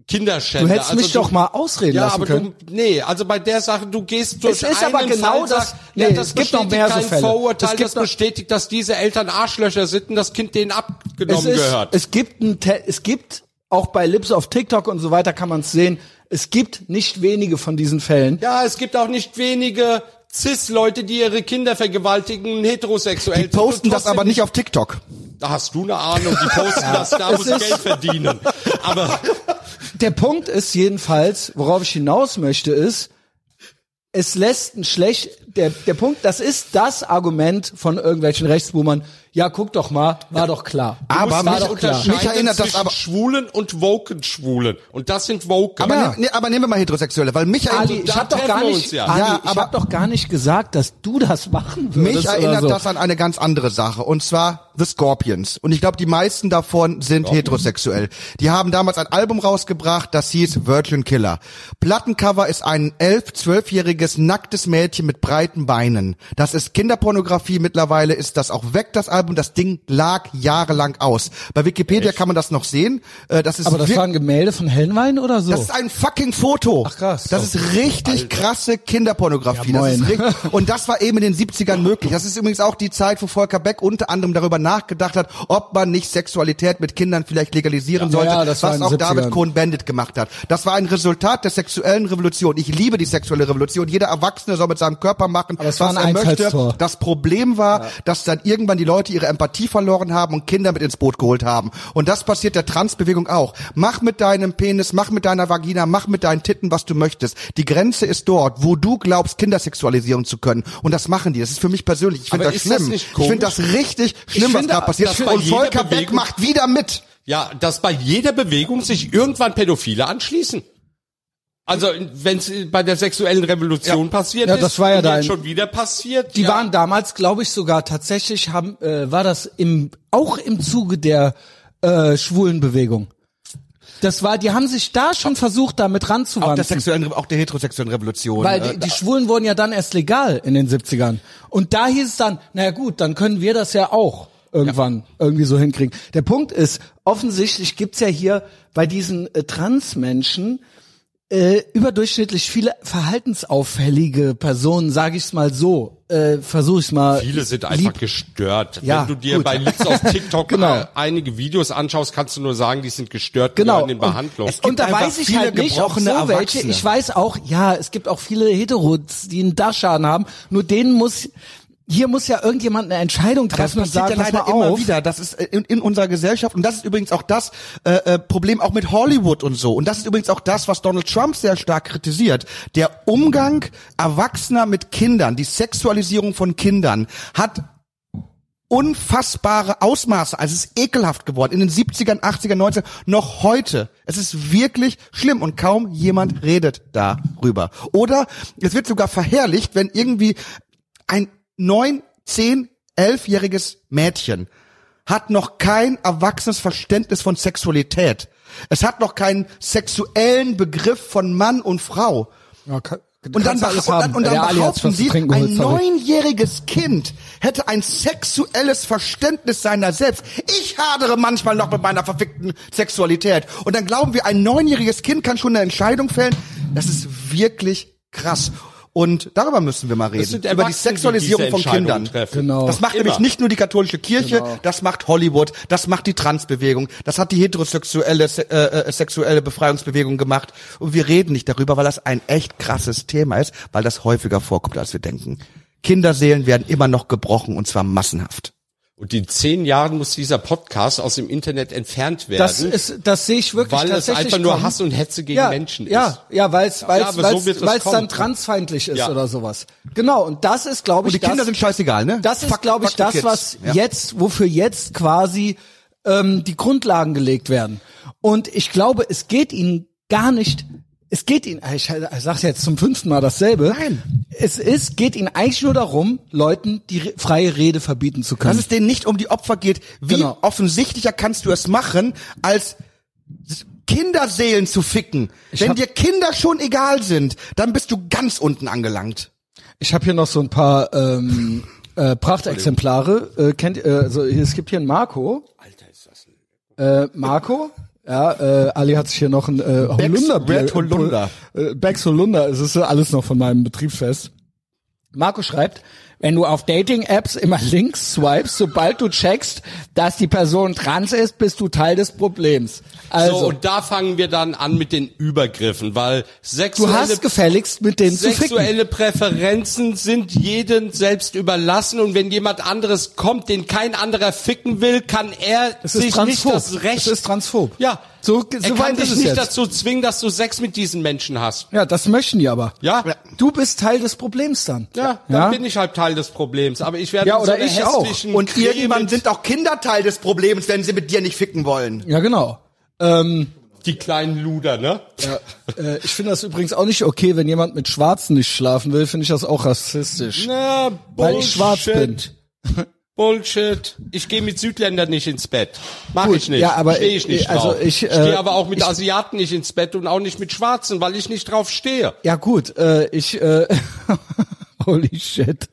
Speaker 3: Kinderschänder.
Speaker 1: du hättest
Speaker 3: Also
Speaker 1: mich doch mal ausreden
Speaker 3: Ja,
Speaker 1: lassen
Speaker 3: aber
Speaker 1: können.
Speaker 3: du, nee, also bei der Sache, du gehst durch
Speaker 1: Es ist
Speaker 3: einen
Speaker 1: aber genau
Speaker 3: Fall, sag,
Speaker 1: das- nee,
Speaker 3: ja, das
Speaker 1: es gibt noch
Speaker 3: bestätigt
Speaker 1: mehr so
Speaker 3: kein
Speaker 1: Fälle.
Speaker 3: Vorurteil,
Speaker 1: Es gibt
Speaker 3: das
Speaker 1: noch-
Speaker 3: bestätigt, dass diese Eltern Arschlöcher sind und das Kind denen abgenommen
Speaker 1: es ist,
Speaker 3: gehört.
Speaker 1: Es gibt ein, Te- es gibt auch bei Lips auf TikTok und so weiter kann man es sehen. Es gibt nicht wenige von diesen Fällen.
Speaker 3: ja, es gibt auch nicht wenige Cis-Leute, die ihre Kinder vergewaltigen, heterosexuell.
Speaker 2: Die posten das aber nicht auf TikTok.
Speaker 3: Da hast du eine Ahnung, die posten das, da
Speaker 1: Es
Speaker 3: muss
Speaker 1: ist-
Speaker 3: Geld verdienen. Aber
Speaker 1: Der Punkt ist jedenfalls, worauf ich hinaus möchte, ist, es lässt ein schlecht, der, der Punkt, das ist das Argument von irgendwelchen Rechtsboomern. Ja, guck doch mal, war doch klar.
Speaker 2: Aber
Speaker 1: war
Speaker 2: mich
Speaker 1: doch klar.
Speaker 2: unterscheiden- Mich erinnert das
Speaker 3: zwischen
Speaker 2: aber-
Speaker 3: Schwulen und woken Schwulen. Und das sind Woken.
Speaker 2: Aber,
Speaker 1: Ja.
Speaker 2: nehm, nee, aber nehmen wir mal Heterosexuelle, weil mich
Speaker 1: Genau. Ali,
Speaker 2: erinnert,
Speaker 1: ich
Speaker 3: da
Speaker 1: hab doch
Speaker 3: treffen
Speaker 1: gar
Speaker 3: wir
Speaker 1: nicht,
Speaker 3: uns ja.
Speaker 1: Ali,
Speaker 2: Ja,
Speaker 1: ich
Speaker 2: aber-
Speaker 1: hab doch gar nicht gesagt, dass du das also machen würdest.
Speaker 2: mich erinnert
Speaker 1: oder so.
Speaker 2: das an eine ganz andere Sache und zwar The Scorpions. Und ich glaube, die meisten davon sind heterosexuell. Die haben damals ein Album rausgebracht, das hieß Virgin Killer. Plattencover ist ein elf, zwölfjähriges nacktes Mädchen mit breiten Beinen. Das ist Kinderpornografie. Mittlerweile ist das auch weg, das Album. Das Ding lag jahrelang aus. Bei Wikipedia kann man das noch sehen. Äh, Das ist
Speaker 1: aber das
Speaker 2: wir-
Speaker 1: waren Gemälde von Hellenwein oder so?
Speaker 2: Das ist ein fucking Foto.
Speaker 1: Ach, krass.
Speaker 2: Das ist richtig krasse Kinderpornografie.
Speaker 1: Ja,
Speaker 2: das ist
Speaker 1: moin.
Speaker 2: richtig, und das war eben in den
Speaker 1: *laughs*
Speaker 2: 70ern möglich. Das ist übrigens auch die Zeit, wo Volker Beck unter anderem darüber nachgedacht hat, ob man nicht Sexualität mit Kindern vielleicht legalisieren
Speaker 1: Ja,
Speaker 2: sollte,
Speaker 1: ja, das war
Speaker 2: was
Speaker 1: in
Speaker 2: auch
Speaker 1: den 70ern.
Speaker 2: David Cohn-Bendit gemacht hat. Das war ein Resultat der sexuellen Revolution. Ich liebe die sexuelle Revolution. Jeder Erwachsene soll mit seinem Körper machen,
Speaker 1: Aber es
Speaker 2: was
Speaker 1: war
Speaker 2: er
Speaker 1: ein
Speaker 2: möchte.
Speaker 1: Einfallstor.
Speaker 2: Das Problem war, dass dann irgendwann die Leute ihre Empathie verloren haben und Kinder mit ins Boot geholt haben. Und das passiert der Transbewegung auch. Mach mit deinem Penis, mach mit deiner Vagina, mach mit deinen Titten, was du möchtest. Die Grenze ist dort, wo du glaubst, Kinder sexualisieren zu können. Und das machen die. Das ist für mich persönlich. Ich finde
Speaker 3: Aber
Speaker 2: das
Speaker 3: ist das
Speaker 2: schlimm.
Speaker 3: nicht
Speaker 2: ich finde das richtig schlimm, was
Speaker 1: finde,
Speaker 2: da passiert.
Speaker 3: dass bei
Speaker 2: Und
Speaker 3: jeder
Speaker 2: Volker Beck
Speaker 3: Bewegung-
Speaker 2: macht wieder mit.
Speaker 3: ja, dass bei jeder Bewegung sich irgendwann Pädophile anschließen. Also, wenn es bei der sexuellen Revolution passiert
Speaker 1: Ja,
Speaker 3: ist,
Speaker 1: das war ja
Speaker 3: und
Speaker 1: dein-
Speaker 3: jetzt schon wieder passiert.
Speaker 1: Die
Speaker 3: ja.
Speaker 1: waren damals, glaube ich, sogar tatsächlich haben äh, war das im auch im Zuge der äh, schwulen Bewegung. Das war, die haben sich da schon versucht, damit ranzuwanzen.
Speaker 2: sexuellen, auch der heterosexuellen Revolution.
Speaker 1: Weil
Speaker 3: ne?
Speaker 1: die, die Schwulen wurden ja dann erst legal in den 70ern. Und da hieß es dann, naja gut, dann können wir das ja auch. irgendwann irgendwie so hinkriegen. Der Punkt ist, offensichtlich gibt's ja hier bei diesen äh, Transmenschen äh, überdurchschnittlich viele verhaltensauffällige Personen, sage ich's mal so. Äh, Versuche ich's mal.
Speaker 3: Viele sind einfach
Speaker 1: lieb-
Speaker 3: gestört.
Speaker 1: Ja,
Speaker 3: Wenn du dir
Speaker 1: gut.
Speaker 3: bei
Speaker 1: *laughs*
Speaker 3: Lips auf TikTok
Speaker 1: Genau.
Speaker 3: äh, einige Videos anschaust, kannst du nur sagen, die sind gestört die
Speaker 1: Genau.
Speaker 3: gehören in Behandlung.
Speaker 2: gibt
Speaker 1: Und da
Speaker 2: einfach
Speaker 1: weiß ich
Speaker 2: viele
Speaker 1: halt nicht, auch so
Speaker 2: gebrochene
Speaker 1: welche.
Speaker 2: Erwachsene.
Speaker 1: Ich weiß auch, ja, es gibt auch viele Heteros, die einen Dachschaden haben. Nur denen muss, hier muss ja irgendjemand eine Entscheidung
Speaker 2: Das
Speaker 1: treffen und
Speaker 2: passiert
Speaker 1: sagen,
Speaker 2: ja
Speaker 1: pass mal
Speaker 2: leider immer
Speaker 1: auf.
Speaker 2: wieder. Das ist äh, in, in unserer Gesellschaft und das ist übrigens auch das äh, äh, Problem auch mit Hollywood und so. Und das ist übrigens auch das, was Donald Trump sehr stark kritisiert. Der Umgang Erwachsener mit Kindern, die Sexualisierung von Kindern, hat unfassbare Ausmaße. Also es ist ekelhaft geworden. In den 70ern, 80ern, 90ern, noch heute. Es ist wirklich schlimm und kaum jemand redet darüber. Oder es wird sogar verherrlicht, wenn irgendwie ein neun, zehn, elfjähriges Mädchen hat noch kein erwachsenes Verständnis von Sexualität. Es hat noch keinen sexuellen Begriff von Mann und Frau.
Speaker 1: Ja, kann- du
Speaker 2: Und dann,
Speaker 1: kannst
Speaker 2: beh-
Speaker 1: alles
Speaker 2: und dann,
Speaker 1: haben.
Speaker 2: und dann
Speaker 1: Der Ali hat's
Speaker 2: behaupten
Speaker 1: was zu
Speaker 2: sie,
Speaker 1: trinken geholt,
Speaker 2: ein
Speaker 1: sorry.
Speaker 2: neunjähriges Kind hätte ein sexuelles Verständnis seiner selbst. Ich hadere manchmal noch mit meiner verfickten Sexualität. Und dann glauben wir, ein neunjähriges Kind kann schon eine Entscheidung fällen. Das ist wirklich krass. Und darüber müssen wir mal reden.
Speaker 3: sind
Speaker 2: Über die
Speaker 3: Erwachsene, die
Speaker 2: Sexualisierung
Speaker 3: diese
Speaker 2: von
Speaker 3: Entscheidungen
Speaker 2: Kindern.
Speaker 3: treffen.
Speaker 1: Genau.
Speaker 2: Das macht
Speaker 3: Immer.
Speaker 2: nämlich nicht nur die katholische Kirche, das macht Hollywood, das macht die Transbewegung, das hat die heterosexuelle se äh, äh, sexuelle Befreiungsbewegung gemacht. Und wir reden nicht darüber, weil das ein echt krasses Thema ist, weil das häufiger vorkommt, als wir denken. Kinderseelen werden immer noch gebrochen und zwar massenhaft.
Speaker 3: Und in zehn Jahren muss dieser Podcast aus dem Internet entfernt werden.
Speaker 1: Das ist, das sehe ich wirklich
Speaker 3: Weil es
Speaker 1: tatsächlich.
Speaker 3: einfach nur
Speaker 1: kommen.
Speaker 3: Hass und Hetze gegen
Speaker 1: ja,
Speaker 3: Menschen
Speaker 1: ja,
Speaker 3: ist.
Speaker 1: Ja, weil es, weil
Speaker 3: Ja,
Speaker 1: es,
Speaker 3: aber so
Speaker 1: weil es,
Speaker 3: wird es
Speaker 1: weil es dann
Speaker 3: kommen.
Speaker 1: transfeindlich ist
Speaker 3: Ja.
Speaker 1: oder sowas. Genau. Und das ist, glaube ich,
Speaker 2: Und die Kinder
Speaker 1: das,
Speaker 2: sind scheißegal, ne?
Speaker 1: Das ist,
Speaker 2: Fuck-
Speaker 1: glaube ich,
Speaker 2: fuck the
Speaker 1: das,
Speaker 2: kids.
Speaker 1: was
Speaker 2: Ja.
Speaker 1: jetzt, wofür jetzt quasi ähm, die Grundlagen gelegt werden. Und ich glaube, es geht ihnen gar nicht. Es geht ihnen, ich, ich sag's jetzt zum fünften Mal dasselbe.
Speaker 2: Nein.
Speaker 1: Es ist, geht ihnen eigentlich nur darum, Leuten die re freie Rede verbieten zu können.
Speaker 2: Dass es denen nicht um die Opfer geht. Wie
Speaker 1: Genau.
Speaker 2: offensichtlicher kannst du es machen, als Kinderseelen zu ficken? Wenn
Speaker 1: hab-
Speaker 2: dir Kinder schon egal sind, dann bist du ganz unten angelangt.
Speaker 1: Ich habe hier noch so ein paar ähm, äh, Prachtexemplare. Äh, kennt, äh, also hier- es gibt hier einen Marco.
Speaker 3: Alter, ist das ein
Speaker 1: Äh, Marco. Ja, äh, Ali hat sich hier noch ein äh, Holunder.
Speaker 2: Red Holunder.
Speaker 1: Äh, Becks Holunder. Es ist äh, alles noch von meinem Betriebsfest. Marco schreibt, wenn du auf Dating-Apps immer links swipest, sobald du checkst, dass die Person trans ist, bist du Teil des Problems. Also,
Speaker 3: so, und da fangen wir dann an mit den Übergriffen, weil
Speaker 1: du
Speaker 3: sexuelle
Speaker 1: hast gefälligst mit dem zu ficken.
Speaker 3: Sexuelle Präferenzen sind jedem selbst überlassen und wenn jemand anderes kommt, den kein anderer ficken will, kann er
Speaker 1: Es ist
Speaker 3: sich nicht
Speaker 1: transphob.
Speaker 3: das
Speaker 1: Es
Speaker 3: Recht.
Speaker 1: ist transphob.
Speaker 3: ja,
Speaker 1: So,
Speaker 3: er
Speaker 1: so
Speaker 3: kann
Speaker 1: weit
Speaker 3: dich
Speaker 1: ist es
Speaker 3: nicht
Speaker 1: jetzt.
Speaker 3: dazu zwingen, dass du Sex mit diesen Menschen hast.
Speaker 1: Ja, das möchten die aber.
Speaker 3: Ja. Ja.
Speaker 1: Du bist Teil des Problems dann.
Speaker 3: Ja, dann bin ich halt Teil des Problems, aber ich werde
Speaker 1: Ja,
Speaker 3: in so
Speaker 1: oder
Speaker 3: einer
Speaker 1: ich auch.
Speaker 3: hässlichen
Speaker 2: Und
Speaker 3: Creme-
Speaker 2: irgendwann sind auch Kinder Teil des Problems, wenn sie mit dir nicht ficken wollen.
Speaker 1: Ja, genau.
Speaker 3: die kleinen Luder, ne?
Speaker 1: Äh, ich finde das übrigens auch nicht okay, wenn jemand mit Schwarzen nicht schlafen will, finde ich das auch rassistisch.
Speaker 3: Na, Bullshit.
Speaker 1: Weil ich schwarz bin.
Speaker 3: Bullshit. Ich gehe mit Südländern nicht ins Bett. Mach
Speaker 1: Gut,
Speaker 3: ich nicht.
Speaker 1: ja, aber
Speaker 3: Steh ich
Speaker 1: ich-
Speaker 3: nicht
Speaker 1: also
Speaker 3: drauf.
Speaker 1: ich, äh,
Speaker 3: stehe aber auch mit
Speaker 1: ich-
Speaker 3: Asiaten nicht ins Bett und auch nicht mit Schwarzen, weil ich nicht drauf stehe.
Speaker 1: Ja gut, äh, ich äh, *laughs* holy shit.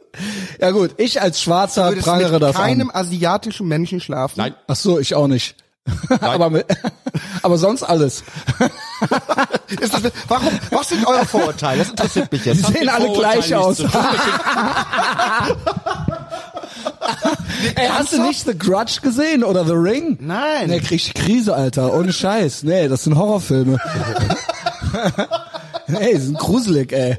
Speaker 1: Ja gut, ich als Schwarzer
Speaker 2: Würdest du
Speaker 1: prangere
Speaker 2: mit
Speaker 1: das
Speaker 2: keinem
Speaker 1: an.
Speaker 2: asiatischen Menschen schlafen?
Speaker 3: Nein.
Speaker 1: Ach so, ich auch nicht. *laughs* aber mit, aber sonst alles.
Speaker 2: Ist das, warum, was sind eure Vorurteile? Das interessiert mich
Speaker 1: Die
Speaker 2: *laughs* jetzt.
Speaker 1: *laughs* sehen alle gleich aus. Ey, hast du nicht The Grudge gesehen oder The Ring?
Speaker 2: Nein.
Speaker 1: Nee, krieg ich Krise, Alter. Ohne Scheiß. Nee, das sind Horrorfilme. *laughs* Ey, die sind gruselig, ey.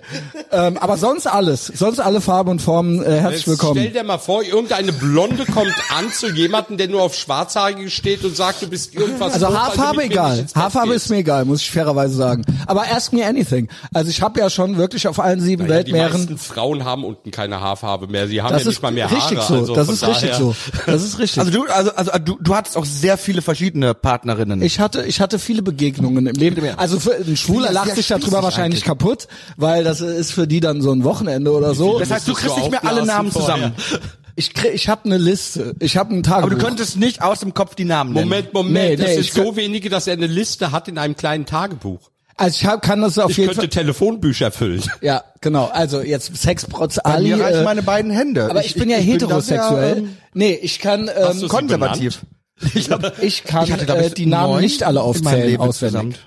Speaker 1: Ähm, aber sonst alles. Sonst alle Farben und Formen. Äh, *laughs* herzlich
Speaker 3: Jetzt Stell
Speaker 1: willkommen.
Speaker 3: dir mal vor, irgendeine Blonde kommt an zu jemandem, der nur auf Schwarzhaarige steht und sagt, du bist irgendwas.
Speaker 1: Also
Speaker 3: rot, weil du
Speaker 1: Haarfarbe
Speaker 3: mit mir nicht
Speaker 1: egal.
Speaker 3: ins Bett
Speaker 1: Haarfarbe
Speaker 3: gehst.
Speaker 1: ist mir egal, muss ich fairerweise sagen. Aber ask me anything. Also ich habe ja schon wirklich auf allen sieben
Speaker 3: Ja, die
Speaker 1: Weltmeeren
Speaker 3: meisten Frauen haben unten keine Haarfarbe mehr. Sie haben
Speaker 1: Das
Speaker 3: ja
Speaker 1: ist
Speaker 3: nicht mal mehr Haare.
Speaker 1: richtig so.
Speaker 3: also
Speaker 1: das
Speaker 3: von
Speaker 1: ist richtig
Speaker 3: daher-
Speaker 1: so. Das ist richtig.
Speaker 2: Also du, also, also du, du hattest auch sehr viele verschiedene Partnerinnen.
Speaker 1: ich hatte, ich hatte viele Begegnungen im Leben. Also für, ein Schwuler
Speaker 2: Ja,
Speaker 1: lacht
Speaker 2: sehr
Speaker 1: sich darüber
Speaker 2: spießig
Speaker 1: wahrscheinlich
Speaker 2: eigentlich.
Speaker 1: kaputt, weil das ist für die dann so ein Wochenende oder so.
Speaker 2: das heißt, du
Speaker 3: Musstest
Speaker 2: kriegst
Speaker 3: du
Speaker 2: nicht mehr alle
Speaker 3: aufblasen
Speaker 2: Namen
Speaker 3: vorher.
Speaker 2: zusammen.
Speaker 1: Ich krieg, ich habe eine Liste, ich habe einen Tagebuch.
Speaker 2: Aber du könntest nicht aus dem Kopf die Namen nennen.
Speaker 3: Moment, Moment,
Speaker 1: Nee,
Speaker 3: das
Speaker 1: nee,
Speaker 3: sind
Speaker 1: ich
Speaker 3: so wenige, dass er eine Liste hat in einem kleinen Tagebuch.
Speaker 1: Also ich hab, kann das auf
Speaker 3: Ich
Speaker 1: jeden
Speaker 3: könnte
Speaker 1: Fall.
Speaker 3: Telefonbücher füllen.
Speaker 1: Ja, genau. Also jetzt Sexprotz Ali.
Speaker 2: Mir reichen
Speaker 1: äh,
Speaker 2: meine beiden Hände.
Speaker 1: aber ich, bin ja heterosexuell.
Speaker 2: da sehr, ähm,
Speaker 1: nee, ich kann ähm,
Speaker 3: du's
Speaker 2: konservativ. Ich, hab,
Speaker 1: ich kann
Speaker 2: ich hatte, glaub
Speaker 1: äh,
Speaker 2: ich,
Speaker 1: die Namen
Speaker 2: neun
Speaker 1: nicht alle
Speaker 2: in meinem
Speaker 1: aufzählen
Speaker 2: Leben
Speaker 1: auswendig.
Speaker 2: insgesamt.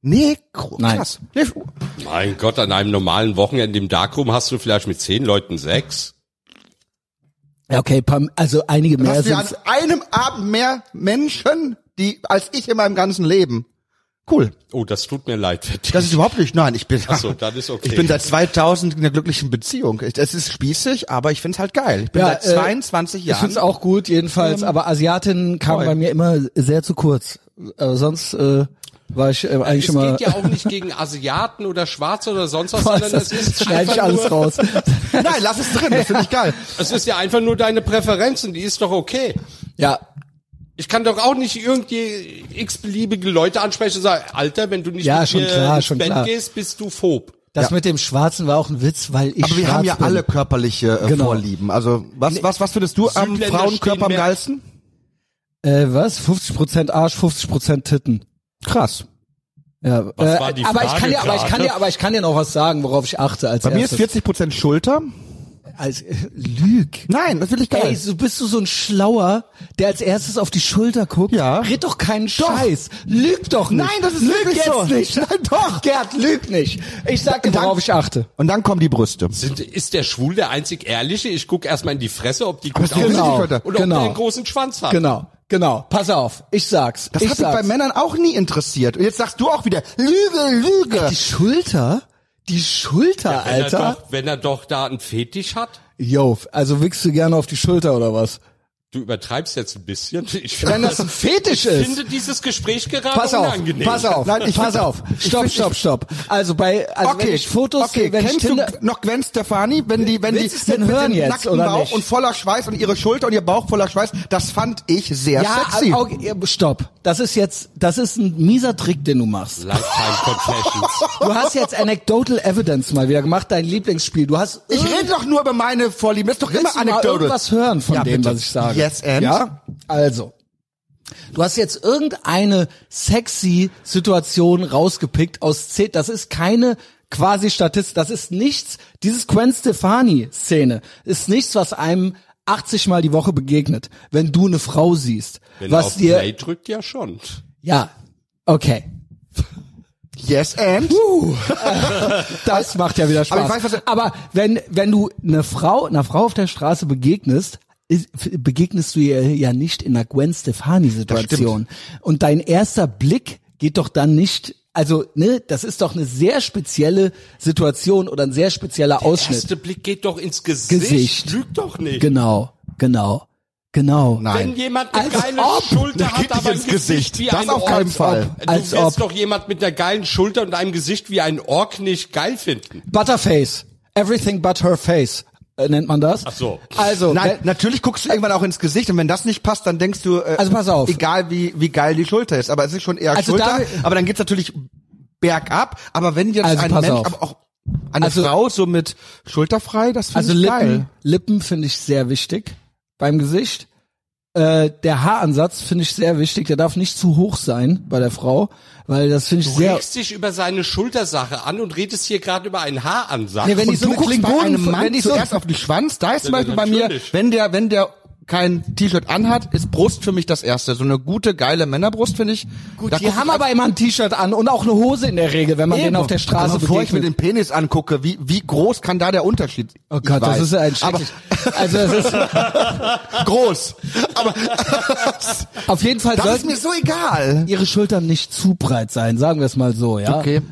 Speaker 2: Nee, gro-
Speaker 1: Nein.
Speaker 2: krass. Nee,
Speaker 3: Mein Gott, an einem normalen Wochenende im Darkroom hast du vielleicht mit zehn Leuten sechs.
Speaker 1: Ja, okay, Pam, also einige mehr
Speaker 2: Hast du
Speaker 1: sind
Speaker 2: an einem Abend mehr Menschen, die als ich in meinem ganzen Leben. Cool.
Speaker 3: Oh, das tut mir leid. für dich.
Speaker 2: *laughs* Das ist überhaupt nicht. Nein, ich bin.
Speaker 3: Ach so, dann ist okay.
Speaker 2: Ich bin seit 2000 in einer glücklichen Beziehung. Es ist spießig, aber ich find's halt geil. Ich bin
Speaker 1: Ja,
Speaker 2: seit
Speaker 1: äh,
Speaker 2: 22
Speaker 1: Ich
Speaker 2: Jahren.
Speaker 1: find's auch gut, jedenfalls.
Speaker 2: Ähm,
Speaker 1: aber Asiatinnen kamen
Speaker 2: voll.
Speaker 1: bei mir immer sehr zu kurz. Äh, sonst äh, war ich äh, eigentlich
Speaker 3: es
Speaker 1: schon mal.
Speaker 3: geht ja auch nicht gegen Asiaten oder Schwarze oder sonst
Speaker 1: *laughs*
Speaker 3: was,
Speaker 1: Was,
Speaker 3: sondern
Speaker 1: das
Speaker 3: es ist
Speaker 1: schneide ich
Speaker 3: einfach
Speaker 1: alles
Speaker 2: *laughs*
Speaker 3: nur,
Speaker 1: raus.
Speaker 2: Nein, lass es drin. Das finde ich
Speaker 1: *laughs*
Speaker 2: geil.
Speaker 3: es ist ja einfach nur deine Präferenz und die ist doch okay.
Speaker 1: Ja,
Speaker 3: Ich kann doch auch nicht irgendwie x-beliebige Leute ansprechen und sagen, Alter, wenn du nicht
Speaker 1: Ja,
Speaker 3: mit
Speaker 1: schon
Speaker 3: mir
Speaker 1: klar,
Speaker 3: ins
Speaker 1: schon
Speaker 3: Bett
Speaker 1: klar.
Speaker 3: gehst, bist du phob.
Speaker 1: das mit dem Schwarzen war auch ein Witz, weil ich
Speaker 2: Aber wir
Speaker 1: schwarz
Speaker 2: haben ja
Speaker 1: bin.
Speaker 2: alle körperliche äh,
Speaker 1: Genau.
Speaker 2: Vorlieben. Also was was was findest du am
Speaker 3: Südländer stehen
Speaker 2: Frauenkörper am
Speaker 3: mehr-
Speaker 2: geilsten?
Speaker 1: Äh, was? 50% Arsch, 50% Titten.
Speaker 2: Krass.
Speaker 1: Ja,
Speaker 3: Was
Speaker 1: äh,
Speaker 3: war die
Speaker 1: aber ich
Speaker 3: Frage
Speaker 1: kann ja, aber ich kann
Speaker 3: gerade?
Speaker 1: ja, aber ich kann ja noch was sagen, worauf ich achte als
Speaker 2: Bei mir ist
Speaker 1: erstes.
Speaker 2: 40 Prozent Schulter.
Speaker 1: als äh, Lüg.
Speaker 2: Nein, das will ich
Speaker 1: Ey,
Speaker 2: geil.
Speaker 1: so bist du so ein Schlauer, der als erstes auf die Schulter guckt.
Speaker 2: Ja.
Speaker 1: Red doch keinen Scheiß. Lüg doch nicht.
Speaker 2: Nein, das ist
Speaker 1: lüg
Speaker 2: wirklich
Speaker 1: jetzt
Speaker 2: so.
Speaker 1: nicht. Nein, doch. Gerd, lüg nicht. Ich sag dir,
Speaker 2: Dank-
Speaker 1: worauf ich achte.
Speaker 2: Und dann kommen die Brüste.
Speaker 3: Sind, ist der Schwul der einzig Ehrliche? Ich guck erstmal in die Fresse, ob die gut
Speaker 2: das ist
Speaker 3: aussieht
Speaker 2: richtig,
Speaker 1: Genau.
Speaker 2: Alter.
Speaker 3: oder ob der einen großen Schwanz hat.
Speaker 1: Genau. Genau. Pass auf. Ich sag's.
Speaker 2: Das
Speaker 1: ich
Speaker 2: hat mich
Speaker 1: sag's.
Speaker 2: bei Männern auch nie interessiert. Und jetzt sagst du auch wieder Lüge, Lüge.
Speaker 1: Die Schulter? Die Schulter,
Speaker 3: Wenn Er
Speaker 1: Alter?
Speaker 3: doch, wenn er doch da einen Fetisch hat,
Speaker 1: Jo, also wickst du gerne auf die Schulter oder was?
Speaker 3: du übertreibst jetzt ein bisschen. *laughs* Ich
Speaker 1: Wenn
Speaker 2: *laughs*
Speaker 3: finde,
Speaker 1: das ein Fetisch
Speaker 3: ich
Speaker 1: ist.
Speaker 3: finde dieses Gespräch gerade
Speaker 1: Pass auf,
Speaker 3: unangenehm.
Speaker 1: pass auf,
Speaker 2: Nein, ich-
Speaker 1: pass auf. Stopp,
Speaker 2: ich-
Speaker 1: stopp, stopp. Also bei, also wenn ich Fotos sehe,
Speaker 2: okay.
Speaker 1: wenn ich
Speaker 2: Kennst
Speaker 1: Tinder,
Speaker 2: du noch Gwen Stefani, wenn die, wenn
Speaker 1: Willst du es
Speaker 2: die
Speaker 1: denn hören jetzt,
Speaker 2: nackten
Speaker 1: oder
Speaker 2: Bauch
Speaker 1: nicht?
Speaker 2: und voller Schweiß und ihre Schulter und ihr Bauch voller Schweiß, das fand ich sehr
Speaker 1: ja,
Speaker 2: sexy.
Speaker 1: aber- okay, stopp. Das ist jetzt, das ist ein mieser Trick, den du machst.
Speaker 3: Lifetime Confessions.
Speaker 1: *laughs* Du hast jetzt
Speaker 2: *laughs*
Speaker 1: Anecdotal Evidence mal wieder gemacht, dein Lieblingsspiel. Du hast
Speaker 2: Ich
Speaker 1: irgend-
Speaker 2: rede doch nur über meine Vorlieben. Das ist doch immer
Speaker 1: willst du mal
Speaker 2: Anekdote.
Speaker 1: irgendwas hören von
Speaker 2: Ja,
Speaker 1: dem,
Speaker 2: bitte.
Speaker 1: was ich sage.
Speaker 2: Yes, and?
Speaker 1: Ja, also. Du hast jetzt irgendeine sexy Situation rausgepickt aus C. Das ist keine quasi Statist. Das ist nichts. Dieses Gwen Stefani-Szene ist nichts, was einem 80 Mal die Woche begegnet, wenn du eine Frau siehst.
Speaker 3: Wenn er
Speaker 1: was
Speaker 3: auf
Speaker 1: dir.
Speaker 3: Play drückt, ja schon.
Speaker 1: Ja. Okay.
Speaker 2: Yes and?
Speaker 1: Das macht ja wieder Spaß.
Speaker 2: Aber ich weiß, was-
Speaker 1: Aber wenn, wenn du eine Frau, einer Frau auf der Straße begegnest, ist- begegnest du ihr ja nicht in einer Gwen Stefani-Situation. Und dein erster Blick geht doch dann nicht, also, ne, das ist doch eine sehr spezielle Situation oder ein sehr spezieller
Speaker 3: Der
Speaker 1: Ausschnitt.
Speaker 3: erste Blick geht doch ins Gesicht.
Speaker 1: Gesicht.
Speaker 3: Lüg doch nicht.
Speaker 1: Genau, genau, genau.
Speaker 3: Wenn
Speaker 2: Nein.
Speaker 3: jemand eine
Speaker 1: Als
Speaker 3: geile
Speaker 1: ob.
Speaker 3: Schulter
Speaker 2: Da
Speaker 3: hat,
Speaker 2: geht
Speaker 3: aber
Speaker 2: nicht ins
Speaker 3: ein Gesicht,
Speaker 2: Gesicht.
Speaker 3: wie
Speaker 2: Das
Speaker 3: ein
Speaker 2: auf
Speaker 3: Ork.
Speaker 2: keinen Fall.
Speaker 3: Du
Speaker 1: Als
Speaker 3: wirst
Speaker 1: ob.
Speaker 3: doch jemand mit einer geilen Schulter und einem Gesicht wie ein Ork nicht geil finden.
Speaker 1: Butterface. Everything but her face. Äh, nennt man das? Ach
Speaker 3: so.
Speaker 1: Also,
Speaker 2: Nein,
Speaker 1: wenn-
Speaker 2: natürlich guckst du irgendwann auch ins Gesicht und wenn das nicht passt, dann denkst du, äh,
Speaker 1: Also pass auf.
Speaker 2: egal wie, wie geil die Schulter ist, aber es ist schon eher
Speaker 1: Also
Speaker 2: Schulter,
Speaker 1: da-
Speaker 2: aber dann geht's natürlich bergab, aber wenn jetzt
Speaker 1: Also
Speaker 2: ein
Speaker 1: pass
Speaker 2: Mensch,
Speaker 1: auf.
Speaker 2: aber auch eine
Speaker 1: Also-
Speaker 2: Frau so mit schulterfrei, das finde
Speaker 1: Also
Speaker 2: ich
Speaker 1: Lippen,
Speaker 2: geil.
Speaker 1: Lippen finde ich sehr wichtig beim Gesicht. Äh, der Haaransatz finde ich sehr wichtig. Der darf nicht zu hoch sein bei der Frau, weil das finde ich
Speaker 3: Du
Speaker 1: sehr.
Speaker 3: regst dich über seine Schultersache an und redest hier gerade über einen Haaransatz.
Speaker 1: Nee, wenn
Speaker 2: Und
Speaker 1: ich so
Speaker 2: du
Speaker 1: eine
Speaker 2: guckst bei
Speaker 1: Klingonen-
Speaker 2: einem Mann
Speaker 1: wenn ich so-
Speaker 2: zuerst auf den Schwanz, da ist zum
Speaker 3: Ja,
Speaker 2: Beispiel bei mir,
Speaker 3: natürlich.
Speaker 2: wenn der, wenn der kein T-Shirt anhat, ist Brust für mich das Erste. So eine gute, geile Männerbrust finde ich. Gut,
Speaker 1: Die haben aber immer ein T-Shirt an und auch eine Hose in der Regel, wenn man denen auf der Straße
Speaker 2: aber bevor ich mir
Speaker 1: begegnet.
Speaker 2: den Penis angucke, wie, wie groß kann da der Unterschied?
Speaker 1: Oh Gott,
Speaker 2: Ich
Speaker 1: das
Speaker 2: weiß.
Speaker 1: ist ja ein schrecklich. Also das
Speaker 2: *laughs*
Speaker 1: ist
Speaker 2: Aber groß. Aber
Speaker 1: auf jeden Fall
Speaker 2: das ist
Speaker 1: sollten
Speaker 2: mir so egal.
Speaker 1: ihre Schultern nicht zu breit sein, sagen wir es mal so, ja. Ähm,
Speaker 2: Okay.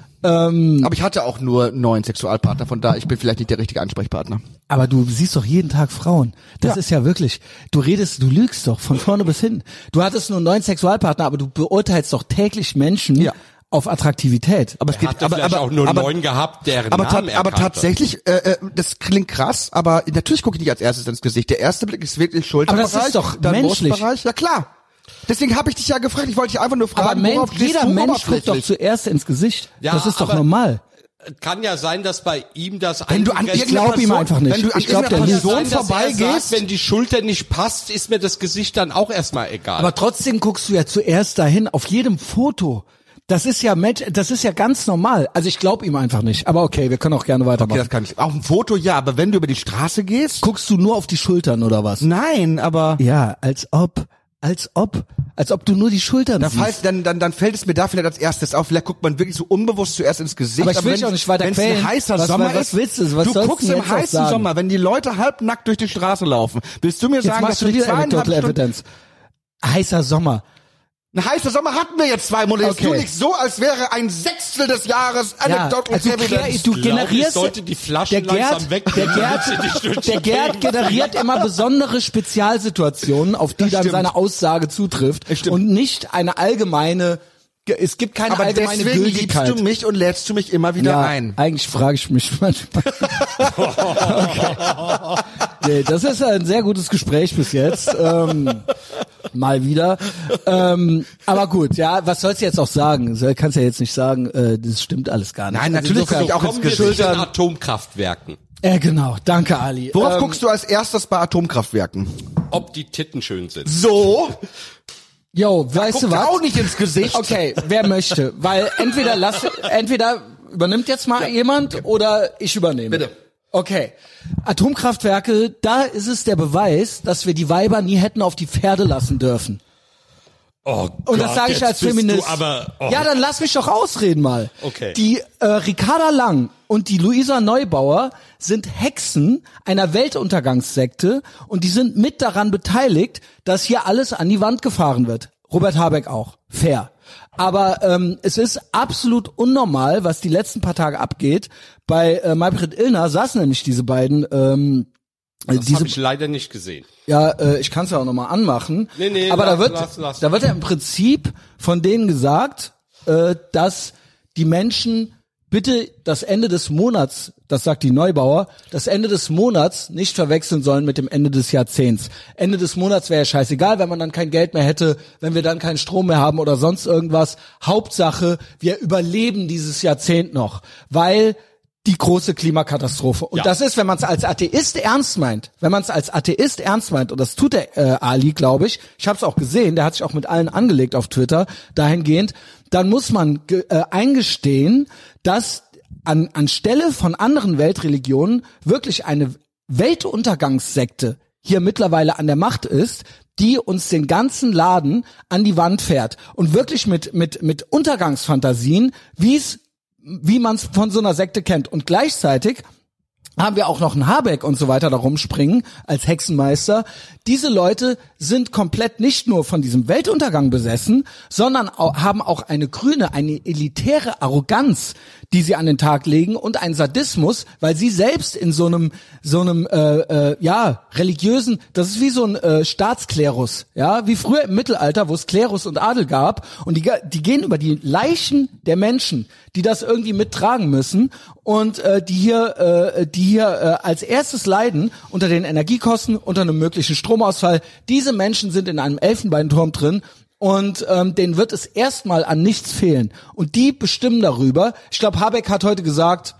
Speaker 2: Aber ich hatte auch nur neun Sexualpartner, von da ich bin vielleicht nicht der richtige Ansprechpartner.
Speaker 1: Aber du siehst doch jeden Tag Frauen. Das
Speaker 2: Ja.
Speaker 1: ist ja wirklich. Du redest, du lügst doch von vorne bis hin. Du hattest nur neun Sexualpartner, aber du beurteilst doch täglich Menschen
Speaker 2: Ja.
Speaker 1: auf Attraktivität.
Speaker 2: Aber es
Speaker 3: Hat er vielleicht auch nur
Speaker 2: aber-
Speaker 3: neun gehabt, deren
Speaker 2: aber,
Speaker 3: Namen
Speaker 2: ta
Speaker 3: er
Speaker 2: aber
Speaker 3: kannte.
Speaker 2: tatsächlich, äh, äh, das klingt krass, aber natürlich gucke ich nicht als erstes ins Gesicht. Der erste Blick ist wirklich Schulterbereich,
Speaker 1: Aber das ist doch
Speaker 2: dann
Speaker 1: menschlich.
Speaker 2: Brustbereich. Ja klar. Deswegen habe ich dich ja gefragt. Ich wollte dich einfach nur
Speaker 1: aber
Speaker 2: fragen,
Speaker 1: Men-
Speaker 2: worauf stehst
Speaker 1: jeder
Speaker 2: du
Speaker 1: Mensch guckt doch
Speaker 2: oberflächlich?
Speaker 1: zuerst ins Gesicht.
Speaker 3: Ja,
Speaker 1: das ist doch
Speaker 3: aber-
Speaker 1: normal.
Speaker 3: Kann ja sein, dass bei ihm das
Speaker 2: Wenn du an
Speaker 3: eingegrenzt-
Speaker 2: irgendeiner
Speaker 1: glaub ihm
Speaker 2: Person-
Speaker 1: einfach nicht.
Speaker 2: Wenn du an
Speaker 1: Ich glaub,
Speaker 2: irgendeiner
Speaker 1: der
Speaker 3: Kann ja
Speaker 1: lügt.
Speaker 2: Person
Speaker 3: sein, dass er
Speaker 2: vorbeigehst,
Speaker 3: sagt, wenn die Schulter nicht passt, ist mir das Gesicht dann auch erstmal egal.
Speaker 1: Aber trotzdem guckst du ja zuerst dahin auf jedem Foto. Das ist ja Mensch, das ist ja ganz normal. Also ich glaube ihm einfach nicht. Aber okay, wir können auch gerne
Speaker 2: Okay,
Speaker 1: weitermachen.
Speaker 2: das kann ich. Auf dem Foto ja, aber wenn du über die Straße gehst?
Speaker 1: Guckst du nur auf die Schultern oder was?
Speaker 2: Nein, aber
Speaker 1: Ja, als ob, als ob, als ob du nur die Schultern
Speaker 2: da
Speaker 1: siehst.
Speaker 2: falls, dann, dann, dann fällt es mir da vielleicht als erstes auf. Vielleicht guckt man wirklich so unbewusst zuerst ins Gesicht.
Speaker 1: Aber ich will
Speaker 2: wenn-
Speaker 1: dich auch nicht weiter
Speaker 2: wenn's ein
Speaker 1: quälen.
Speaker 2: heißer
Speaker 1: Was-
Speaker 2: Sommer
Speaker 1: was- was
Speaker 2: ist,
Speaker 1: willst du- was
Speaker 2: du
Speaker 1: sollst
Speaker 2: guckst
Speaker 1: du
Speaker 2: im
Speaker 1: jetzt noch
Speaker 2: heißen
Speaker 1: sagen?
Speaker 2: Sommer, wenn die Leute halbnackt durch die Straße laufen, willst du mir
Speaker 1: Jetzt
Speaker 2: sagen, dass
Speaker 1: machst du
Speaker 2: du die
Speaker 1: wieder
Speaker 2: zweieinhalb
Speaker 1: Anecdotal
Speaker 2: Stunden
Speaker 1: Evidence. Heißer Sommer.
Speaker 2: Ein heißer Sommer hatten wir jetzt zwei Monate.
Speaker 1: Okay.
Speaker 2: Okay. Du nicht so, als wäre ein Sechstel des Jahres
Speaker 1: Ja,
Speaker 2: anecdotal
Speaker 1: also du,
Speaker 2: evidence.
Speaker 1: klär- du
Speaker 3: Ich glaub, ich
Speaker 1: generierst
Speaker 3: sollte die Flaschen
Speaker 1: der Gerd,
Speaker 3: langsam
Speaker 1: der
Speaker 3: wegnehmen, damit sie nicht durch
Speaker 1: Gerd,
Speaker 3: die
Speaker 1: der Gerd generiert immer besondere Spezialsituationen, auf die dann
Speaker 2: stimmt.
Speaker 1: seine Aussage zutrifft
Speaker 2: Das stimmt.
Speaker 1: und nicht eine allgemeine. ge- Es gibt keine
Speaker 2: Aber
Speaker 1: allgemeine
Speaker 2: deswegen
Speaker 1: Gültigkeit.
Speaker 2: liebst du mich und lädst du mich immer wieder
Speaker 1: ja, *laughs*
Speaker 2: ein.
Speaker 1: Eigentlich frage ich mich *laughs* manchmal. okay. nee, das ist ein sehr gutes Gespräch bis jetzt. Ähm, mal wieder. Ähm, aber gut, ja, was sollst du jetzt auch sagen? Kannst ja jetzt nicht sagen, äh, das stimmt alles gar nicht. Also
Speaker 2: Nein, natürlich
Speaker 1: insofern-
Speaker 2: guck ich auch ins
Speaker 3: Kommen wir zu den
Speaker 2: Schultern.
Speaker 3: Atomkraftwerken.
Speaker 1: Ja, genau. Danke, Ali.
Speaker 2: Worauf
Speaker 1: Ähm,
Speaker 2: guckst du als erstes bei Atomkraftwerken?
Speaker 3: Ob die Titten schön sind.
Speaker 2: So,
Speaker 1: Yo, weißt du
Speaker 2: guckt
Speaker 1: was?
Speaker 2: auch nicht ins Gesicht.
Speaker 1: Okay, wer möchte?
Speaker 2: *laughs*
Speaker 1: Weil entweder lass, entweder übernimmt jetzt mal jemand oder ich übernehme.
Speaker 2: Bitte.
Speaker 1: Okay. Atomkraftwerke, da ist es der Beweis, dass wir die Weiber nie hätten auf die Pferde lassen dürfen.
Speaker 3: Oh Gott,
Speaker 1: Und das sage ich
Speaker 3: jetzt
Speaker 1: als
Speaker 3: bist
Speaker 1: Feminist.
Speaker 3: Du aber, oh.
Speaker 1: Ja, dann lass mich doch ausreden mal.
Speaker 3: Okay.
Speaker 1: Die äh, Ricarda Lang und die Luisa Neubauer sind Hexen einer Weltuntergangssekte und die sind mit daran beteiligt, dass hier alles an die Wand gefahren wird. Robert Habeck auch. Fair. Aber ähm, es ist absolut unnormal, was die letzten paar Tage abgeht. Bei äh, Maybrit Illner saßen nämlich diese beiden. Ähm, äh,
Speaker 3: das
Speaker 1: diese
Speaker 3: habe ich leider nicht gesehen.
Speaker 1: ja, äh, ich kann es ja auch nochmal anmachen.
Speaker 3: Nee, nee,
Speaker 1: aber da
Speaker 3: lass,
Speaker 1: wird,
Speaker 3: lass, lass.
Speaker 1: da wird ja im Prinzip von denen gesagt, äh, dass die Menschen bitte das Ende des Monats, das sagt die Neubauer, das Ende des Monats nicht verwechseln sollen mit dem Ende des Jahrzehnts. Ende des Monats wäre ja scheißegal, wenn man dann kein Geld mehr hätte, wenn wir dann keinen Strom mehr haben oder sonst irgendwas. Hauptsache, wir überleben dieses Jahrzehnt noch, weil die große Klimakatastrophe. Und
Speaker 3: Ja.
Speaker 1: das ist, wenn man es als Atheist ernst meint, wenn man es als Atheist ernst meint, und das tut der äh, Ali, glaube ich, ich habe es auch gesehen, der hat sich auch mit allen angelegt auf Twitter dahingehend, dann muss man ge- äh, eingestehen, dass an, anstelle von anderen Weltreligionen wirklich eine Weltuntergangssekte hier mittlerweile an der Macht ist, die uns den ganzen Laden an die Wand fährt und wirklich mit mit mit Untergangsfantasien, wie es wie man es von so einer Sekte kennt. Und gleichzeitig haben wir auch noch einen Habeck und so weiter da rumspringen als Hexenmeister. Diese Leute sind komplett nicht nur von diesem Weltuntergang besessen, sondern au haben auch eine grüne, eine elitäre Arroganz, die sie an den Tag legen und einen Sadismus, weil sie selbst in so einem so einem äh, äh, ja religiösen, das ist wie so ein äh, Staatsklerus, ja, wie früher im Mittelalter, wo es Klerus und Adel gab und die ge- die gehen über die Leichen der Menschen, die das irgendwie mittragen müssen und äh, die hier, äh, die hier äh, als erstes leiden unter den Energiekosten, unter einem möglichen Stromausfall. Diese Menschen sind in einem Elfenbeinturm drin und ähm, denen wird es erstmal an nichts fehlen. Und die bestimmen darüber. Ich glaube, Habeck hat heute gesagt,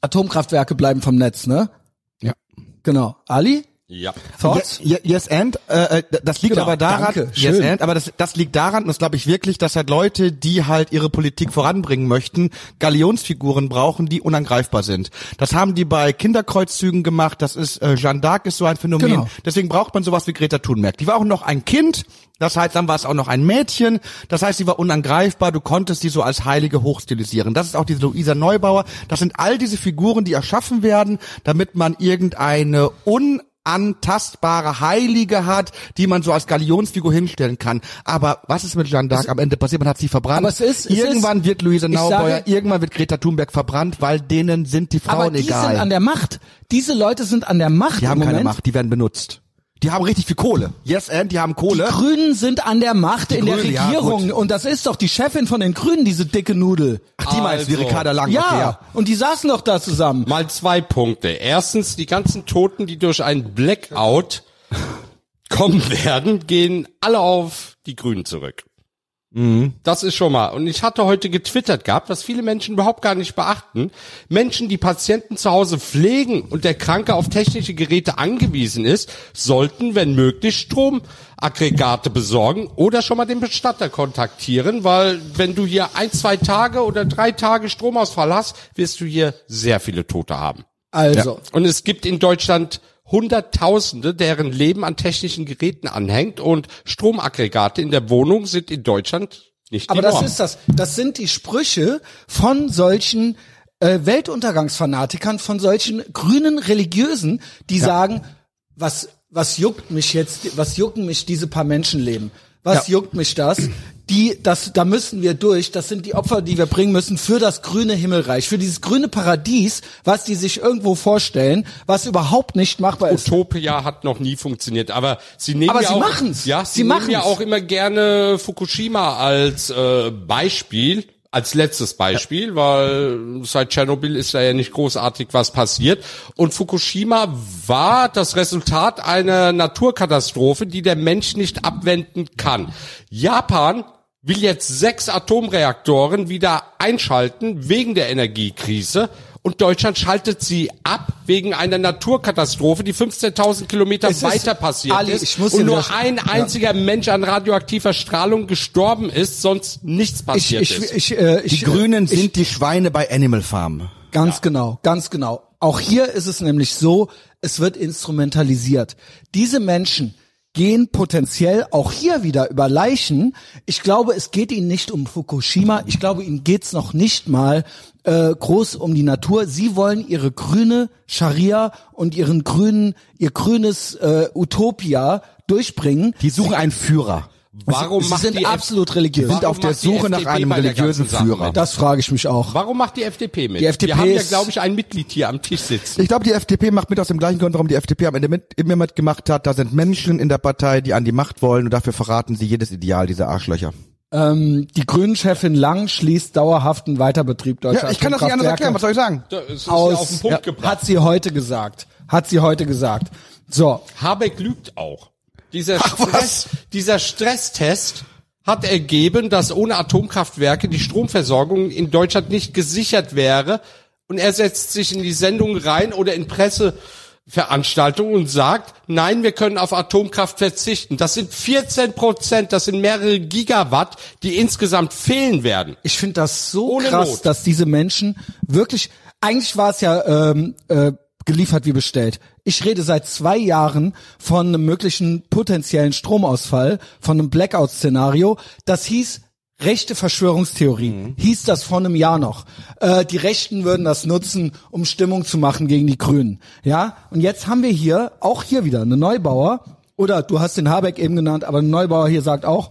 Speaker 1: Atomkraftwerke bleiben vom Netz, ne?
Speaker 2: Ja.
Speaker 1: Genau. Ali?
Speaker 3: Ja.
Speaker 1: Thoughts?
Speaker 2: Ye- ye- Yes and, äh, äh, das liegt
Speaker 1: Genau,
Speaker 2: aber daran,
Speaker 1: danke,
Speaker 2: yes
Speaker 1: schön.
Speaker 2: and, aber das, das liegt daran, und das glaube ich wirklich, dass halt Leute, die halt ihre Politik voranbringen möchten, Galionsfiguren brauchen, die unangreifbar sind. Das haben die bei Kinderkreuzzügen gemacht, das ist, äh, Jeanne d'Arc ist so ein Phänomen.
Speaker 1: Genau.
Speaker 2: Deswegen braucht man sowas wie Greta Thunberg. Die war auch noch ein Kind, das heißt, dann war es auch noch ein Mädchen, das heißt, sie war unangreifbar, du konntest die so als Heilige hochstilisieren. Das ist auch diese Luisa Neubauer, das sind all diese Figuren, die erschaffen werden, damit man irgendeine unantastbare Heilige hat, die man so als Galionsfigur hinstellen kann. Aber was ist mit Jeanne d'Arc am Ende passiert? Man hat sie verbrannt.
Speaker 1: Aber es ist- es
Speaker 2: irgendwann
Speaker 1: ist-
Speaker 2: wird Luisa
Speaker 1: ich
Speaker 2: Neubauer,
Speaker 1: sage-
Speaker 2: irgendwann wird Greta Thunberg verbrannt, weil denen sind die Frauen
Speaker 1: Aber die
Speaker 2: egal.
Speaker 1: sind an der Macht. Diese Leute sind an der Macht
Speaker 2: Die haben
Speaker 1: im Moment.
Speaker 2: keine Macht, die werden benutzt. Die haben richtig viel Kohle. Yes, and die haben Kohle.
Speaker 1: Die Grünen sind an der Macht in
Speaker 2: Ne? Grünen,
Speaker 1: der
Speaker 2: ja,
Speaker 1: Regierung
Speaker 2: gut.
Speaker 1: und das ist doch die Chefin von den Grünen, diese dicke Nudel.
Speaker 2: Ach, die meinst du, die
Speaker 3: Also.
Speaker 2: Ricarda Lang.
Speaker 1: ja,
Speaker 2: okay, ja.
Speaker 1: und die saßen doch da zusammen.
Speaker 3: Mal zwei Punkte. Erstens, die ganzen Toten, die durch einen Blackout kommen werden, gehen alle auf die Grünen zurück. Das ist schon mal. Und ich hatte heute getwittert gehabt, was viele Menschen überhaupt gar nicht beachten. Menschen, die Patienten zu Hause pflegen und der Kranke auf technische Geräte angewiesen ist, sollten, wenn möglich, Stromaggregate besorgen oder schon mal den Bestatter kontaktieren, weil wenn du hier ein, zwei Tage oder drei Tage Stromausfall hast, wirst du hier sehr viele Tote haben.
Speaker 1: Also,
Speaker 3: Und es gibt in Deutschland Hunderttausende, deren Leben an technischen Geräten anhängt und Stromaggregate in der Wohnung sind in Deutschland nicht
Speaker 1: aber
Speaker 3: die
Speaker 1: das
Speaker 3: Norm.
Speaker 1: ist das. Das sind die Sprüche von solchen äh, Weltuntergangsfanatikern, von solchen grünen Religiösen, die sagen, was, was juckt mich jetzt, was jucken mich diese paar Menschenleben? Was juckt mich das? Die, das, da müssen wir durch. Das sind die Opfer, die wir bringen müssen für das grüne Himmelreich, für dieses grüne Paradies, was die sich irgendwo vorstellen, was überhaupt nicht machbar ist.
Speaker 3: Utopia hat noch nie funktioniert, aber sie nehmen
Speaker 1: Aber
Speaker 3: ja
Speaker 1: sie
Speaker 3: auch,
Speaker 1: machen's.
Speaker 3: Ja,
Speaker 1: Sie
Speaker 3: sie, nehmen
Speaker 1: machen's.
Speaker 3: ja auch immer gerne Fukushima als äh, Beispiel, als letztes Beispiel, weil seit Tschernobyl ist da ja nicht großartig was passiert. Und Fukushima war das Resultat einer Naturkatastrophe, die der Mensch nicht abwenden kann. Japan will jetzt sechs Atomreaktoren wieder einschalten wegen der Energiekrise. Und Deutschland schaltet sie ab wegen einer Naturkatastrophe, die 15.000 Kilometer
Speaker 1: Es ist-
Speaker 3: weiter passiert
Speaker 1: Ali,
Speaker 3: ist
Speaker 1: ich muss dir
Speaker 3: und nur
Speaker 1: widersp-
Speaker 3: ein
Speaker 1: Ja.
Speaker 3: einziger Mensch an radioaktiver Strahlung gestorben ist, sonst nichts
Speaker 1: Ich,
Speaker 3: passiert
Speaker 1: ich,
Speaker 3: ist.
Speaker 1: ich, äh, ich,
Speaker 2: Die Grünen sind die Schweine bei Animal Farm.
Speaker 1: Ganz genau, ganz genau. Auch hier ist es nämlich so, es wird instrumentalisiert. Diese Menschen gehen potenziell auch hier wieder über Leichen. Ich glaube, es geht ihnen nicht um Fukushima. Ich glaube, ihnen geht's noch nicht mal äh, groß um die Natur. Sie wollen ihre grüne Scharia und ihren grünen, ihr grünes äh, Utopia durchbringen.
Speaker 2: Die suchen einen Führer.
Speaker 3: Warum
Speaker 1: Sie
Speaker 3: macht
Speaker 1: sind
Speaker 3: die
Speaker 1: absolut religiös.
Speaker 3: Warum
Speaker 2: Sind auf der
Speaker 3: macht die
Speaker 2: Suche nach
Speaker 3: FDP
Speaker 2: einem
Speaker 3: bei der
Speaker 2: religiösen
Speaker 3: ganzen Sache
Speaker 2: Führer.
Speaker 3: mit?
Speaker 1: Das frage ich mich auch.
Speaker 3: Warum macht die FDP mit?
Speaker 1: Die FDP
Speaker 3: Wir haben ja,
Speaker 1: ist-
Speaker 3: glaube ich, ein Mitglied hier am Tisch sitzen.
Speaker 2: Ich glaube, die FDP macht mit aus dem gleichen Grund, warum die FDP am Ende mit, immer mitgemacht hat. Da sind Menschen in der Partei, die an die Macht wollen und dafür verraten sie jedes Ideal dieser Arschlöcher.
Speaker 1: Ähm, die Grünen-Chefin Lang schließt dauerhaften Weiterbetrieb deutscher
Speaker 2: Ja, ich kann das nicht anders
Speaker 1: Atomkraftwerke.
Speaker 2: erklären, was soll ich sagen?
Speaker 3: Da- es ist ja
Speaker 1: aus,
Speaker 3: auf den Punkt
Speaker 1: ja,
Speaker 3: gebracht.
Speaker 1: hat sie heute gesagt. Hat sie heute gesagt. So,
Speaker 3: Habeck lügt auch. Dieser,
Speaker 2: Ach, was?
Speaker 3: Stress, dieser Stresstest hat ergeben, dass ohne Atomkraftwerke die Stromversorgung in Deutschland nicht gesichert wäre. Und er setzt sich in die Sendung rein oder in Presseveranstaltungen und sagt, nein, wir können auf Atomkraft verzichten. Das sind 14 Prozent, das sind mehrere Gigawatt, die insgesamt fehlen werden.
Speaker 1: ich finde das so
Speaker 3: Ohne
Speaker 1: krass,
Speaker 3: Not.
Speaker 1: dass diese Menschen wirklich, eigentlich war es ja ähm, äh, geliefert wie bestellt. Ich rede seit zwei Jahren von einem möglichen potenziellen Stromausfall, von einem Blackout-Szenario. Das hieß rechte Verschwörungstheorie.
Speaker 3: Mhm.
Speaker 1: Hieß das vor einem Jahr noch. Äh, die Rechten würden das nutzen, um Stimmung zu machen gegen die Grünen. Ja, und jetzt haben wir hier, auch hier wieder, eine Neubauer, oder du hast den Habeck eben genannt, aber ein Neubauer hier sagt auch,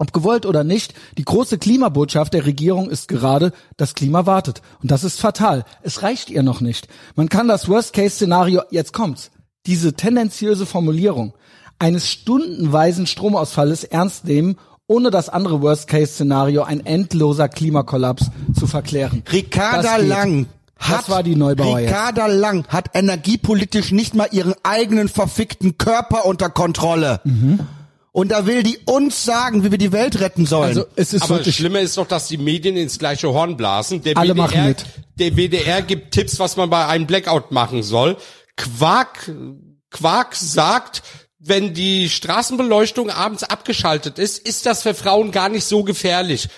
Speaker 1: ob gewollt oder nicht, die große Klimabotschaft der Regierung ist gerade, das Klima wartet. Und das ist fatal. Es reicht ihr noch nicht. Man kann das Worst-Case-Szenario, jetzt kommt's, diese tendenziöse Formulierung eines stundenweisen Stromausfalles ernst nehmen, ohne das andere Worst-Case-Szenario, ein endloser Klimakollaps, zu verklären.
Speaker 2: Ricarda
Speaker 1: Das geht.
Speaker 2: Lang hat,
Speaker 1: Das war die Neubauer jetzt.
Speaker 2: Ricarda Lang hat energiepolitisch nicht mal ihren eigenen verfickten Körper unter Kontrolle.
Speaker 1: Mhm.
Speaker 2: Und da will die uns sagen, wie wir die Welt retten sollen.
Speaker 1: Also es ist
Speaker 3: Aber das
Speaker 1: wirklich
Speaker 3: Schlimme ist doch, dass die Medien ins gleiche Horn blasen. Der
Speaker 1: Alle
Speaker 3: WDR,
Speaker 1: machen mit.
Speaker 3: Der WDR gibt Tipps, was man bei einem Blackout machen soll. Quark, Quark sagt, wenn die Straßenbeleuchtung abends abgeschaltet ist, ist das für Frauen gar nicht so gefährlich.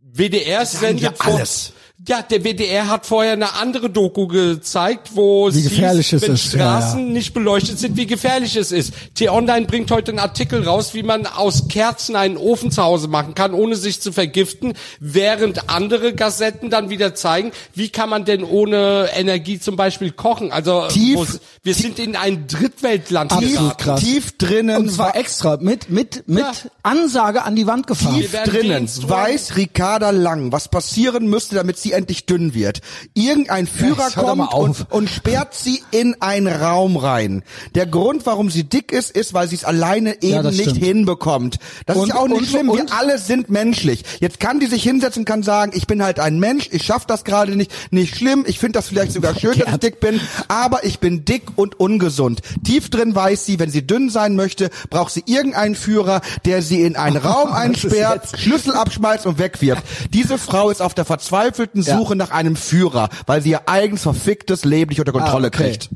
Speaker 3: WDR sendet
Speaker 2: ja
Speaker 3: vor-
Speaker 2: alles.
Speaker 3: Ja, der WDR hat vorher eine andere Doku gezeigt, wo es
Speaker 1: gefährlich es
Speaker 3: hieß, wenn
Speaker 1: ist, ja,
Speaker 3: Straßen
Speaker 1: ja.
Speaker 3: nicht beleuchtet sind, wie gefährlich es ist. T-Online bringt heute einen Artikel raus, wie man aus Kerzen einen Ofen zu Hause machen kann, ohne sich zu vergiften, während andere Gazetten dann wieder zeigen, wie kann man denn ohne Energie zum Beispiel kochen. Also
Speaker 2: Tief-
Speaker 3: wo es- wir sind in ein Drittweltland
Speaker 1: Absolut
Speaker 3: geraten.
Speaker 1: krass.
Speaker 2: tief drinnen
Speaker 1: und zwar extra mit mit mit
Speaker 3: Ja.
Speaker 1: Ansage an die Wand gefahren.
Speaker 2: tief
Speaker 3: Wir werden
Speaker 2: drinnen
Speaker 3: geimpft worden.
Speaker 2: weiß Ricarda Lang, was passieren müsste, damit sie die endlich dünn wird. Irgendein Führer
Speaker 1: jetzt hör doch mal
Speaker 2: kommt und,
Speaker 1: auf.
Speaker 2: und sperrt sie in einen Raum rein. Der Grund, warum sie dick ist, ist, weil sie es alleine eben
Speaker 1: das
Speaker 2: nicht
Speaker 1: stimmt.
Speaker 2: hinbekommt. Das
Speaker 1: Und-
Speaker 2: ist ja auch nicht
Speaker 1: und-
Speaker 2: schlimm.
Speaker 1: und-
Speaker 2: Wir alle sind menschlich. Jetzt kann die sich hinsetzen und kann sagen, ich bin halt ein Mensch, ich schaff das gerade nicht, nicht schlimm, ich finde das vielleicht sogar schön, dass ich dick bin, aber ich bin dick und ungesund. Tief drin weiß sie, wenn sie dünn sein möchte, braucht sie irgendeinen Führer, der sie in
Speaker 1: *laughs*
Speaker 2: einen Raum einsperrt, Schlüssel abschmeißt und wegwirft. Diese Frau ist auf der verzweifelten
Speaker 1: Ja.
Speaker 2: Suche nach einem Führer, weil sie ihr eigenes verficktes Leben nicht unter Kontrolle
Speaker 1: Ah, okay.
Speaker 2: kriegt.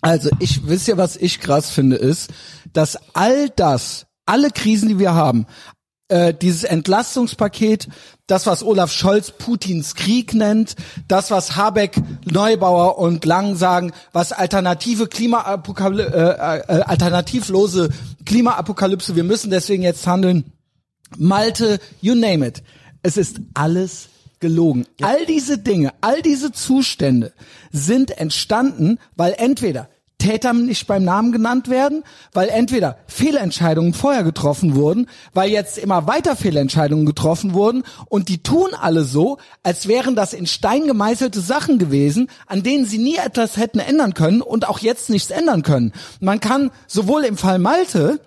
Speaker 1: Also, ich wisst ihr, was ich krass finde, ist, dass all das, alle Krisen, die wir haben, äh, dieses Entlastungspaket, das, was Olaf Scholz Putins Krieg nennt, das, was Habeck, Neubauer und Lang sagen, was alternative Klimaapokalypse, äh, äh, alternativlose Klimaapokalypse, wir müssen deswegen jetzt handeln, Malte, you name it. Es ist alles gelogen. All diese Dinge, all diese Zustände sind entstanden, weil entweder Täter nicht beim Namen genannt werden, weil entweder Fehlentscheidungen vorher getroffen wurden, weil jetzt immer weiter Fehlentscheidungen getroffen wurden und die tun alle so, als wären das in Stein gemeißelte Sachen gewesen, an denen sie nie etwas hätten ändern können und auch jetzt nichts ändern können. Man kann sowohl im Fall Malte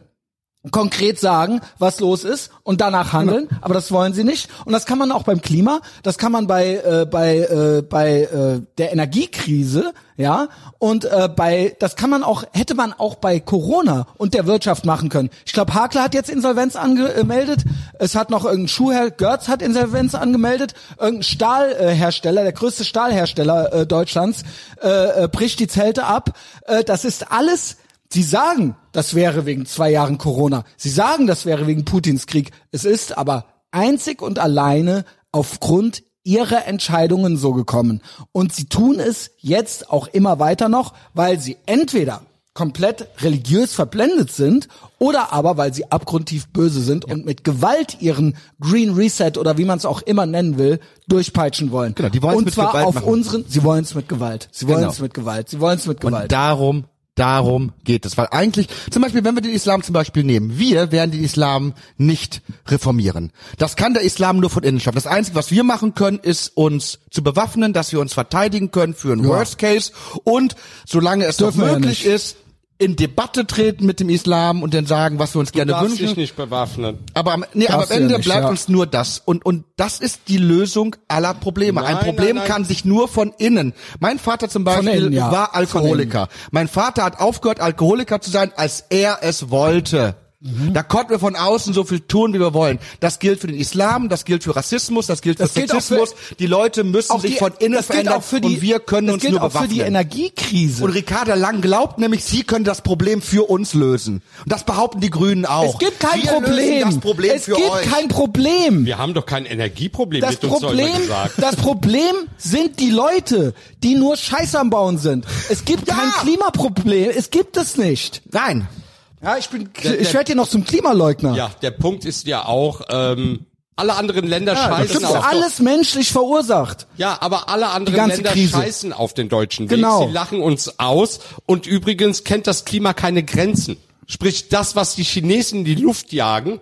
Speaker 1: konkret sagen, was los ist und danach handeln, aber das wollen sie nicht und das kann man auch beim Klima, das kann man bei äh, bei äh, bei äh, der Energiekrise, ja und äh, bei das kann man auch hätte man auch bei Corona und der Wirtschaft machen können. Ich glaube, Hakler hat jetzt Insolvenz angemeldet, es hat noch irgendein Schuhherr Götz hat Insolvenz angemeldet, irgendein Stahlhersteller, der größte Stahlhersteller äh, Deutschlands äh, äh, bricht die Zelte ab. Äh, das ist alles Sie sagen, das wäre wegen zwei Jahren Corona. Sie sagen, das wäre wegen Putins Krieg. Es ist aber einzig und alleine aufgrund ihrer Entscheidungen so gekommen. Und sie tun es jetzt auch immer weiter noch, weil sie entweder komplett religiös verblendet sind oder aber weil sie abgrundtief böse sind und mit Gewalt ihren Green Reset oder wie man es auch immer nennen will, durchpeitschen wollen.
Speaker 2: Genau, die wollen's
Speaker 1: und
Speaker 2: mit
Speaker 1: zwar
Speaker 2: Gewalt
Speaker 1: auf
Speaker 2: machen.
Speaker 1: unseren, sie wollen es mit Gewalt. Sie wollen es
Speaker 2: Genau.
Speaker 1: mit Gewalt. Sie wollen es mit Gewalt.
Speaker 2: Und darum, darum geht es. Weil eigentlich, zum Beispiel, wenn wir den Islam zum Beispiel nehmen, wir werden den Islam nicht reformieren. Das kann der Islam nur von innen schaffen. Das Einzige, was wir machen können, ist uns zu bewaffnen, dass wir uns verteidigen können für einen Worst Case und solange es
Speaker 1: Dürfen wir
Speaker 2: noch
Speaker 1: ja
Speaker 2: möglich
Speaker 1: nicht.
Speaker 2: ist, in Debatte treten mit dem Islam und dann sagen, was wir uns gerne
Speaker 3: darfst
Speaker 2: wünschen.
Speaker 3: dich nicht bewaffnen.
Speaker 2: Aber am, nee, aber am
Speaker 1: Darfst du ja
Speaker 2: Ende
Speaker 1: nicht,
Speaker 2: bleibt
Speaker 1: ja.
Speaker 2: uns nur das. Und, und das ist die Lösung aller Probleme.
Speaker 3: Nein,
Speaker 2: Ein Problem
Speaker 3: nein, nein.
Speaker 2: kann sich nur von innen. Mein Vater zum Beispiel
Speaker 1: innen, ja.
Speaker 2: war Alkoholiker. Mein Vater hat aufgehört, Alkoholiker zu sein, als er es wollte.
Speaker 1: Mhm.
Speaker 2: Da konnten wir von außen so viel tun, wie wir wollen. Das gilt für den Islam, das gilt für Rassismus, das gilt für
Speaker 1: Das gilt auch für-
Speaker 2: Sexismus. die Leute müssen
Speaker 1: auch
Speaker 2: sich
Speaker 1: die-
Speaker 2: von innen
Speaker 1: das gilt
Speaker 2: verändern
Speaker 1: auch für die,
Speaker 2: und wir können
Speaker 1: das
Speaker 2: uns
Speaker 1: gilt
Speaker 2: nur
Speaker 1: auch für die
Speaker 2: bewaffnen.
Speaker 1: Energiekrise.
Speaker 2: Und Ricarda Lang glaubt nämlich, sie können das Problem für uns lösen. Und das behaupten die Grünen auch.
Speaker 1: es gibt kein
Speaker 2: wir
Speaker 1: Problem.
Speaker 2: Lösen das Problem
Speaker 1: es
Speaker 2: für
Speaker 1: gibt
Speaker 2: euch.
Speaker 1: kein Problem.
Speaker 3: Wir haben doch kein Energieproblem
Speaker 1: Das
Speaker 3: mit uns, soll man
Speaker 1: Problem,
Speaker 3: gesagt.
Speaker 1: das Problem sind die Leute, die nur Scheiß am Bauen sind. Es gibt
Speaker 2: Ja.
Speaker 1: kein Klimaproblem. Es gibt es nicht.
Speaker 2: Nein.
Speaker 1: Ja, ich bin,
Speaker 3: Der-
Speaker 1: ich
Speaker 3: der-
Speaker 1: werde hier noch zum Klimaleugner.
Speaker 3: Ja, der Punkt ist ja auch, ähm, alle anderen Länder
Speaker 1: das
Speaker 3: scheißen
Speaker 1: ist
Speaker 3: auf.
Speaker 1: alles menschlich verursacht.
Speaker 3: Ja, aber alle anderen
Speaker 1: ganze
Speaker 3: Länder
Speaker 1: Krise.
Speaker 3: scheißen auf den deutschen Weg.
Speaker 1: Genau.
Speaker 3: Sie lachen uns aus. Und übrigens kennt das Klima keine Grenzen. Sprich, das, was die Chinesen in die Luft jagen,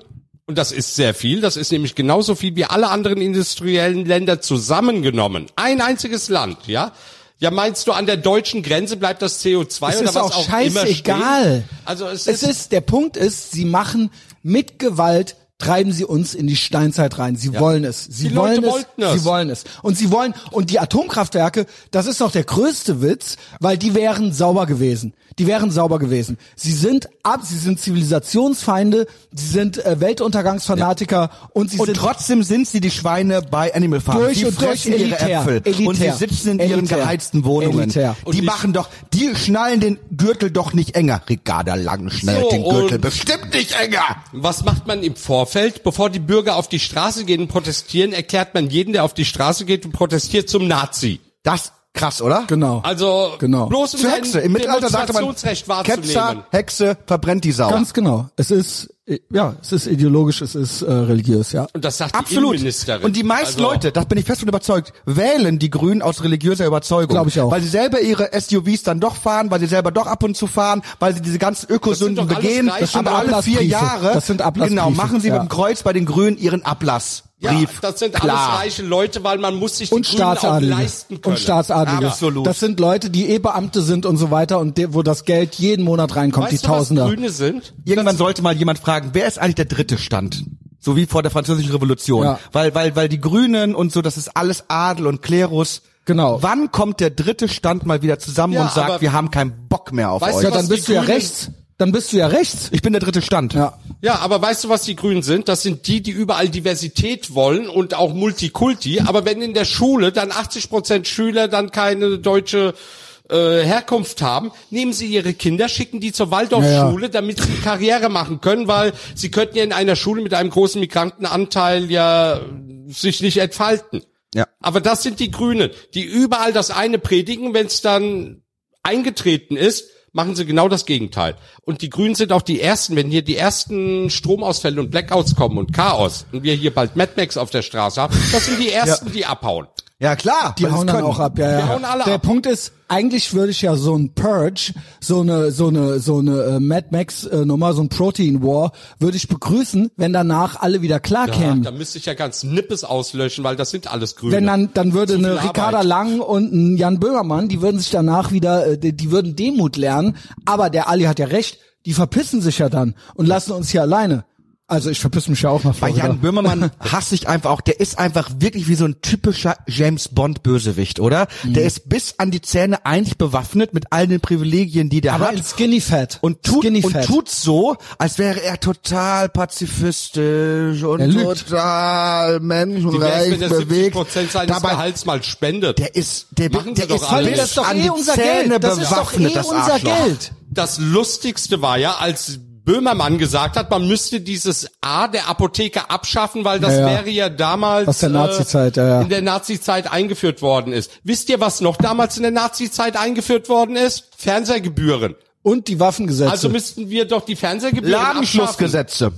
Speaker 3: und das ist sehr viel, das ist nämlich genauso viel wie alle anderen industriellen Länder zusammengenommen. Ein einziges Land, ja? Ja, meinst du, an der deutschen Grenze bleibt das CO2
Speaker 1: Es
Speaker 3: oder
Speaker 1: ist
Speaker 3: was
Speaker 1: auch,
Speaker 3: auch immer steht?
Speaker 1: scheißegal.
Speaker 3: Also es, ist,
Speaker 1: der Punkt ist, sie machen mit Gewalt treiben sie uns in die Steinzeit rein. Sie wollen es. Sie
Speaker 3: Die
Speaker 1: wollen
Speaker 3: Leute
Speaker 1: es.
Speaker 3: wollten es.
Speaker 1: Sie wollen es. Und sie wollen und die Atomkraftwerke, das ist doch der größte Witz, weil die wären sauber gewesen. Die wären sauber gewesen. Sie sind ab, sie sind Zivilisationsfeinde, sie sind äh, Weltuntergangsfanatiker und sie
Speaker 2: Und
Speaker 1: sind
Speaker 2: trotzdem sind sie die Schweine bei Animal Farm.
Speaker 1: Durch
Speaker 2: die
Speaker 1: und durch
Speaker 2: fressen ihre
Speaker 1: elitär.
Speaker 2: Äpfel und sie
Speaker 1: Elitär.
Speaker 2: sitzen in ihren
Speaker 1: Elitär.
Speaker 2: geheizten Wohnungen.
Speaker 1: Elitär.
Speaker 2: Die machen doch, die schnallen den Gürtel doch nicht enger. Ricarda Lang schnallt
Speaker 3: So,
Speaker 2: den Gürtel
Speaker 3: und-
Speaker 2: bestimmt nicht enger.
Speaker 3: Was macht man im Vorfeld? Bevor die Bürger auf die Straße gehen und protestieren, erklärt man jeden, der auf die Straße geht und protestiert, zum Nazi.
Speaker 2: Das krass, oder?
Speaker 1: genau.
Speaker 3: Also
Speaker 1: Genau.
Speaker 3: bloß um
Speaker 2: Zur Hexe. Im Mittelalter sagte man,
Speaker 3: Demonstrationsrecht wahrzunehmen.
Speaker 2: Ketzer, Hexe, verbrennt die Sau.
Speaker 1: Ganz genau. Es ist äh, ja, es ist ideologisch, es ist äh, religiös, ja.
Speaker 3: Und das sagt die
Speaker 2: Absolut.
Speaker 3: Innenministerin.
Speaker 2: Und die meisten
Speaker 3: Also,
Speaker 2: Leute, da bin ich fest von überzeugt, wählen die Grünen aus religiöser Überzeugung.
Speaker 1: Glaub ich auch.
Speaker 2: Weil sie selber ihre SUVs dann doch fahren, weil sie selber doch ab und zu fahren, weil sie diese ganzen Ökosünden
Speaker 3: sind doch alles
Speaker 2: begehen.
Speaker 3: Reiche. Das sind
Speaker 2: aber alle vier
Speaker 1: Ablassbriefe.
Speaker 2: Jahre,
Speaker 1: Das sind Ablassbriefe,
Speaker 2: genau, machen sie
Speaker 1: ja.
Speaker 2: mit dem Kreuz bei den Grünen ihren Ablassbrief.
Speaker 3: Ja, das sind
Speaker 2: Klar.
Speaker 3: alles reiche Leute, weil man muss sich die
Speaker 1: Und
Speaker 3: Grünen auch
Speaker 1: Staatsadlige.
Speaker 3: leisten können.
Speaker 1: Und Staatsadlige.
Speaker 2: Absolut.
Speaker 1: Das sind Leute, die eh Beamte sind und so weiter und de, wo das Geld jeden Monat reinkommt,
Speaker 3: weißt
Speaker 1: die
Speaker 3: du, was
Speaker 1: Tausender.
Speaker 3: Grüne sind?
Speaker 2: Irgendwann sollte mal jemand fragen, wer ist eigentlich der dritte Stand? So wie vor der französischen Revolution.
Speaker 1: Ja.
Speaker 2: Weil, weil, weil die Grünen und so, das ist alles Adel und Klerus.
Speaker 1: Genau.
Speaker 2: Wann kommt der dritte Stand mal wieder zusammen
Speaker 3: Ja,
Speaker 2: und sagt,
Speaker 3: aber-
Speaker 2: wir haben keinen Bock mehr auf
Speaker 3: Weißt
Speaker 2: euch?
Speaker 3: du,
Speaker 1: ja, dann
Speaker 3: was die
Speaker 1: bist du ja
Speaker 3: Grünen-
Speaker 1: rechts. Dann bist du ja rechts.
Speaker 2: ich bin der dritte Stand.
Speaker 1: Ja.
Speaker 3: Ja, aber weißt du, was die Grünen sind? Das sind die, die überall Diversität wollen und auch Multikulti. Aber wenn in der Schule dann 80 Prozent Schüler dann keine deutsche äh, Herkunft haben, nehmen sie ihre Kinder, schicken die zur
Speaker 1: Ja, ja.
Speaker 3: Waldorfschule, damit sie Karriere machen können, weil sie könnten ja in einer Schule mit einem großen Migrantenanteil ja äh, sich nicht entfalten.
Speaker 2: Ja.
Speaker 3: Aber das sind die Grünen, die überall das eine predigen, wenn es dann eingetreten ist, machen sie genau das Gegenteil. Und die Grünen sind auch die ersten, wenn hier die ersten Stromausfälle und Blackouts kommen und Chaos und wir hier bald Mad Max auf der Straße haben, das sind die ersten, die abhauen.
Speaker 2: Ja, klar.
Speaker 1: Die
Speaker 2: weil sie es
Speaker 1: hauen dann
Speaker 2: können.
Speaker 1: auch ab, ja, ja.
Speaker 3: hauen alle
Speaker 1: Der
Speaker 3: ab.
Speaker 1: Punkt ist, eigentlich würde ich ja so ein Purge, so eine, so eine, so eine äh, Mad Max äh, Nummer, so ein Protein War, würde ich begrüßen, wenn danach alle wieder
Speaker 3: Ja,
Speaker 1: klarkämen.
Speaker 3: da müsste ich ja ganz Nippes auslöschen, weil das sind alles Grüne.
Speaker 1: wenn dann, dann würde
Speaker 3: viel
Speaker 1: eine
Speaker 3: Arbeit.
Speaker 1: Ricarda Lang und ein Jan Böhmermann, die würden sich danach wieder, äh, die, die würden Demut lernen. Aber der Ali hat ja recht, die verpissen sich ja dann und lassen uns hier alleine. Also ich verpiss mich ja auch nach
Speaker 2: Bei
Speaker 1: Florida.
Speaker 2: Jan Böhmermann *laughs* hasse ich einfach auch, der ist einfach wirklich wie so ein typischer James Bond Bösewicht, oder?
Speaker 1: Mhm.
Speaker 2: Der ist bis an die Zähne eigentlich bewaffnet mit all den Privilegien, die
Speaker 1: *laughs*
Speaker 2: der
Speaker 1: aber
Speaker 2: hat.
Speaker 1: in Skinny Fat.
Speaker 2: und tut
Speaker 1: Skinny
Speaker 2: und
Speaker 1: Fat.
Speaker 2: tut so, als wäre er total pazifistisch
Speaker 1: Er
Speaker 2: und
Speaker 1: lügt.
Speaker 2: total
Speaker 3: Wie wär's, wenn
Speaker 2: menschenrecht
Speaker 3: der
Speaker 2: bewegt.
Speaker 3: 70% seines
Speaker 2: Dabei
Speaker 3: Gehalts mal spendet.
Speaker 2: der ist der,
Speaker 3: Machen
Speaker 2: der
Speaker 3: sie doch
Speaker 2: ist
Speaker 3: alle.
Speaker 2: bis
Speaker 3: Das ist doch
Speaker 2: an
Speaker 1: eh
Speaker 2: die
Speaker 1: unser
Speaker 2: Zähne
Speaker 1: Geld. Das ist doch
Speaker 2: bewaffnet,
Speaker 1: eh
Speaker 2: das
Speaker 1: unser
Speaker 2: Arschloch.
Speaker 1: Geld.
Speaker 3: das Lustigste war ja, als Böhmermann gesagt hat, man müsste dieses A der Apotheke abschaffen, weil das
Speaker 1: Ja, ja.
Speaker 3: wäre ja damals äh,
Speaker 1: Aus der Nazizeit, ja, ja.
Speaker 3: in der Nazizeit eingeführt worden ist. Wisst ihr, was noch damals in der Nazizeit eingeführt worden ist? Fernsehgebühren.
Speaker 1: Und die Waffengesetze.
Speaker 3: Also müssten wir doch die Fernsehgebühren abschaffen.
Speaker 2: Ladenschlussgesetze.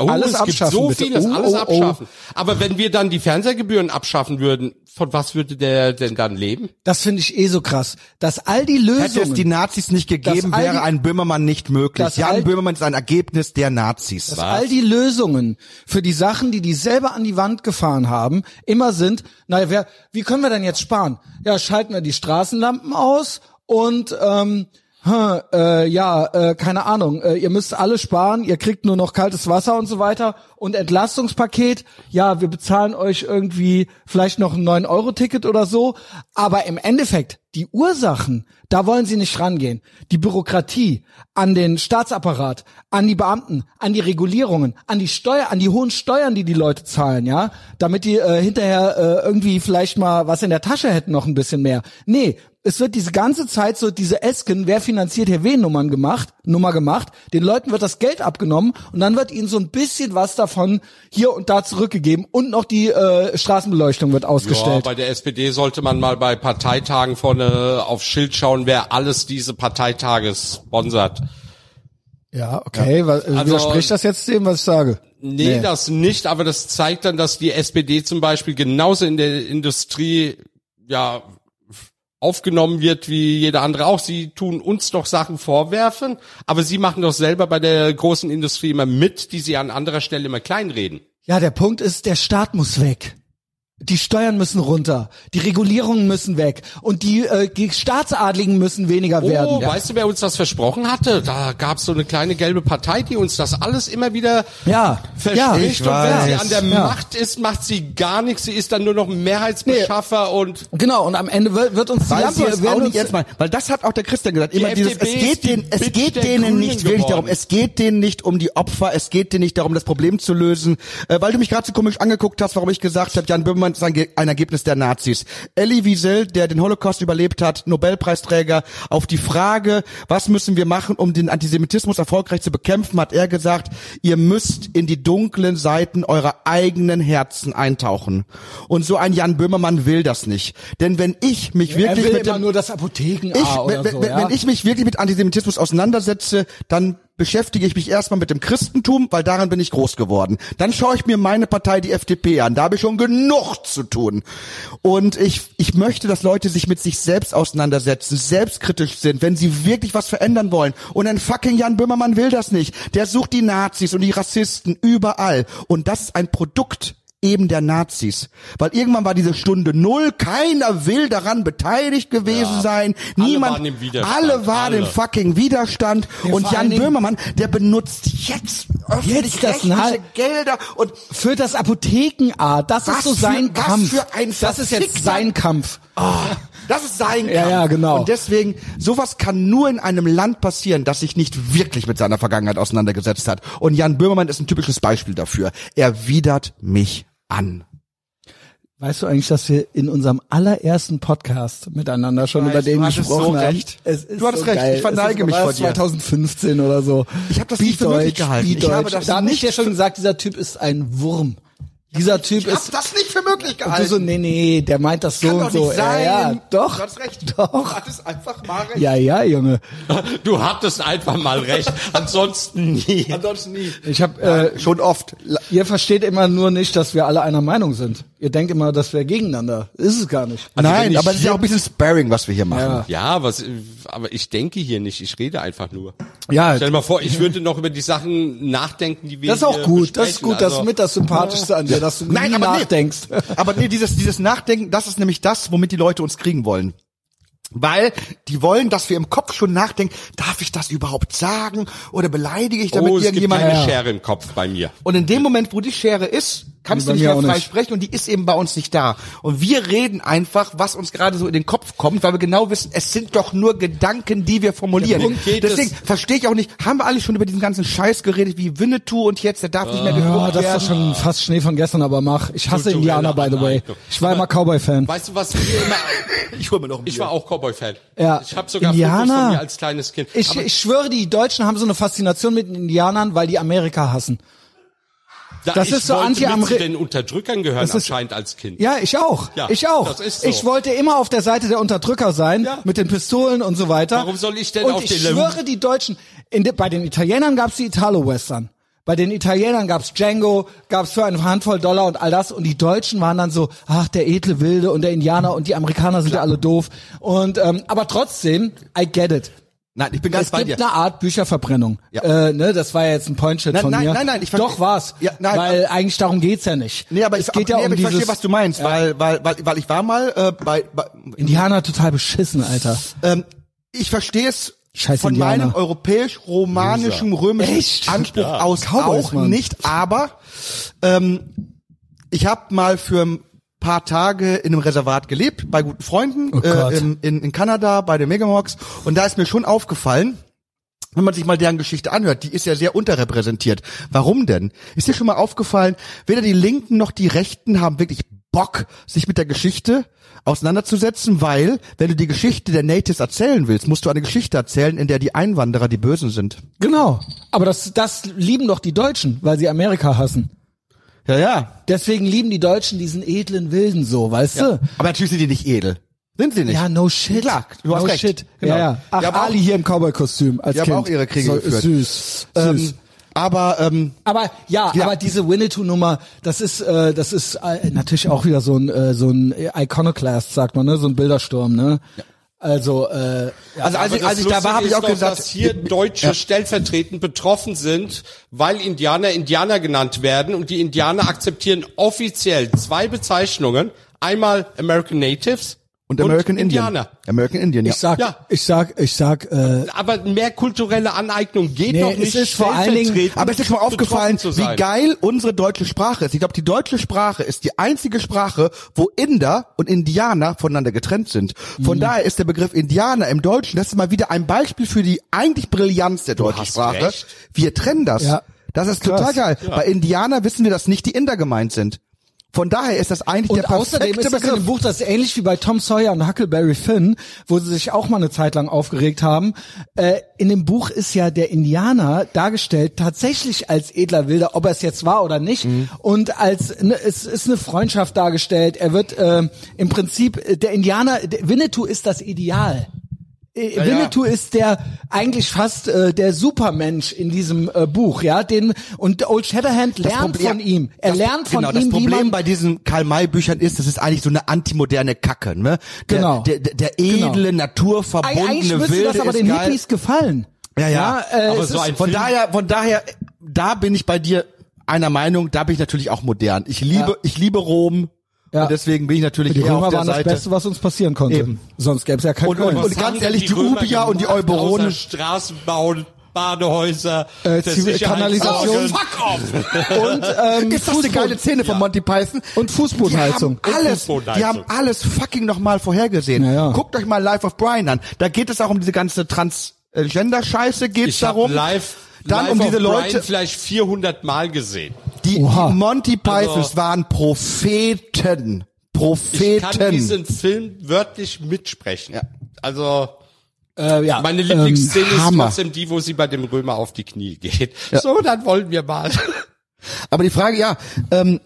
Speaker 3: Oh,
Speaker 1: Alles
Speaker 3: es gibt
Speaker 1: abschaffen,
Speaker 3: so
Speaker 1: bitte.
Speaker 3: vieles,
Speaker 1: Oh,
Speaker 3: alles
Speaker 1: oh, oh.
Speaker 3: abschaffen. Aber wenn wir dann die Fernsehgebühren abschaffen würden, von was würde der denn dann leben?
Speaker 1: das finde ich eh so krass, dass all die
Speaker 2: Hätte es die
Speaker 1: Lösungen,
Speaker 2: Nazis nicht gegeben,
Speaker 1: all die-
Speaker 2: wäre ein Böhmermann nicht möglich.
Speaker 1: Das all-
Speaker 2: Jan Böhmermann ist ein Ergebnis der Nazis.
Speaker 1: all die Lösungen für die Sachen, die die selber an die Wand gefahren haben, immer sind, naja, wer, wie können wir denn jetzt sparen? Ja, schalten wir die Straßenlampen aus und ähm, hm, äh, ja, äh, keine Ahnung, äh, ihr müsst alle sparen, ihr kriegt nur noch kaltes Wasser und so weiter und Entlastungspaket, ja, wir bezahlen euch irgendwie vielleicht noch ein 9-Euro-Ticket oder so, aber im Endeffekt, die Ursachen, da wollen sie nicht rangehen. Die Bürokratie an den Staatsapparat, an die Beamten, an die Regulierungen, an die Steuer, an die hohen Steuern, die die Leute zahlen, ja, damit die äh, hinterher äh, irgendwie vielleicht mal was in der Tasche hätten, noch ein bisschen mehr. Nee, es wird diese ganze Zeit so diese Esken, wer finanziert hier wen Nummern gemacht, Nummer gemacht. Den Leuten wird das Geld abgenommen und dann wird ihnen so ein bisschen was davon hier und da zurückgegeben und noch die äh, Straßenbeleuchtung wird
Speaker 3: Ja,
Speaker 1: ausgestellt.
Speaker 3: bei der SPD sollte man mal bei Parteitagen vorne auf Schild schauen, wer alles diese Parteitage sponsert.
Speaker 1: Ja, okay. wa- äh,
Speaker 3: Also-
Speaker 1: widerspricht das jetzt dem, was ich sage?
Speaker 3: Nee, das nicht, aber das zeigt dann, dass die SPD zum Beispiel genauso in der Industrie ja aufgenommen wird wie jeder andere auch. Sie tun uns doch Sachen vorwerfen, aber sie machen doch selber bei der großen Industrie immer mit, die sie an anderer Stelle immer kleinreden.
Speaker 1: Ja, der Punkt ist, der Staat muss weg. Die Steuern müssen runter, die Regulierungen müssen weg und die, äh, die Staatsadligen müssen weniger werden.
Speaker 3: Oh, weißt du, wer uns das versprochen hatte? Da gab's so eine kleine gelbe Partei, die uns das alles immer wieder
Speaker 1: Ja,
Speaker 3: verspricht.
Speaker 2: ich
Speaker 3: und wenn sie
Speaker 2: weiß,
Speaker 3: an der
Speaker 1: ja.
Speaker 3: Macht ist, macht sie gar nichts. Sie ist dann nur noch Mehrheitsbeschaffer und
Speaker 1: Genau, und am Ende wird, wird uns die
Speaker 2: Weil sie
Speaker 1: Lampe,
Speaker 2: es
Speaker 1: werden
Speaker 2: auch
Speaker 1: uns,
Speaker 2: nicht ernst meinen. Weil das hat auch der Christian gesagt. Immer
Speaker 3: Die
Speaker 2: dieses,
Speaker 3: FDP
Speaker 2: es geht,
Speaker 3: ist die
Speaker 2: den, es
Speaker 3: Bitch
Speaker 2: geht
Speaker 3: der
Speaker 2: denen
Speaker 3: Grünen
Speaker 2: nicht wirklich
Speaker 3: geworden.
Speaker 2: darum. Äh, Es geht denen nicht um die Opfer. Es geht denen nicht darum, das Problem zu lösen. Äh, weil du mich gerade so komisch angeguckt hast, warum ich gesagt habe, Jan Böhmermann ist ein, Ge- ein Ergebnis der Nazis. Elie Wiesel, der den Holocaust überlebt hat, Nobelpreisträger, auf die Frage, was müssen wir machen, um den Antisemitismus erfolgreich zu bekämpfen, hat er gesagt, ihr müsst in die dunklen Seiten eurer eigenen Herzen eintauchen. Und so ein Jan Böhmermann will das nicht. Denn wenn ich mich
Speaker 1: er
Speaker 2: wirklich
Speaker 1: will
Speaker 2: mit
Speaker 1: immer
Speaker 2: dem
Speaker 1: nur das Apotheken
Speaker 2: ich,
Speaker 1: A oder
Speaker 2: wenn,
Speaker 1: so,
Speaker 2: wenn,
Speaker 1: ja?
Speaker 2: wenn ich mich wirklich mit Antisemitismus auseinandersetze, dann beschäftige ich mich erstmal mit dem Christentum, weil daran bin ich groß geworden. Dann schaue ich mir meine Partei, die FDP, an. Da habe ich schon genug zu tun. Und ich, ich möchte, dass Leute sich mit sich selbst auseinandersetzen, selbstkritisch sind, wenn sie wirklich was verändern wollen. Und ein fucking Jan Böhmermann will das nicht. Der sucht die Nazis und die Rassisten überall. Und das ist ein Produkt eben der Nazis. Weil irgendwann war diese Stunde Null, keiner will daran beteiligt gewesen
Speaker 3: Ja.
Speaker 2: sein,
Speaker 3: Alle
Speaker 2: niemand,
Speaker 3: waren im Widerstand,
Speaker 2: alle waren im
Speaker 3: alle.
Speaker 2: fucking Widerstand und
Speaker 1: vor allen
Speaker 2: Jan
Speaker 1: Dingen-
Speaker 2: Böhmermann, der benutzt jetzt öffentlich
Speaker 1: das
Speaker 2: rechtliche
Speaker 1: Nahe-
Speaker 2: Gelder und
Speaker 1: Für das Apothekenart, das
Speaker 2: Was
Speaker 1: ist so
Speaker 2: für-
Speaker 1: sein
Speaker 2: was
Speaker 1: Kampf.
Speaker 2: für ein
Speaker 1: das ist jetzt
Speaker 2: verfickter-
Speaker 1: sein Kampf.
Speaker 2: das ist sein Kampf.
Speaker 1: Ja, ja, genau.
Speaker 2: Und deswegen, sowas kann nur in einem Land passieren, das sich nicht wirklich mit seiner Vergangenheit auseinandergesetzt hat. Und Jan Böhmermann ist ein typisches Beispiel dafür. Er widert mich an.
Speaker 1: Weißt du eigentlich, dass wir in unserem allerersten Podcast miteinander schon
Speaker 2: weiß,
Speaker 1: über den
Speaker 2: du hattest
Speaker 1: gesprochen
Speaker 2: so
Speaker 1: haben?
Speaker 2: recht.
Speaker 1: Es ist
Speaker 2: Du hattest
Speaker 1: so
Speaker 2: recht,
Speaker 1: geil.
Speaker 2: ich verneige
Speaker 1: es ist,
Speaker 2: mich
Speaker 1: war
Speaker 2: vor
Speaker 1: es
Speaker 2: dir.
Speaker 1: 2015 oder so.
Speaker 2: Ich hab das nicht für möglich gehalten. Ich
Speaker 1: Bideutsch.
Speaker 2: habe das
Speaker 1: da hab ich
Speaker 2: nicht
Speaker 1: dir schon
Speaker 2: für-
Speaker 1: gesagt, dieser Typ ist ein Wurm. Dieser Typ
Speaker 2: Ich hab
Speaker 1: ist
Speaker 2: das nicht für möglich
Speaker 1: und du
Speaker 2: gehalten.
Speaker 1: so nee nee, der meint das so
Speaker 2: kann
Speaker 1: und
Speaker 2: doch
Speaker 1: so.
Speaker 2: nicht sein.
Speaker 1: Ja, ja, doch.
Speaker 2: Du hast recht. Du
Speaker 1: Doch.
Speaker 2: hattest einfach mal recht.
Speaker 1: Ja, ja, Junge.
Speaker 3: Du hattest einfach mal recht, *laughs* ansonsten nie.
Speaker 2: Ansonsten nie.
Speaker 1: Ich habe äh,
Speaker 2: Schon oft.
Speaker 3: Also
Speaker 1: Ihr versteht immer nur nicht, dass wir alle einer Meinung sind. Ihr denkt immer, dass wir gegeneinander. Ist es gar nicht.
Speaker 3: wenn
Speaker 2: Nein,
Speaker 3: ich
Speaker 2: aber es ist
Speaker 3: hier-
Speaker 2: ja auch ein bisschen sparing, was wir hier machen.
Speaker 1: Ja.
Speaker 3: Ja, was, aber ich denke hier nicht, ich rede einfach nur.
Speaker 1: Ja,
Speaker 3: Stell dir mal vor, ich würde noch über die Sachen nachdenken, die wir
Speaker 1: Halt. das ist auch
Speaker 3: hier
Speaker 1: gut. Das ist
Speaker 3: besprechen.
Speaker 1: gut. Das ist
Speaker 3: Also-
Speaker 1: mit das Sympathischste an dir, dass du nie nachdenkst.
Speaker 2: Nee, aber nee, dieses, dieses Nachdenken, das ist nämlich das, womit die Leute uns kriegen wollen. Weil die wollen, dass wir im Kopf schon nachdenken, darf ich das überhaupt sagen oder beleidige ich damit
Speaker 3: Oh, es gibt
Speaker 2: irgendjemanden?
Speaker 3: keine Schere im Kopf bei mir.
Speaker 2: Und in dem Moment, wo die Schere ist, kannst
Speaker 1: Bei
Speaker 2: du nicht
Speaker 1: mir
Speaker 2: mehr
Speaker 1: auch
Speaker 2: frei
Speaker 1: nicht.
Speaker 2: sprechen und die ist eben bei uns nicht da. Und wir reden einfach, was uns gerade so in den Kopf kommt, weil wir genau wissen, es sind doch nur Gedanken, die wir formulieren.
Speaker 3: Der Punkt geht
Speaker 2: Deswegen verstehe ich auch nicht, haben wir alle schon über diesen ganzen Scheiß geredet, wie Winnetou und jetzt, der darf nicht
Speaker 3: Ah,
Speaker 2: mehr
Speaker 1: Ja, das
Speaker 2: geguckt
Speaker 1: ist doch schon
Speaker 2: werden.
Speaker 1: fast Schnee von gestern, aber mach. Ich hasse
Speaker 3: Kulturelle
Speaker 1: Indianer, by the way.
Speaker 3: Aneignung.
Speaker 1: Ich war immer Cowboy-Fan.
Speaker 3: Weißt du, was wir immer, *laughs*
Speaker 2: Ich hole mir noch ein
Speaker 3: ich war auch Cowboy-Fan.
Speaker 1: Ja.
Speaker 3: Ich habe sogar
Speaker 1: Indianer.
Speaker 3: Fotos von mir als kleines Kind.
Speaker 1: Ich,
Speaker 3: Aber
Speaker 1: ich schwöre, die Deutschen haben so eine Faszination mit den Indianern, weil die Amerika hassen.
Speaker 3: da,
Speaker 1: das ist so
Speaker 3: wollte mit
Speaker 1: anti-Ameri-
Speaker 3: zu den Unterdrückern gehören
Speaker 1: Das ist-
Speaker 3: anscheinend als Kind.
Speaker 1: Ja, ich auch.
Speaker 3: Ja,
Speaker 1: ich auch.
Speaker 3: das ist so.
Speaker 1: Ich wollte immer auf der Seite der Unterdrücker sein,
Speaker 3: Ja.
Speaker 1: mit den Pistolen und so weiter.
Speaker 3: Warum soll ich denn
Speaker 1: und
Speaker 3: auf
Speaker 1: ich
Speaker 3: den
Speaker 1: Ich schwöre, die Deutschen, in de, bei den Italienern gab's die Italo-Western. Bei den Italienern gab's Django, gab's für eine Handvoll Dollar und all das. Und die Deutschen waren dann so, ach, der edle Wilde und der Indianer und die Amerikaner sind ja alle doof. Und ähm, aber trotzdem, I get it.
Speaker 2: Nein, ich bin ganz
Speaker 1: es
Speaker 2: bei
Speaker 1: gibt
Speaker 2: dir.
Speaker 1: eine Art Bücherverbrennung.
Speaker 2: Ja.
Speaker 1: Äh, ne, das war ja jetzt ein Pointshit
Speaker 2: Nein,
Speaker 1: von
Speaker 2: nein,
Speaker 1: mir.
Speaker 2: nein, nein, ich ver-
Speaker 1: Doch war's.
Speaker 2: Ja, nein,
Speaker 1: weil eigentlich darum geht's ja nicht.
Speaker 2: Nee, aber
Speaker 1: es
Speaker 2: ich,
Speaker 1: geht
Speaker 2: aber,
Speaker 1: ja um
Speaker 2: nee, aber ich
Speaker 1: dieses,
Speaker 2: verstehe, was du meinst, weil, weil, weil, weil ich war mal äh, bei, bei
Speaker 1: Indianer total beschissen, Alter.
Speaker 2: ähm, ich verstehe es
Speaker 1: Scheiß
Speaker 2: von
Speaker 1: Indianer.
Speaker 2: meinem europäisch-romanischen römischen
Speaker 1: Echt?
Speaker 2: Anspruch
Speaker 3: Ja.
Speaker 2: aus
Speaker 1: Cowboys,
Speaker 2: auch
Speaker 1: Mann.
Speaker 2: nicht, aber ähm, ich habe mal für ein paar Tage in einem Reservat gelebt, bei guten Freunden
Speaker 1: Gott.
Speaker 2: äh, im, in, in Kanada, bei den Megamorks und da ist mir schon aufgefallen, wenn man sich mal deren Geschichte anhört, die ist ja sehr unterrepräsentiert. Warum denn? Ist dir schon mal aufgefallen, weder die Linken noch die Rechten haben wirklich Bock, sich mit der Geschichte auseinanderzusetzen, weil, wenn du die Geschichte der Natives erzählen willst, musst du eine Geschichte erzählen, in der die Einwanderer die Bösen sind.
Speaker 1: Genau. Aber das, das lieben doch die Deutschen, weil sie Amerika hassen.
Speaker 2: Ja, ja.
Speaker 1: Deswegen lieben die Deutschen diesen edlen Wilden so, weißt du?
Speaker 2: Aber natürlich sind die nicht edel. Sind sie nicht?
Speaker 1: Ja, no shit.
Speaker 2: Klar, du
Speaker 1: no
Speaker 2: hast recht.
Speaker 1: shit.
Speaker 2: Genau.
Speaker 1: Ja, ja. Ach,
Speaker 2: Die haben auch-
Speaker 1: Ali hier im Cowboy-Kostüm als
Speaker 2: Die haben
Speaker 1: Kind.
Speaker 2: auch ihre Kriege geführt.
Speaker 1: Süß.
Speaker 2: ähm,
Speaker 1: süß.
Speaker 2: aber, ähm,
Speaker 1: Aber ja,
Speaker 2: Ja.
Speaker 1: aber diese Winnetou-Nummer, das ist, äh, das ist äh, natürlich auch wieder so ein, äh, so ein Iconoclast, sagt man, ne? So ein Bildersturm, ne? Also, äh,
Speaker 2: also als
Speaker 3: Aber
Speaker 2: ich, als
Speaker 3: das
Speaker 2: ich da
Speaker 3: Lustige
Speaker 2: war, habe ich
Speaker 3: ist
Speaker 2: auch
Speaker 3: doch,
Speaker 2: gesagt,
Speaker 3: dass hier Deutsche stellvertretend betroffen sind, weil Indianer Indianer genannt werden und die Indianer akzeptieren offiziell zwei Bezeichnungen: einmal American Natives
Speaker 2: und American Indian.
Speaker 3: Indianer.
Speaker 2: American Indian, ja.
Speaker 1: ich sag,
Speaker 3: Ja.
Speaker 1: ich sag, ich sag, äh,
Speaker 3: Aber mehr kulturelle Aneignung geht
Speaker 1: Nee,
Speaker 3: doch
Speaker 1: es
Speaker 3: nicht.
Speaker 1: ist vor allen Dingen-
Speaker 3: stellvertretend
Speaker 2: Aber es ist schon mal
Speaker 3: betroffen
Speaker 2: aufgefallen,
Speaker 3: zu
Speaker 2: wie
Speaker 3: sein.
Speaker 2: geil unsere deutsche Sprache ist. Ich glaube, die deutsche Sprache ist die einzige Sprache, wo Inder und Indianer voneinander getrennt sind. Von daher ist der Begriff Indianer im Deutschen, das ist mal wieder ein Beispiel für die eigentlich Brillanz der deutschen
Speaker 3: hast
Speaker 2: Sprache.
Speaker 3: recht.
Speaker 2: Wir trennen das.
Speaker 1: Ja.
Speaker 2: Das ist
Speaker 1: Krass.
Speaker 2: total geil. Bei Indianer wissen wir, dass nicht die Inder gemeint sind. Von daher ist das eigentlich der
Speaker 1: Und außerdem
Speaker 2: perfekte
Speaker 1: ist das in
Speaker 2: Begriff.
Speaker 1: dem Buch, das ist ähnlich wie bei Tom Sawyer und Huckleberry Finn, wo sie sich auch mal eine Zeit lang aufgeregt haben. Äh, in dem Buch ist ja der Indianer dargestellt tatsächlich als edler Wilder, ob er es jetzt war oder nicht.
Speaker 2: Mhm.
Speaker 1: Und als ne, es ist eine Freundschaft dargestellt. Er wird ähm, im Prinzip äh, der Indianer. Der Winnetou ist das Ideal äh,
Speaker 3: Ja, ja.
Speaker 1: Winnetou ist der eigentlich fast äh, der Supermensch in diesem äh, Buch, ja, den und Old Shatterhand
Speaker 2: Das
Speaker 1: lernt
Speaker 2: Problem-
Speaker 1: von ihm. Er
Speaker 2: das,
Speaker 1: lernt von
Speaker 2: genau,
Speaker 1: ihm,
Speaker 2: das
Speaker 1: wie man
Speaker 2: Problem bei diesen Karl-May-Büchern ist, das ist eigentlich so eine antimoderne Kacke, ne? Der,
Speaker 1: Genau.
Speaker 2: Der, der, der
Speaker 1: Genau.
Speaker 2: edle,
Speaker 1: Ei- eigentlich
Speaker 2: naturverbundene
Speaker 1: müsste
Speaker 2: Wilde
Speaker 1: das aber
Speaker 2: ist
Speaker 1: den
Speaker 2: geil.
Speaker 1: Hippies gefallen.
Speaker 2: Ja, ja.
Speaker 1: äh,
Speaker 3: Aber
Speaker 1: es
Speaker 3: so
Speaker 1: ist,
Speaker 3: ein
Speaker 2: von
Speaker 3: Film.
Speaker 2: daher, von daher, da bin ich bei dir einer Meinung, da bin ich natürlich auch modern. Ich liebe,
Speaker 1: Ja.
Speaker 2: ich liebe Rom.
Speaker 1: Ja.
Speaker 2: Und deswegen bin ich natürlich
Speaker 1: die
Speaker 2: eher
Speaker 1: Römer
Speaker 2: auf der
Speaker 1: waren das
Speaker 2: Seite.
Speaker 1: Beste, was uns passieren konnte.
Speaker 2: Eben.
Speaker 1: Sonst gäbe es ja kein
Speaker 2: Und- und-
Speaker 1: Köln.
Speaker 2: und-
Speaker 3: Was
Speaker 2: ganz
Speaker 3: haben
Speaker 2: ehrlich,
Speaker 3: denn
Speaker 2: die
Speaker 3: Römer
Speaker 2: Ubia und die
Speaker 3: gemacht,
Speaker 2: Euberonen-
Speaker 3: außer Straßenbauen, Badehäuser,
Speaker 1: Äh,
Speaker 3: das
Speaker 1: Zivil-
Speaker 3: Sicherheits-
Speaker 1: Kanalisation.
Speaker 3: Oh, fuck
Speaker 2: *laughs*
Speaker 3: off!
Speaker 1: und ähm,
Speaker 2: Ist das eine geile Szene von Monty Python?
Speaker 1: Und Fußbodenheizung.
Speaker 2: Die haben alles,
Speaker 3: Fußbodenheizung.
Speaker 2: die haben alles fucking nochmal vorhergesehen.
Speaker 1: Ja, ja.
Speaker 2: Guckt euch mal Life of Brian an. Da geht es auch um diese ganze Transgender-Scheiße, geht es
Speaker 3: Ich habe
Speaker 2: darum.
Speaker 3: live,
Speaker 2: dann
Speaker 3: live
Speaker 2: um
Speaker 3: auf
Speaker 2: diese
Speaker 3: Brian
Speaker 2: Leute,
Speaker 3: vielleicht 400 Mal gesehen.
Speaker 2: die, die
Speaker 1: Oha.
Speaker 2: Monty Pythons
Speaker 3: Also-
Speaker 2: waren Propheten.
Speaker 3: Ich kann
Speaker 2: Propheten.
Speaker 3: diesen Film wörtlich mitsprechen. Also
Speaker 1: äh, ja, ähm,
Speaker 3: meine Lieblingsszene ist
Speaker 2: Hammer.
Speaker 3: trotzdem die, wo sie bei dem Römer auf die Knie geht. So, dann wollen wir mal.
Speaker 2: Aber die Frage, ja, ähm,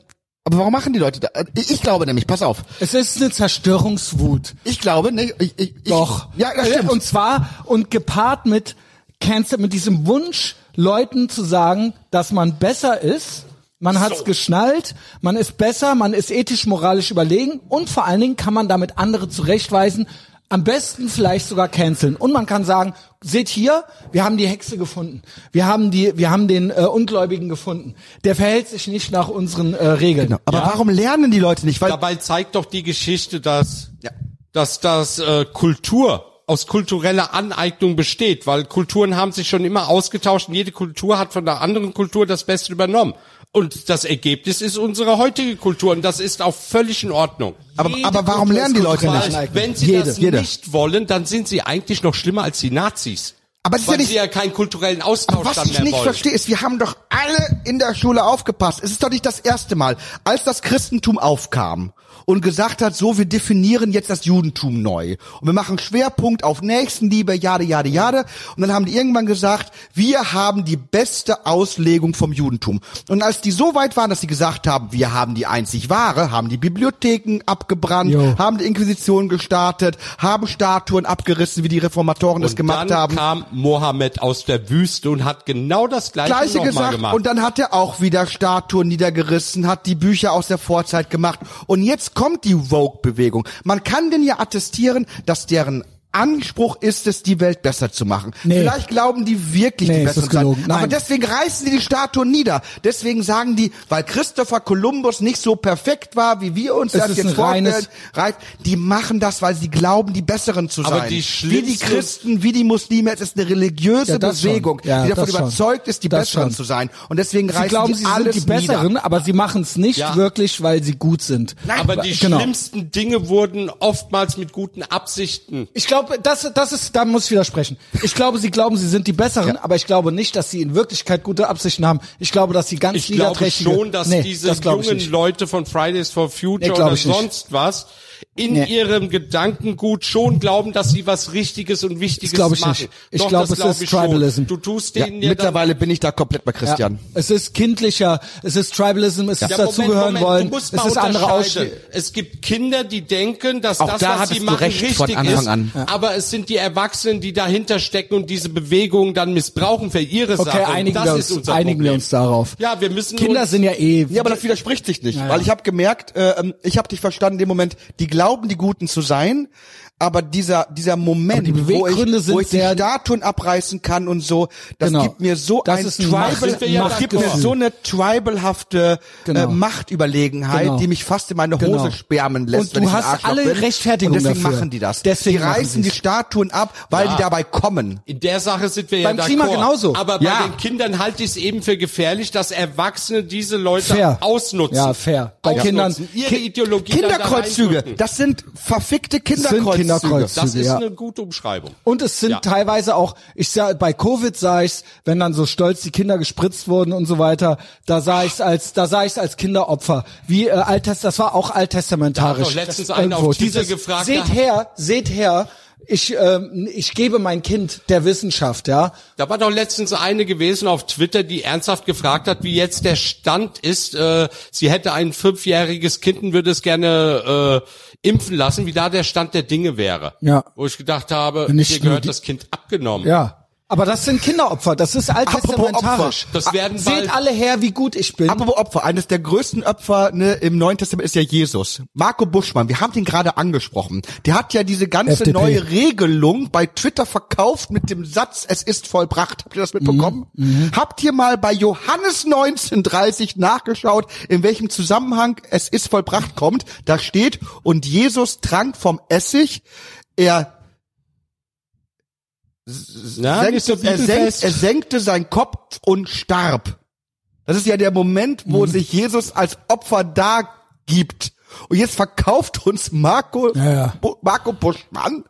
Speaker 2: aber warum machen die Leute da? äh, Ich glaube nämlich, pass auf,
Speaker 1: Es ist eine Zerstörungswut.
Speaker 2: ich glaube, ne, ich, ich, ich-
Speaker 1: Doch.
Speaker 2: Ja, das
Speaker 1: Äh,
Speaker 2: stimmt.
Speaker 1: Und zwar, und gepaart mit Cancel, mit diesem Wunsch, Leuten zu sagen, dass man besser ist. Man hat's geschnallt, man ist besser, man ist ethisch, moralisch überlegen und vor allen Dingen kann man damit andere zurechtweisen, am besten vielleicht sogar canceln. Und man kann sagen, seht hier, wir haben die Hexe gefunden. Wir haben die, wir haben den äh, Ungläubigen gefunden. Der verhält sich nicht nach unseren äh, Regeln.
Speaker 2: Genau. Aber warum lernen die Leute nicht? Weil
Speaker 3: Dabei zeigt doch die Geschichte, dass,
Speaker 2: Ja.
Speaker 3: dass das äh, Kultur aus kultureller Aneignung besteht, weil Kulturen haben sich schon immer ausgetauscht und jede Kultur hat von der anderen Kultur das Beste übernommen. Und das Ergebnis ist unsere heutige Kultur und das ist auch völlig in Ordnung.
Speaker 2: Aber,
Speaker 1: Jede
Speaker 2: aber warum
Speaker 1: Kultur
Speaker 2: lernen
Speaker 1: ist
Speaker 2: die Leute
Speaker 1: kulturell
Speaker 2: nicht?
Speaker 1: eigen.
Speaker 3: Wenn sie
Speaker 2: Jede,
Speaker 3: das
Speaker 2: jede.
Speaker 3: nicht wollen, dann sind sie eigentlich noch schlimmer als die Nazis.
Speaker 2: Aber es ist
Speaker 3: weil
Speaker 2: ja nicht-
Speaker 3: sie ja keinen kulturellen Austausch
Speaker 2: Was
Speaker 3: dann
Speaker 2: ich
Speaker 3: mehr
Speaker 2: nicht
Speaker 3: wollen.
Speaker 2: verstehe, ist, wir haben doch alle in der Schule aufgepasst. Es ist doch nicht das erste Mal, als das Christentum aufkam und gesagt hat, so, wir definieren jetzt das Judentum neu. Und wir machen Schwerpunkt auf Nächstenliebe, jade, jade, jade. Und dann haben die irgendwann gesagt, wir haben die beste Auslegung vom Judentum. Und als die so weit waren, dass sie gesagt haben, wir haben die einzig wahre, haben die Bibliotheken abgebrannt,
Speaker 1: Jo.
Speaker 2: haben die Inquisition gestartet, haben Statuen abgerissen, wie die Reformatoren das
Speaker 3: Und
Speaker 2: gemacht
Speaker 3: dann
Speaker 2: haben.
Speaker 3: kam Mohammed aus der Wüste und hat genau das Gleiche,
Speaker 2: Gleiche
Speaker 3: noch mal
Speaker 2: gesagt
Speaker 3: gemacht.
Speaker 2: und dann hat er auch wieder Statuen niedergerissen, hat die Bücher aus der Vorzeit gemacht und jetzt kommt die Vogue-Bewegung. Man kann denn ja attestieren, dass deren Anspruch ist es, die Welt besser zu machen.
Speaker 1: Nee.
Speaker 2: Vielleicht glauben die wirklich
Speaker 1: Nee,
Speaker 2: die
Speaker 1: ist
Speaker 2: besser
Speaker 1: das
Speaker 2: zu sein.
Speaker 1: gelogen.
Speaker 2: Aber
Speaker 1: Nein.
Speaker 2: deswegen reißen die die Statuen nieder. Deswegen sagen die, weil Christopher Columbus nicht so perfekt war, wie wir uns
Speaker 1: Es
Speaker 2: das
Speaker 1: ist
Speaker 2: jetzt
Speaker 1: ein reines-
Speaker 2: vorstellen, reicht, die machen das, weil sie glauben, die Besseren zu
Speaker 3: Aber
Speaker 2: sein.
Speaker 3: die
Speaker 2: wie die
Speaker 3: schlimmsten-
Speaker 2: Christen, wie die Muslime, es ist eine religiöse
Speaker 1: Ja, das schon.
Speaker 2: Bewegung,
Speaker 1: Ja,
Speaker 2: die davon
Speaker 1: das schon.
Speaker 2: überzeugt ist, die
Speaker 1: Das
Speaker 2: Besseren
Speaker 1: schon.
Speaker 2: zu sein. Und deswegen
Speaker 1: Sie
Speaker 2: reißen
Speaker 1: glauben,
Speaker 2: die
Speaker 1: sie
Speaker 2: alles
Speaker 1: sind die
Speaker 2: nieder.
Speaker 1: Besseren, aber sie machen es nicht
Speaker 3: Ja.
Speaker 1: wirklich, weil sie gut sind.
Speaker 3: aber die
Speaker 1: Genau.
Speaker 3: schlimmsten Dinge wurden oftmals mit guten Absichten.
Speaker 1: Ich glaube, das, das ist, da muss ich widersprechen. Ich glaube, sie glauben, sie sind die Besseren, aber ich glaube nicht, dass sie in Wirklichkeit gute Absichten haben. Ich glaube, dass sie ganz
Speaker 3: Ich glaube
Speaker 1: niederträchtige...
Speaker 3: schon, dass
Speaker 1: nee,
Speaker 3: diese
Speaker 1: das glaube ich
Speaker 3: jungen
Speaker 1: nicht.
Speaker 3: Leute von Fridays for Future
Speaker 1: Nee, glaub
Speaker 3: oder
Speaker 1: ich nicht.
Speaker 3: sonst was in
Speaker 1: Nee.
Speaker 3: ihrem Gedankengut schon glauben, dass sie was Richtiges und Wichtiges
Speaker 1: Das glaub ich
Speaker 3: machen.
Speaker 1: nicht. Ich
Speaker 3: Doch,
Speaker 1: glaub,
Speaker 3: das
Speaker 1: es
Speaker 3: glaub
Speaker 1: ist
Speaker 3: ich schon.
Speaker 1: Tribalism.
Speaker 3: Du tust
Speaker 2: Ja,
Speaker 3: denen ja, dann
Speaker 2: mittlerweile bin ich da komplett bei
Speaker 1: Ja.
Speaker 2: Christian.
Speaker 1: Es ist kindlicher, es ist Tribalism, es ist
Speaker 3: Ja,
Speaker 1: dazugehören
Speaker 3: Moment,
Speaker 1: wollen,
Speaker 3: Moment, du musst
Speaker 1: es
Speaker 3: mal
Speaker 1: ist andere
Speaker 3: unterscheiden.
Speaker 1: Ausschnitte.
Speaker 3: Es gibt Kinder, die denken, dass
Speaker 2: Auch
Speaker 3: das,
Speaker 2: da
Speaker 3: was
Speaker 2: hattest
Speaker 3: sie
Speaker 2: du
Speaker 3: machen,
Speaker 2: recht
Speaker 3: richtig
Speaker 2: von Anfang
Speaker 3: ist.
Speaker 2: an.
Speaker 3: Aber es sind die Erwachsenen, die dahinter stecken und diese Bewegung dann missbrauchen für ihre
Speaker 1: Okay,
Speaker 3: Sache. Und
Speaker 1: einigen,
Speaker 3: das
Speaker 1: wir
Speaker 3: ist
Speaker 1: uns,
Speaker 3: unser
Speaker 1: einigen wir
Speaker 3: Problem.
Speaker 1: uns darauf.
Speaker 3: Ja, wir müssen
Speaker 1: Kinder
Speaker 3: uns-
Speaker 1: sind ja eh...
Speaker 2: Ja, aber das widerspricht sich nicht, weil ich habe gemerkt, äh, ähm, ich habe dich verstanden, in dem Moment, die glauben, die Guten zu sein, aber dieser dieser Moment,
Speaker 1: Aber die
Speaker 2: wo ich,
Speaker 1: Beweggründe sind
Speaker 2: wo ich die
Speaker 1: sehr-
Speaker 2: Statuen abreißen kann und so, das
Speaker 1: Genau.
Speaker 2: gibt mir so
Speaker 1: Das
Speaker 2: ein
Speaker 1: ist ein
Speaker 2: Tribal,
Speaker 1: Macht-
Speaker 2: das
Speaker 1: sind wir
Speaker 3: ja
Speaker 2: gibt mir
Speaker 3: d'accord.
Speaker 2: so eine tribalhafte äh,
Speaker 1: Genau.
Speaker 2: Machtüberlegenheit,
Speaker 1: Genau.
Speaker 2: die mich fast in meine Hose
Speaker 1: Genau.
Speaker 2: spermen lässt,
Speaker 1: Und
Speaker 2: wenn
Speaker 1: du
Speaker 2: ich ein
Speaker 1: hast
Speaker 2: Arschloch
Speaker 1: alle
Speaker 2: bin.
Speaker 1: Rechtfertigung
Speaker 2: und deswegen
Speaker 1: dafür.
Speaker 2: machen die das.
Speaker 1: Deswegen
Speaker 2: die
Speaker 1: machen
Speaker 2: reißen die
Speaker 1: sie's.
Speaker 2: Statuen ab, weil die dabei kommen.
Speaker 3: In der Sache sind wir
Speaker 1: Beim
Speaker 3: ja d'accord.
Speaker 1: Klima genauso.
Speaker 3: Aber bei
Speaker 2: Ja.
Speaker 3: den Kindern halte ich es eben für gefährlich, dass Erwachsene diese Leute
Speaker 1: Fair.
Speaker 3: ausnutzen.
Speaker 1: Ja, fair. Bei
Speaker 3: ausnutzen.
Speaker 1: Kindern-
Speaker 3: Ihre
Speaker 1: Ki-
Speaker 3: Ideologie dann da
Speaker 2: Kinderkreuzzüge,
Speaker 3: reindrücken.
Speaker 2: das sind verfickte Kinderkreuzzüge.
Speaker 1: Kinderkreuzzüge.
Speaker 3: Das ist
Speaker 1: ja.
Speaker 3: eine gute Umschreibung.
Speaker 1: Und es sind
Speaker 3: Ja.
Speaker 1: teilweise auch, ich sag, bei Covid sah ich's, wenn dann so stolz die Kinder gespritzt wurden und so weiter, da sah ich's als, da sah ich's als Kinderopfer. Wie äh, Altes, das war auch
Speaker 3: Da
Speaker 1: alttestamentarisch.
Speaker 3: hat doch letztens einer auf Twitter gefragt,
Speaker 1: Seht
Speaker 3: da-
Speaker 1: her, seht her, ich, ähm, ich gebe mein Kind der Wissenschaft, ja.
Speaker 3: Da war doch letztens eine gewesen auf Twitter, die ernsthaft gefragt hat, wie jetzt der Stand ist. Äh, sie hätte ein fünfjähriges Kind und würde es gerne äh, impfen lassen, wie da der Stand der Dinge wäre.
Speaker 1: Ja.
Speaker 3: Wo ich gedacht habe,
Speaker 1: Nicht
Speaker 3: dir
Speaker 1: nur
Speaker 3: gehört
Speaker 1: die-
Speaker 3: das Kind abgenommen.
Speaker 1: Ja. Aber das sind Kinderopfer, das ist alttestamentarisch.
Speaker 2: Opfer.
Speaker 3: Das werden bald,
Speaker 1: Seht alle her, wie gut ich bin.
Speaker 2: Apropos Opfer, eines der größten Opfer ne, im Neuen Testament ist ja Jesus. Marco Buschmann, wir haben den gerade angesprochen. Der hat ja diese ganze
Speaker 1: FDP.
Speaker 2: neue Regelung bei Twitter verkauft mit dem Satz, es ist vollbracht. Habt ihr das mitbekommen? Habt ihr mal bei Johannes 1930 nachgeschaut, in welchem Zusammenhang es ist vollbracht kommt? Da steht, und Jesus trank vom Essig, er
Speaker 3: na, nicht so
Speaker 2: senkte, er, senk,
Speaker 3: bibelfest.
Speaker 2: er senkte seinen Kopf und starb. Das ist ja der Moment,
Speaker 1: Mhm.
Speaker 2: wo sich Jesus als Opfer dargibt. Und jetzt verkauft uns Marco,
Speaker 1: Ja, ja.
Speaker 2: Bu- Marco Buschmann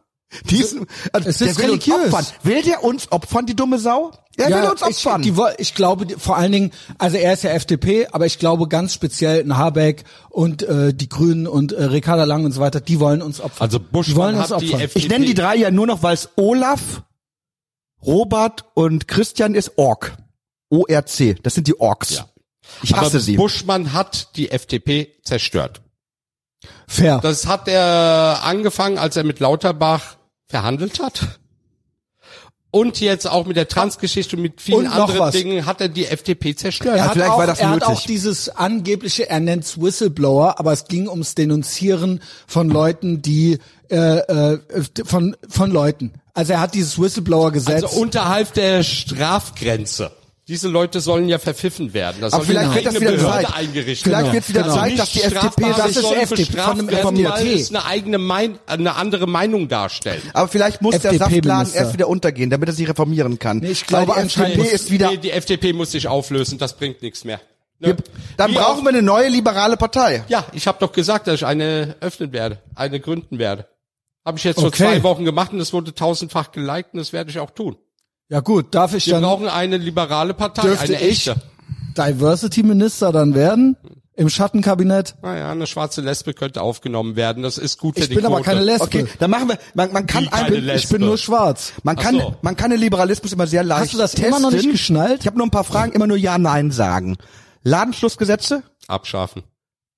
Speaker 2: diesen, also
Speaker 1: Es ist
Speaker 2: der will
Speaker 1: religiös.
Speaker 2: uns opfern. Will der uns opfern, die dumme Sau? Er will uns opfern.
Speaker 1: Ich, die, woll- ich glaube die, vor allen Dingen, also er ist ja FDP, aber ich glaube ganz speziell in Habeck und äh, die Grünen und äh, Ricarda Lang und so weiter, die wollen uns opfern.
Speaker 3: Also
Speaker 1: die wollen
Speaker 3: Buschmann
Speaker 1: uns
Speaker 3: hat die
Speaker 1: opfern.
Speaker 3: FDP.
Speaker 2: ich nenne die drei ja nur noch, weil es Olaf, Robert und Christian ist Ork. O-R-C. Das sind die Orks.
Speaker 3: Ja.
Speaker 2: Ich hasse
Speaker 3: Aber
Speaker 2: sie.
Speaker 3: Buschmann hat die FDP zerstört.
Speaker 1: Fair.
Speaker 3: Das hat er angefangen, als er mit Lauterbach verhandelt hat. Und jetzt auch mit der Transgeschichte und mit
Speaker 1: Und
Speaker 3: vielen
Speaker 1: noch
Speaker 3: anderen
Speaker 1: was.
Speaker 3: Dingen hat er die FDP zerstört.
Speaker 1: er
Speaker 2: Ja,
Speaker 1: hat,
Speaker 2: vielleicht
Speaker 1: auch,
Speaker 2: war das
Speaker 1: er hat
Speaker 2: nötig.
Speaker 1: auch dieses angebliche, er nennt's Whistleblower, aber es ging ums Denunzieren von Leuten, die äh, äh, von von Leuten. Also er hat dieses Whistleblower-Gesetz.
Speaker 3: Also unterhalb der Strafgrenze. Diese Leute sollen ja verpfiffen werden. Das
Speaker 2: Aber
Speaker 3: soll
Speaker 2: vielleicht
Speaker 3: eine
Speaker 2: wird das
Speaker 3: eigene
Speaker 2: wieder
Speaker 3: Behörde
Speaker 2: Zeit.
Speaker 3: eingerichtet
Speaker 2: Vielleicht
Speaker 3: werden. Also
Speaker 2: wird wieder
Speaker 1: Genau.
Speaker 2: Zeit,
Speaker 3: Nicht
Speaker 2: dass die FDP
Speaker 3: strafbar
Speaker 1: das
Speaker 2: sich
Speaker 1: ist
Speaker 3: sollen
Speaker 1: FDP,
Speaker 3: bestraft
Speaker 1: von einem
Speaker 3: werden, weil
Speaker 1: FDP.
Speaker 3: es eine eigene Mein eine andere Meinung darstellen.
Speaker 2: Aber vielleicht muss der
Speaker 1: FDP-Minister.
Speaker 2: Saftladen erst wieder untergehen, damit er sich reformieren kann.
Speaker 1: Nee, ich glaube,
Speaker 2: Weil die
Speaker 1: anscheinend
Speaker 2: FDP ist wieder.
Speaker 3: nee, die FDP muss sich auflösen, das bringt nichts mehr. Ne?
Speaker 2: Wir, dann
Speaker 3: Wie
Speaker 2: brauchen
Speaker 3: auch-
Speaker 2: wir eine neue liberale Partei.
Speaker 3: Ja, ich habe doch gesagt, dass ich eine öffnen werde, eine gründen werde. Habe ich jetzt vor
Speaker 1: Okay.
Speaker 3: zwei Wochen gemacht und es wurde tausendfach geliked und das werde ich auch tun.
Speaker 1: ja gut, darf ich
Speaker 3: Wir
Speaker 1: dann
Speaker 3: brauchen eine liberale Partei,
Speaker 1: dürfte
Speaker 3: eine
Speaker 1: ich
Speaker 3: echte.
Speaker 1: Diversity-Minister dann werden im Schattenkabinett?
Speaker 3: Naja, eine schwarze Lesbe könnte aufgenommen werden. Das ist gut für
Speaker 1: Ich
Speaker 3: die
Speaker 1: bin
Speaker 3: Quote.
Speaker 1: aber keine Lesbe.
Speaker 2: Okay, dann machen wir. Man, man kann
Speaker 3: Wie keine
Speaker 2: ein,
Speaker 3: Le-
Speaker 1: Ich bin nur schwarz.
Speaker 2: man
Speaker 3: Ach
Speaker 2: kann
Speaker 3: so.
Speaker 2: man kann den Liberalismus immer sehr leicht
Speaker 1: Hast du das immer noch
Speaker 2: testen.
Speaker 1: nicht geschnallt?
Speaker 2: Ich habe nur ein paar Fragen, immer nur ja, nein sagen. Ladenschlussgesetze,
Speaker 3: Abschaffen,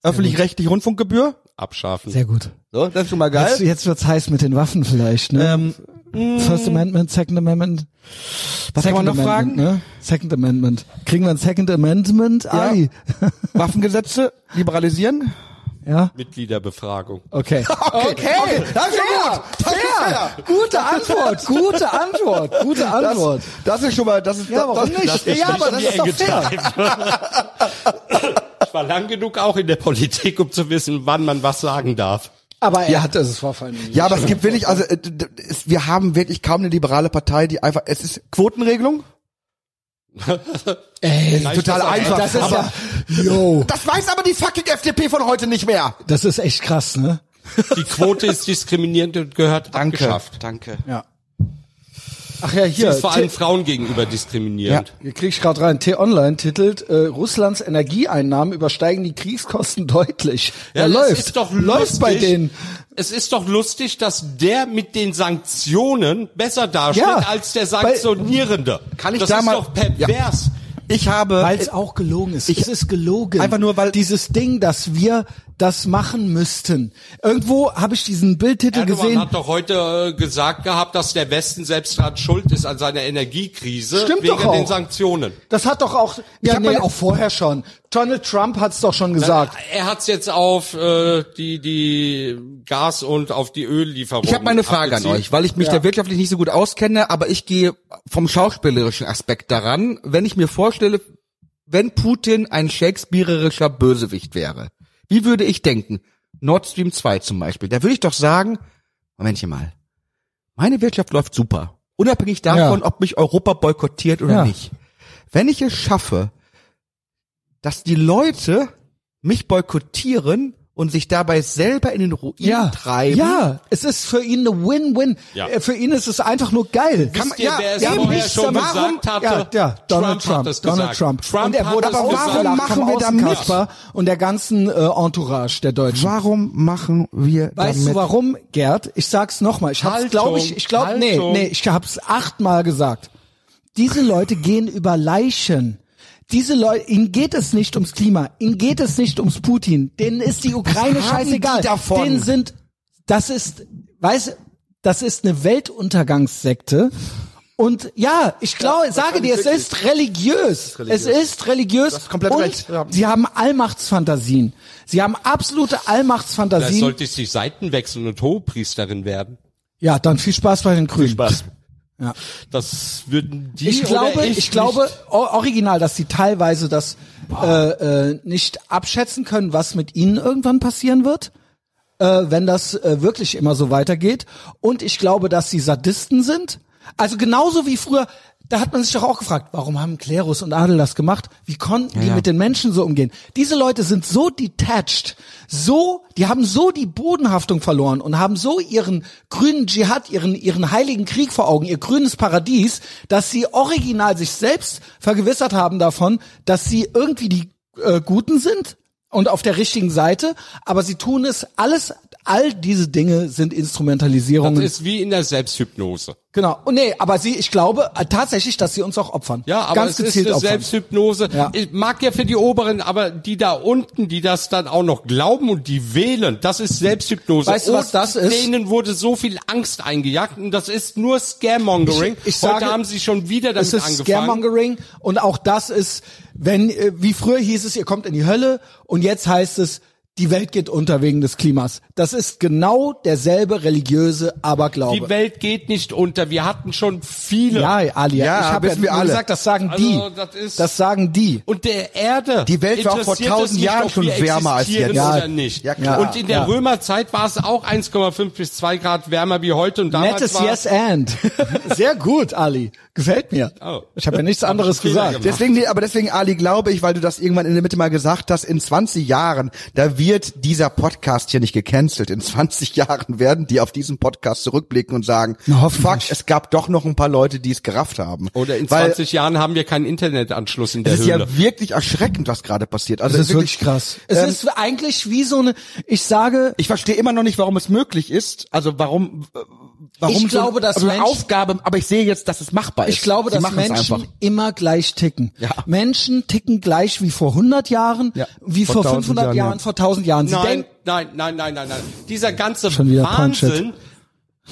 Speaker 2: öffentlich-rechtliche Rundfunkgebühr.
Speaker 3: abschaffen.
Speaker 1: Sehr gut.
Speaker 2: So, das ist schon mal
Speaker 1: Jetzt,
Speaker 2: geil.
Speaker 1: jetzt wird's heiß mit den Waffen vielleicht, ne?
Speaker 2: Ähm,
Speaker 1: First Amendment, Second Amendment.
Speaker 2: was kann man noch fragen?
Speaker 1: Ne? Second Amendment. Kriegen wir ein Second Amendment? Ali?
Speaker 2: Waffengesetze liberalisieren.
Speaker 1: Ja?
Speaker 3: Mitgliederbefragung.
Speaker 2: *laughs*
Speaker 1: Okay.
Speaker 2: Okay, okay. das ist schon gut. Das ist fair.
Speaker 1: Gute Antwort, gute Antwort, gute Antwort.
Speaker 2: Das, das ist schon mal, das ist
Speaker 1: Ja, warum
Speaker 2: das,
Speaker 1: nicht? Ja, aber das ist doch fair.
Speaker 3: *laughs* Ich war lang genug auch in der Politik, um zu wissen, wann man was sagen darf.
Speaker 1: Aber er hat das Vorfallen.
Speaker 2: Ja, aber es gibt wirklich, also äh, d- d- es- wir haben wirklich kaum eine liberale Partei, die einfach, es ist Quotenregelung.
Speaker 1: Ey,
Speaker 3: Reicht
Speaker 2: total
Speaker 3: das auch?
Speaker 2: einfach.
Speaker 1: das ist
Speaker 2: aber-
Speaker 1: ja, yo,
Speaker 2: Das weiß aber die fucking FDP von heute nicht mehr.
Speaker 1: das ist echt krass, ne?
Speaker 3: Die Quote ist diskriminierend und gehört abgeschafft.
Speaker 2: danke.
Speaker 1: Ja. Ach ja,
Speaker 3: Sie
Speaker 1: hier.
Speaker 3: ist vor allem
Speaker 1: T-
Speaker 3: Frauen gegenüber diskriminierend.
Speaker 1: hier krieg ich gerade rein. T-Online titelt, äh, Russlands Energieeinnahmen übersteigen die Kriegskosten *laughs* deutlich. Ja,
Speaker 3: das
Speaker 1: läuft.
Speaker 3: Ist doch
Speaker 1: läuft
Speaker 3: lustig.
Speaker 1: bei denen.
Speaker 3: Es ist doch lustig, dass der mit den Sanktionen besser dasteht
Speaker 1: Ja,
Speaker 3: als der Sanktionierende.
Speaker 2: Kann ich
Speaker 3: das
Speaker 2: da
Speaker 3: ist
Speaker 2: mal-
Speaker 3: doch pervers.
Speaker 2: Ich habe,
Speaker 1: Weil es auch gelogen ist.
Speaker 2: Ich-
Speaker 1: es ist gelogen.
Speaker 2: Einfach nur, weil-
Speaker 1: dieses Ding, dass wir das machen müssten. Irgendwo habe ich diesen Bildtitel
Speaker 3: Erdogan
Speaker 1: gesehen.
Speaker 3: hat doch heute äh, gesagt gehabt, dass der Westen selbst dran schuld ist an seiner Energiekrise
Speaker 1: Stimmt
Speaker 3: wegen
Speaker 1: doch auch.
Speaker 3: den Sanktionen.
Speaker 1: Das hat doch auch, ja,
Speaker 2: hab
Speaker 1: nee,
Speaker 2: mal-
Speaker 1: auch vorher schon. Donald Trump hat's doch schon gesagt.
Speaker 3: Er hat es jetzt auf äh, die die Gas und auf die Öllieferung.
Speaker 2: ich habe meine Frage an euch, weil ich mich da wirtschaftlich nicht so gut auskenne, aber ich gehe vom schauspielerischen Aspekt daran, wenn ich mir vorstelle, wenn Putin ein shakespearerischer Bösewicht wäre, wie würde ich denken? Nord Stream 2 zum Beispiel. Da würde ich doch sagen, Momentchen mal, meine Wirtschaft läuft super. Unabhängig davon,
Speaker 1: Ja.
Speaker 2: ob mich Europa boykottiert oder
Speaker 1: Ja.
Speaker 2: nicht. Wenn ich es schaffe, dass die Leute mich boykottieren und sich dabei selber in den Ruin
Speaker 1: ja,
Speaker 2: treiben.
Speaker 1: ja, es ist für ihn eine Win-Win.
Speaker 3: Ja.
Speaker 1: Äh, Für ihn ist es einfach nur geil.
Speaker 2: Kann
Speaker 3: Wisst ihr,
Speaker 2: ja,
Speaker 3: wer es
Speaker 2: ja, eben
Speaker 3: vorher
Speaker 2: nicht,
Speaker 3: schon
Speaker 2: aber warum-
Speaker 3: gesagt hatte?
Speaker 1: Ja, ja, Donald Trump.
Speaker 3: Trump hat es
Speaker 1: Donald
Speaker 3: gesagt.
Speaker 1: Trump.
Speaker 3: Trump
Speaker 1: und er
Speaker 3: hat
Speaker 1: wurde
Speaker 3: es
Speaker 1: aber
Speaker 2: gesagt.
Speaker 1: warum machen wir da
Speaker 2: mit?
Speaker 1: Kasper und der ganzen äh, Entourage der Deutschen.
Speaker 2: Warum machen wir
Speaker 1: Weißt
Speaker 2: damit?
Speaker 1: du warum, Gerd? Ich sag's nochmal. Ich hab's,
Speaker 3: Haltung,
Speaker 1: glaube ich, ich glaube, nee,
Speaker 3: Haltung.
Speaker 1: nee, ich hab's achtmal gesagt. Diese Leute gehen über Leichen. Diese Leute, ihnen geht es nicht ums Klima, ihnen geht es nicht ums Putin, denen ist die Ukraine
Speaker 2: haben die
Speaker 1: scheißegal.
Speaker 2: davon?
Speaker 1: Denen sind, das ist, weißt du, das ist eine Weltuntergangssekte. Und ja, ich glaube, sage dir, es ist religiös. Es ist religiös.
Speaker 2: hast komplett
Speaker 1: und
Speaker 2: recht. Ja.
Speaker 1: Sie haben Allmachtsfantasien. Sie haben absolute
Speaker 3: Da
Speaker 1: Allmachtsfantasien.
Speaker 3: sollte ich die Seiten wechseln und Hohepriesterin werden.
Speaker 1: Ja, dann viel Spaß bei den Grünen.
Speaker 2: Spaß.
Speaker 3: Das würden die
Speaker 1: Ich glaube,
Speaker 3: oder
Speaker 1: ich,
Speaker 3: ich,
Speaker 1: glaube o- original, dass sie teilweise das äh, äh, nicht abschätzen können, was mit ihnen irgendwann passieren wird, äh, wenn das äh, wirklich immer so weitergeht. Und ich glaube, dass sie Sadisten sind. Also genauso wie früher. Da hat man sich doch auch gefragt, warum haben Klerus und Adel das gemacht? Wie konnten die
Speaker 2: ja.
Speaker 1: mit den Menschen so umgehen? Diese Leute sind so detached, so, die haben so die Bodenhaftung verloren und haben so ihren grünen Dschihad, ihren, ihren heiligen Krieg vor Augen, ihr grünes Paradies, dass sie original sich selbst vergewissert haben davon, dass sie irgendwie die äh, Guten sind und auf der richtigen Seite, aber sie tun es alles, all diese Dinge sind
Speaker 3: Das
Speaker 1: Instrumentalisierungen.
Speaker 3: ist wie in der Selbsthypnose.
Speaker 1: genau. Und nee, aber sie, ich glaube äh, tatsächlich, dass sie uns auch opfern.
Speaker 3: Ja, aber
Speaker 1: Ganz
Speaker 3: es
Speaker 1: gezielt
Speaker 3: ist eine
Speaker 1: opfern.
Speaker 3: Selbsthypnose.
Speaker 1: Ja.
Speaker 3: Ich Mag ja für die Oberen, aber die da unten, die das dann auch noch glauben und die wählen, das ist Selbsthypnose.
Speaker 1: Weißt du, was das ist?
Speaker 3: Denen wurde so viel Angst eingejagt und das ist nur Scaremongering.
Speaker 1: Ich- ich sage,
Speaker 3: Heute haben sie schon wieder damit
Speaker 1: es ist
Speaker 3: angefangen.
Speaker 1: Scaremongering und auch das ist, wenn äh, wie früher hieß es, ihr kommt in die Hölle und jetzt heißt es, die Welt geht unter wegen des Klimas. Das ist genau derselbe religiöse
Speaker 3: Die
Speaker 1: Aberglaube.
Speaker 3: Welt geht nicht unter. Wir hatten schon viele.
Speaker 1: Ja, Ali,
Speaker 2: Ja,
Speaker 1: ich habe ja
Speaker 2: wissen wir
Speaker 1: nur
Speaker 2: alle.
Speaker 1: gesagt, das sagen
Speaker 3: Also,
Speaker 1: die.
Speaker 3: das ist-
Speaker 1: das sagen die.
Speaker 3: Und der Erde.
Speaker 2: Die Welt war auch vor
Speaker 3: interessiert
Speaker 2: 1000
Speaker 3: es nicht,
Speaker 2: Jahren
Speaker 3: ob
Speaker 2: schon
Speaker 3: wir
Speaker 2: wärmer als
Speaker 3: existieren
Speaker 2: jetzt.
Speaker 3: Oder
Speaker 1: Ja,
Speaker 3: nicht.
Speaker 2: ja, klar.
Speaker 3: Und in der
Speaker 1: Ja.
Speaker 3: Römerzeit war es auch 1,5 bis 2 Grad wärmer wie heute. Und damals
Speaker 1: Nettes
Speaker 3: war
Speaker 1: Yes and. *laughs* Sehr gut, Ali. Gefällt mir.
Speaker 3: Oh.
Speaker 1: Ich habe ja nichts anderes
Speaker 3: Fehler
Speaker 1: gesagt.
Speaker 3: gemacht.
Speaker 2: Deswegen, nee, aber deswegen, Ali, glaube ich, weil du das irgendwann in der Mitte mal gesagt hast, in 20 Jahren, da wird dieser Podcast hier nicht gecancelt. In 20 *laughs* Jahren werden die auf diesen Podcast zurückblicken und sagen,
Speaker 1: Na,
Speaker 2: fuck,
Speaker 1: hoffentlich.
Speaker 2: es gab doch noch ein paar Leute, die es gerafft haben.
Speaker 3: Oder in
Speaker 2: weil
Speaker 3: 20 Jahren haben wir keinen Internetanschluss in der
Speaker 2: es ist
Speaker 3: Höhle.
Speaker 2: ja wirklich erschreckend, was gerade passiert. Also
Speaker 1: Das ist wirklich krass. Es
Speaker 2: ähm,
Speaker 1: ist eigentlich wie so eine, ich sage,
Speaker 2: ich verstehe immer noch nicht, warum es möglich ist. Also warum, äh, warum
Speaker 1: Ich
Speaker 2: so
Speaker 1: glaube, dass
Speaker 2: also eine
Speaker 1: Menschen-
Speaker 2: Aufgabe, aber ich sehe jetzt, dass es machbar ist.
Speaker 1: Ich glaube,
Speaker 2: Sie
Speaker 1: dass
Speaker 2: machen es
Speaker 1: Menschen
Speaker 2: einfach.
Speaker 1: immer gleich ticken.
Speaker 2: Ja.
Speaker 1: Menschen ticken gleich wie vor 100 Jahren,
Speaker 2: Ja.
Speaker 1: wie
Speaker 2: Vor
Speaker 1: vor
Speaker 2: 1000
Speaker 1: 500 Jahren,
Speaker 2: Jahren, ja.
Speaker 1: vor 1000 Jahren. Sie
Speaker 3: Nein,
Speaker 1: denken,
Speaker 3: nein, nein, nein, nein, nein. Dieser ganze
Speaker 1: Schon wieder
Speaker 3: Wahnsinn,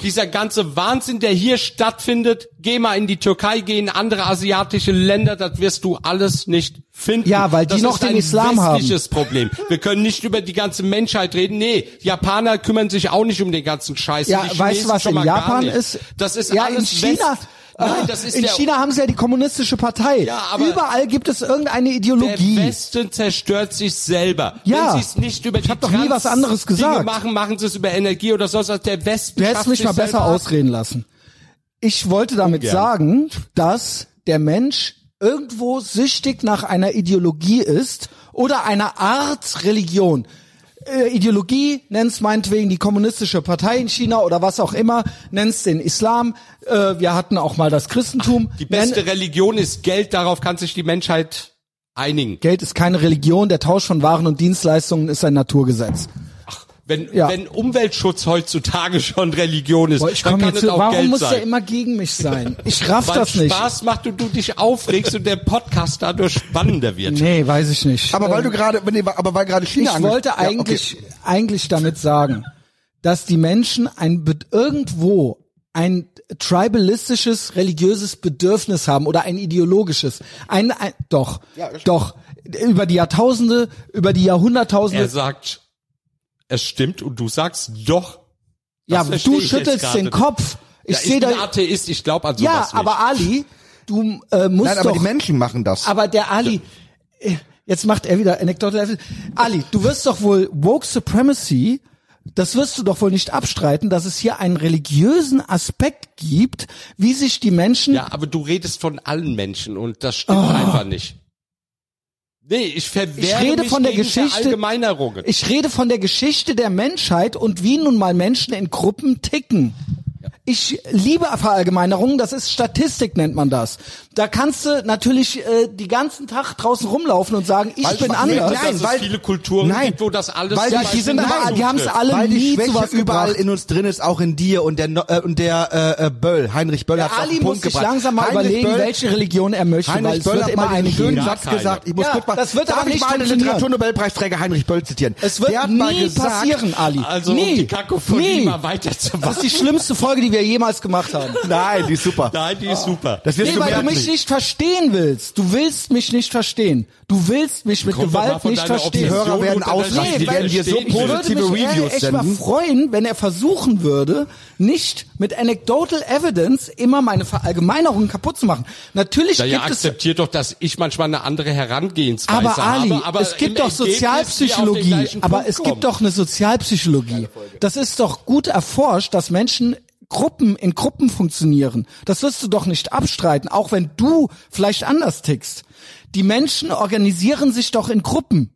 Speaker 3: dieser ganze Wahnsinn, der hier stattfindet, geh mal in die Türkei, geh in andere asiatische Länder, das wirst du alles nicht finden.
Speaker 1: Ja, weil die
Speaker 3: das
Speaker 1: noch
Speaker 3: ist
Speaker 1: den
Speaker 3: ein
Speaker 1: Islam haben.
Speaker 3: westliches Problem. Wir können nicht über die ganze Menschheit reden. Nee, Japaner kümmern sich auch nicht um den ganzen Scheiß.
Speaker 1: ja, weißt
Speaker 3: Die
Speaker 1: du,
Speaker 3: Chinesen
Speaker 1: was
Speaker 3: schon
Speaker 1: in
Speaker 3: mal gar
Speaker 1: Japan
Speaker 3: nicht.
Speaker 1: ist?
Speaker 3: Das ist
Speaker 1: ja,
Speaker 3: alles
Speaker 1: in China. Ah,
Speaker 3: West. Nein, das ist
Speaker 1: in
Speaker 3: der
Speaker 1: China haben sie ja die kommunistische Partei.
Speaker 3: Ja, aber-
Speaker 1: Überall gibt es irgendeine Ideologie.
Speaker 3: Der Westen zerstört sich selber.
Speaker 1: Ja.
Speaker 3: Wenn sie es nicht über ich
Speaker 1: hab doch nie was anderes gesagt.
Speaker 3: machen, machen sie es über Energie oder sonst was. Der Westen
Speaker 1: Du hättest
Speaker 3: schafft
Speaker 1: mich
Speaker 3: sich
Speaker 1: mal besser
Speaker 3: selber.
Speaker 1: ausreden lassen. Ich wollte damit
Speaker 3: Ungern.
Speaker 1: sagen, dass der Mensch irgendwo süchtig nach einer Ideologie ist oder einer Art Religion. Äh, Ideologie nenn's meinetwegen die kommunistische Partei in China oder was auch immer, nenn's den Islam. Äh, wir hatten auch mal das Christentum.
Speaker 3: Die beste
Speaker 1: Nenn,
Speaker 3: Religion ist Geld, darauf kann sich die Menschheit einigen.
Speaker 1: Geld ist keine Religion, der Tausch von Waren und Dienstleistungen ist ein Naturgesetz.
Speaker 3: Wenn,
Speaker 1: Ja.
Speaker 3: wenn Umweltschutz heutzutage *laughs* schon Religion ist,
Speaker 1: Boah, ich
Speaker 3: dann
Speaker 1: komm
Speaker 3: kann
Speaker 1: jetzt,
Speaker 3: es auch
Speaker 1: warum
Speaker 3: Geld
Speaker 1: muss der
Speaker 3: sein.
Speaker 1: immer gegen mich sein?
Speaker 3: *laughs*
Speaker 1: Ich raff
Speaker 3: Weil
Speaker 1: das nicht.
Speaker 3: Spaß macht und du dich aufregst und der Podcast dadurch spannender wird.
Speaker 1: Nee, weiß ich nicht. ähm,
Speaker 2: Aber weil du gerade, nee, aber weil gerade China
Speaker 1: ich
Speaker 2: anges-
Speaker 1: wollte
Speaker 2: Ja, okay.
Speaker 1: eigentlich eigentlich damit sagen, dass die Menschen ein Be- irgendwo ein tribalistisches religiöses Bedürfnis haben oder ein ideologisches. Ein, ein doch, doch über die Jahrtausende, über die Jahrhunderttausende.
Speaker 3: Er sagt, es stimmt und du sagst doch.
Speaker 1: ja,
Speaker 3: das verstehe
Speaker 1: du
Speaker 3: ich
Speaker 1: schüttelst
Speaker 3: jetzt
Speaker 1: den
Speaker 3: gerade.
Speaker 1: Kopf. Ich
Speaker 3: ja, ich
Speaker 1: sehe
Speaker 3: bin
Speaker 1: da.
Speaker 3: Atheist, ich glaube an
Speaker 1: Ja,
Speaker 3: sowas nicht.
Speaker 1: aber Ali, du äh, musst
Speaker 2: Nein, aber
Speaker 1: doch.
Speaker 2: die Menschen machen das.
Speaker 1: Aber der Ali, äh, jetzt macht er wieder Anekdote. Level. Ali, du wirst doch wohl Woke Supremacy, das wirst du doch wohl nicht abstreiten, dass es hier einen religiösen Aspekt gibt, wie sich die Menschen.
Speaker 3: Ja, aber du redest von allen Menschen und das stimmt einfach nicht. Nee, ich verwehre
Speaker 1: Oh. Ich rede
Speaker 3: mich
Speaker 1: von der
Speaker 3: gegen
Speaker 1: Geschichte-
Speaker 3: Verallgemeinerungen.
Speaker 1: Ich rede von der Geschichte der Menschheit und wie nun mal Menschen in Gruppen ticken. Ich liebe Verallgemeinerungen, das ist Statistik nennt man das. Da kannst du natürlich äh, die ganzen Tag draußen rumlaufen und sagen, ich
Speaker 3: Weil
Speaker 1: bin
Speaker 3: ich
Speaker 1: anders.
Speaker 3: merke, dass
Speaker 2: Nein, weil-
Speaker 3: es viele Kulturen
Speaker 2: Nein.
Speaker 3: gibt, wo das alles
Speaker 2: Weil die-
Speaker 3: zum
Speaker 2: die
Speaker 3: Beispiel
Speaker 2: sind aber-
Speaker 3: zutrifft.
Speaker 1: die haben's alle-
Speaker 2: Weil die
Speaker 1: nie zu
Speaker 2: Schwäche
Speaker 1: was
Speaker 2: überall
Speaker 1: gebracht.
Speaker 2: in uns drin ist, auch in dir und der no äh, und der äh, äh, Böll, Heinrich Böll hat auf
Speaker 1: Ali
Speaker 2: den
Speaker 1: muss
Speaker 2: Punkt
Speaker 1: sich
Speaker 2: gebracht.
Speaker 1: langsam mal
Speaker 2: Heinrich
Speaker 1: überlegen,
Speaker 2: Böll,
Speaker 1: welche Religion er möchte, weil
Speaker 2: Heinrich
Speaker 1: es
Speaker 2: Böll
Speaker 1: wird
Speaker 2: hat
Speaker 1: immer
Speaker 2: mal
Speaker 1: eine
Speaker 2: einen schönen
Speaker 1: geben.
Speaker 2: Satz
Speaker 3: Keine.
Speaker 2: gesagt. Ich muss
Speaker 1: Ja,
Speaker 2: kurz mal,
Speaker 1: das wird
Speaker 2: darf
Speaker 1: aber
Speaker 2: ich
Speaker 1: nicht
Speaker 2: mal den
Speaker 1: funktionieren.
Speaker 2: Literaturnobelpreisträger Heinrich Böll zitieren?
Speaker 1: Es wird
Speaker 2: der hat mal
Speaker 1: nie
Speaker 2: gesagt,
Speaker 1: passieren, Ali.
Speaker 3: Also um
Speaker 1: nie.
Speaker 3: die Kakophonie
Speaker 1: nie.
Speaker 3: mal
Speaker 1: Das ist
Speaker 3: weiterzumachen.
Speaker 1: die schlimmste Folge, die wir jemals gemacht
Speaker 2: *laughs*
Speaker 1: haben.
Speaker 2: Nein, die ist super.
Speaker 3: Nein, die ist super.
Speaker 2: Das wirst
Speaker 1: Nee, weil du
Speaker 2: merken.
Speaker 1: mich nicht verstehen willst. Du willst mich nicht verstehen. Du willst mich mit
Speaker 3: Kommt doch mal
Speaker 1: Gewalt
Speaker 3: von
Speaker 1: nicht
Speaker 3: deiner
Speaker 1: verstehen.
Speaker 2: Die
Speaker 3: Obsession
Speaker 2: Hörer werden
Speaker 3: und deiner
Speaker 2: ausrasten.
Speaker 3: Strategie
Speaker 1: Die werden
Speaker 2: dir so
Speaker 3: verstehen.
Speaker 1: Ich würde
Speaker 2: positive
Speaker 1: mich eher
Speaker 2: Reviews
Speaker 1: echt mal
Speaker 2: senden.
Speaker 1: freuen, wenn er versuchen würde, nicht mit anecdotal evidence immer meine Verallgemeinerungen kaputt zu machen. Natürlich
Speaker 3: Naja,
Speaker 1: gibt es
Speaker 3: akzeptiert doch, dass ich manchmal eine andere Herangehensweise
Speaker 1: aber Ali,
Speaker 3: habe. Aber
Speaker 1: es gibt
Speaker 3: im
Speaker 1: doch
Speaker 3: Ergebnis wir auf den
Speaker 1: Sozialpsychologie,
Speaker 3: gleichen
Speaker 1: aber
Speaker 3: Punkt
Speaker 1: es
Speaker 3: kommen.
Speaker 1: gibt doch eine Sozialpsychologie. Das ist doch gut erforscht, dass Menschen Gruppen in Gruppen funktionieren. Das wirst du doch nicht abstreiten, auch wenn du vielleicht anders tickst. Die Menschen organisieren sich doch in Gruppen.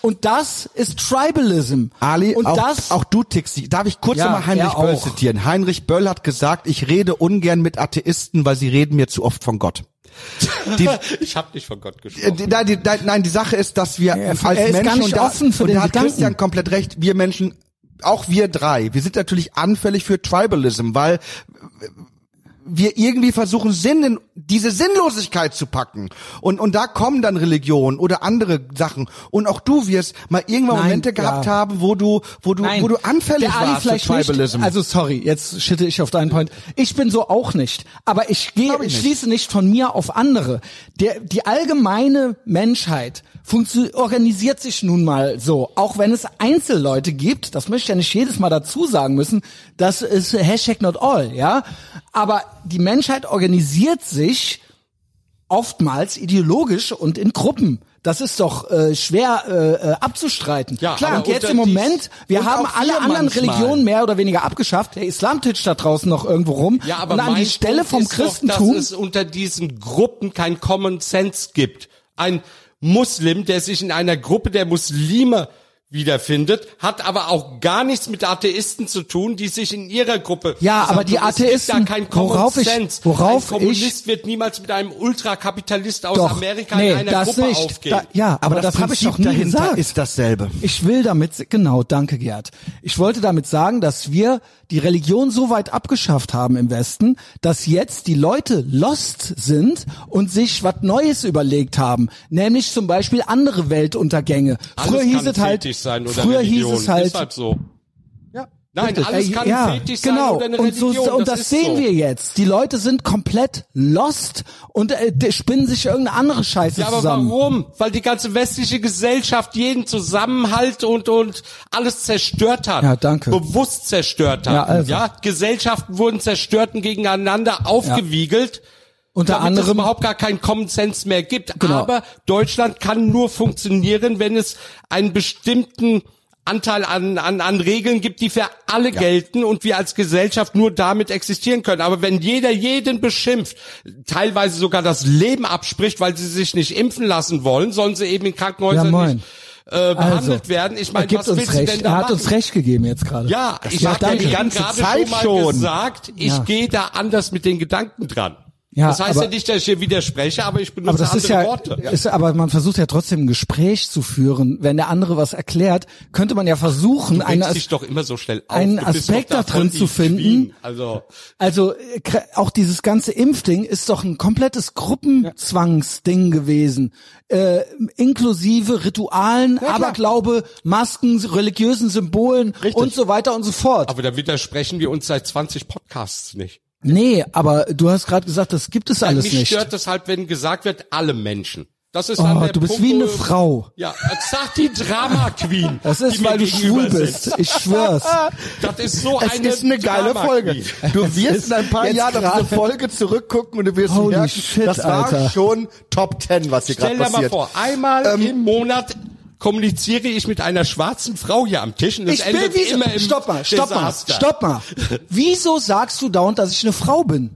Speaker 1: Und das ist Tribalism.
Speaker 2: Ali,
Speaker 1: und
Speaker 2: auch,
Speaker 1: das
Speaker 2: auch du tickst. dich. Darf ich kurz
Speaker 1: Ja,
Speaker 2: nochmal Heinrich
Speaker 1: er
Speaker 2: Böll
Speaker 1: auch.
Speaker 2: zitieren? Heinrich Böll hat gesagt, ich rede ungern mit Atheisten, weil sie reden mir zu oft von Gott. Die,
Speaker 3: Ich habe nicht von Gott
Speaker 2: äh,
Speaker 3: gesprochen.
Speaker 2: die, nein, die, nein, nein, die Sache ist, dass wir
Speaker 1: er ist
Speaker 2: als
Speaker 1: gar
Speaker 2: Menschen,
Speaker 1: nicht
Speaker 2: und da,
Speaker 1: offen für
Speaker 2: und
Speaker 1: den
Speaker 2: da hat
Speaker 1: Gedanken.
Speaker 2: Christian komplett recht, wir Menschen, auch wir drei, wir sind natürlich anfällig für Tribalism, weil wir irgendwie versuchen, Sinn in diese Sinnlosigkeit zu packen. Und, und da kommen dann Religionen oder andere Sachen. Und auch du wirst mal irgendwann
Speaker 1: Nein,
Speaker 2: Momente gehabt
Speaker 1: ja.
Speaker 2: haben, wo du, wo du,
Speaker 1: Nein.
Speaker 2: wo du anfällig
Speaker 1: Der Ali
Speaker 2: warst
Speaker 1: vielleicht
Speaker 2: für Tribalism.
Speaker 1: Nicht. Also sorry, jetzt schitte ich auf deinen Point. Ich bin so auch nicht, aber ich gehe
Speaker 2: ich nicht.
Speaker 1: schließe nicht von mir auf andere. Der die allgemeine Menschheit funktio- organisiert sich nun mal so, auch wenn es Einzelleute gibt, das möchte ich ja nicht jedes Mal dazu sagen müssen, das ist Hashtag not all, ja? Aber die Menschheit organisiert sich oftmals ideologisch und in Gruppen. Das ist doch äh, schwer äh, äh, abzustreiten.
Speaker 3: Ja,
Speaker 1: Klar,
Speaker 3: aber
Speaker 1: und jetzt
Speaker 3: unter
Speaker 1: im
Speaker 3: dies-
Speaker 1: Moment, wir
Speaker 3: und
Speaker 1: haben
Speaker 3: auch
Speaker 1: alle
Speaker 3: wir
Speaker 1: anderen
Speaker 3: manchmal.
Speaker 1: Religionen mehr oder weniger abgeschafft. Der Islam titscht da draußen noch irgendwo rum.
Speaker 3: Ja, aber
Speaker 1: und an die
Speaker 3: mein
Speaker 1: Stelle
Speaker 3: Punkt
Speaker 1: vom
Speaker 3: ist
Speaker 1: Christentum.
Speaker 3: doch, dass es unter diesen Gruppen kein Common Sense gibt. Ein Muslim, der sich in einer Gruppe der Muslime wiederfindet, hat aber auch gar nichts mit Atheisten zu tun, die sich in ihrer Gruppe.
Speaker 1: Ja, aber die
Speaker 3: Es gibt
Speaker 1: Atheisten,
Speaker 3: da kein Common
Speaker 1: worauf ich-
Speaker 3: Sense.
Speaker 1: worauf
Speaker 3: ein Kommunist
Speaker 1: ich-
Speaker 3: wird niemals mit einem Ultrakapitalist aus
Speaker 1: Doch,
Speaker 3: Amerika
Speaker 1: nee,
Speaker 3: in einer
Speaker 1: das
Speaker 3: Gruppe
Speaker 1: nicht.
Speaker 3: aufgehen.
Speaker 1: Da, ja, aber, das, habe ich
Speaker 2: Prinzip
Speaker 1: doch nie
Speaker 2: dahinter
Speaker 1: gesagt.
Speaker 2: ist dasselbe.
Speaker 1: Ich will damit, se- genau, danke Gerd. Ich wollte damit sagen, dass wir die Religion so weit abgeschafft haben im Westen, dass jetzt die Leute lost sind und sich was Neues überlegt haben. Nämlich zum Beispiel andere Weltuntergänge.
Speaker 3: Alles
Speaker 1: früher
Speaker 3: kann
Speaker 1: hieß es halt,
Speaker 3: Fetisch sein oder
Speaker 1: früher hieß
Speaker 3: Religion.
Speaker 1: es halt,
Speaker 3: Deshalb so.
Speaker 1: ja,
Speaker 3: Nein,
Speaker 1: richtig.
Speaker 3: alles kann ein
Speaker 1: ja,
Speaker 3: Fetisch sein
Speaker 1: genau.
Speaker 3: oder eine
Speaker 1: und
Speaker 3: Religion,
Speaker 1: So, und das,
Speaker 3: das ist
Speaker 1: sehen
Speaker 3: so.
Speaker 1: wir jetzt. Die Leute sind komplett lost und äh, die spinnen sich irgendeine andere Scheiße
Speaker 3: Ja, aber
Speaker 1: zusammen.
Speaker 3: warum? Weil die ganze westliche Gesellschaft jeden Zusammenhalt und und alles zerstört hat.
Speaker 1: Ja, danke.
Speaker 3: Bewusst zerstört hat.
Speaker 1: Ja, also.
Speaker 3: Gesellschaften wurden zerstört und gegeneinander aufgewiegelt.
Speaker 1: Unter
Speaker 3: damit es
Speaker 1: anderem
Speaker 3: überhaupt gar keinen Common Sense mehr gibt.
Speaker 1: Genau.
Speaker 3: Aber Deutschland kann nur funktionieren, wenn es einen bestimmten Anteil an, an, an Regeln gibt, die für alle gelten und wir als Gesellschaft nur damit existieren können. Aber wenn jeder jeden beschimpft, teilweise sogar das Leben abspricht, weil sie sich nicht impfen lassen wollen, sollen sie eben in
Speaker 1: Ja,
Speaker 3: Krankenhäusern
Speaker 1: moin.
Speaker 3: nicht äh, behandelt werden. Ich
Speaker 1: Also, er
Speaker 3: meine,
Speaker 1: gibt
Speaker 3: was
Speaker 1: uns
Speaker 3: willst
Speaker 1: recht.
Speaker 3: du denn da
Speaker 1: Er hat
Speaker 3: machen?
Speaker 1: uns recht gegeben jetzt gerade.
Speaker 3: Ja, ich
Speaker 1: ja,
Speaker 3: habe ja die
Speaker 1: danke.
Speaker 3: ganze gerade
Speaker 2: Zeit
Speaker 3: schon mal
Speaker 2: schon.
Speaker 3: gesagt, ich
Speaker 1: Ja.
Speaker 3: gehe da anders mit den Gedanken dran.
Speaker 1: Ja,
Speaker 3: das heißt ja
Speaker 1: aber-
Speaker 3: nicht, dass ich hier widerspreche, aber ich benutze
Speaker 1: aber das
Speaker 3: andere
Speaker 1: ist ja,
Speaker 3: Worte.
Speaker 1: ist, aber man versucht ja trotzdem ein Gespräch zu führen. Wenn der andere was erklärt, könnte man ja versuchen, eine,
Speaker 3: Regst dich doch immer so schnell auf.
Speaker 1: einen
Speaker 3: Du bist
Speaker 1: Aspekt
Speaker 3: doch
Speaker 1: da
Speaker 3: davon
Speaker 1: drin zu
Speaker 3: die
Speaker 1: finden.
Speaker 3: Queen. Also
Speaker 1: also äh, kr- auch dieses ganze Impfding ist doch ein komplettes Gruppenzwangsding gewesen, äh, inklusive Ritualen,
Speaker 2: klar.
Speaker 1: Aberglaube, Masken, religiösen Symbolen und so weiter und so fort.
Speaker 3: aber da widersprechen wir uns seit 20 Podcasts nicht.
Speaker 1: nee, aber du hast gerade gesagt, das gibt es alles
Speaker 3: Mich
Speaker 1: nicht.
Speaker 3: stört es halt, wenn gesagt wird, alle Menschen. Das ist dann
Speaker 1: Oh,
Speaker 3: der
Speaker 1: du bist
Speaker 3: Punkt,
Speaker 1: wie eine
Speaker 3: wo-
Speaker 1: Frau.
Speaker 3: Ja, sag die Drama Queen.
Speaker 1: Das ist,
Speaker 3: die mir
Speaker 1: weil du
Speaker 3: gegenüber
Speaker 1: schwul bist.
Speaker 3: sitzt.
Speaker 1: Ich schwör's.
Speaker 3: *laughs* Das ist so
Speaker 2: Es
Speaker 3: eine
Speaker 2: ist eine geile
Speaker 3: Drama
Speaker 2: Folge.
Speaker 3: Queen.
Speaker 2: Du wirst in ein paar
Speaker 1: jetzt
Speaker 2: Jahren auf
Speaker 1: gerade-
Speaker 2: diese Folge zurückgucken und du wirst
Speaker 1: Holy
Speaker 2: merken,
Speaker 1: shit,
Speaker 2: das war
Speaker 1: Alter.
Speaker 2: schon Top Ten, was hier gerade
Speaker 3: Stell dir
Speaker 2: passiert.
Speaker 3: mal vor, einmal
Speaker 1: Ähm,
Speaker 3: im Monat kommuniziere ich mit einer schwarzen Frau hier am Tisch und das
Speaker 1: Ich bin
Speaker 3: endet
Speaker 1: wieso,
Speaker 3: immer im
Speaker 1: stopp mal, stopp mal,
Speaker 3: Desaster.
Speaker 1: stopp mal. Wieso sagst du dauernd, dass ich eine Frau bin?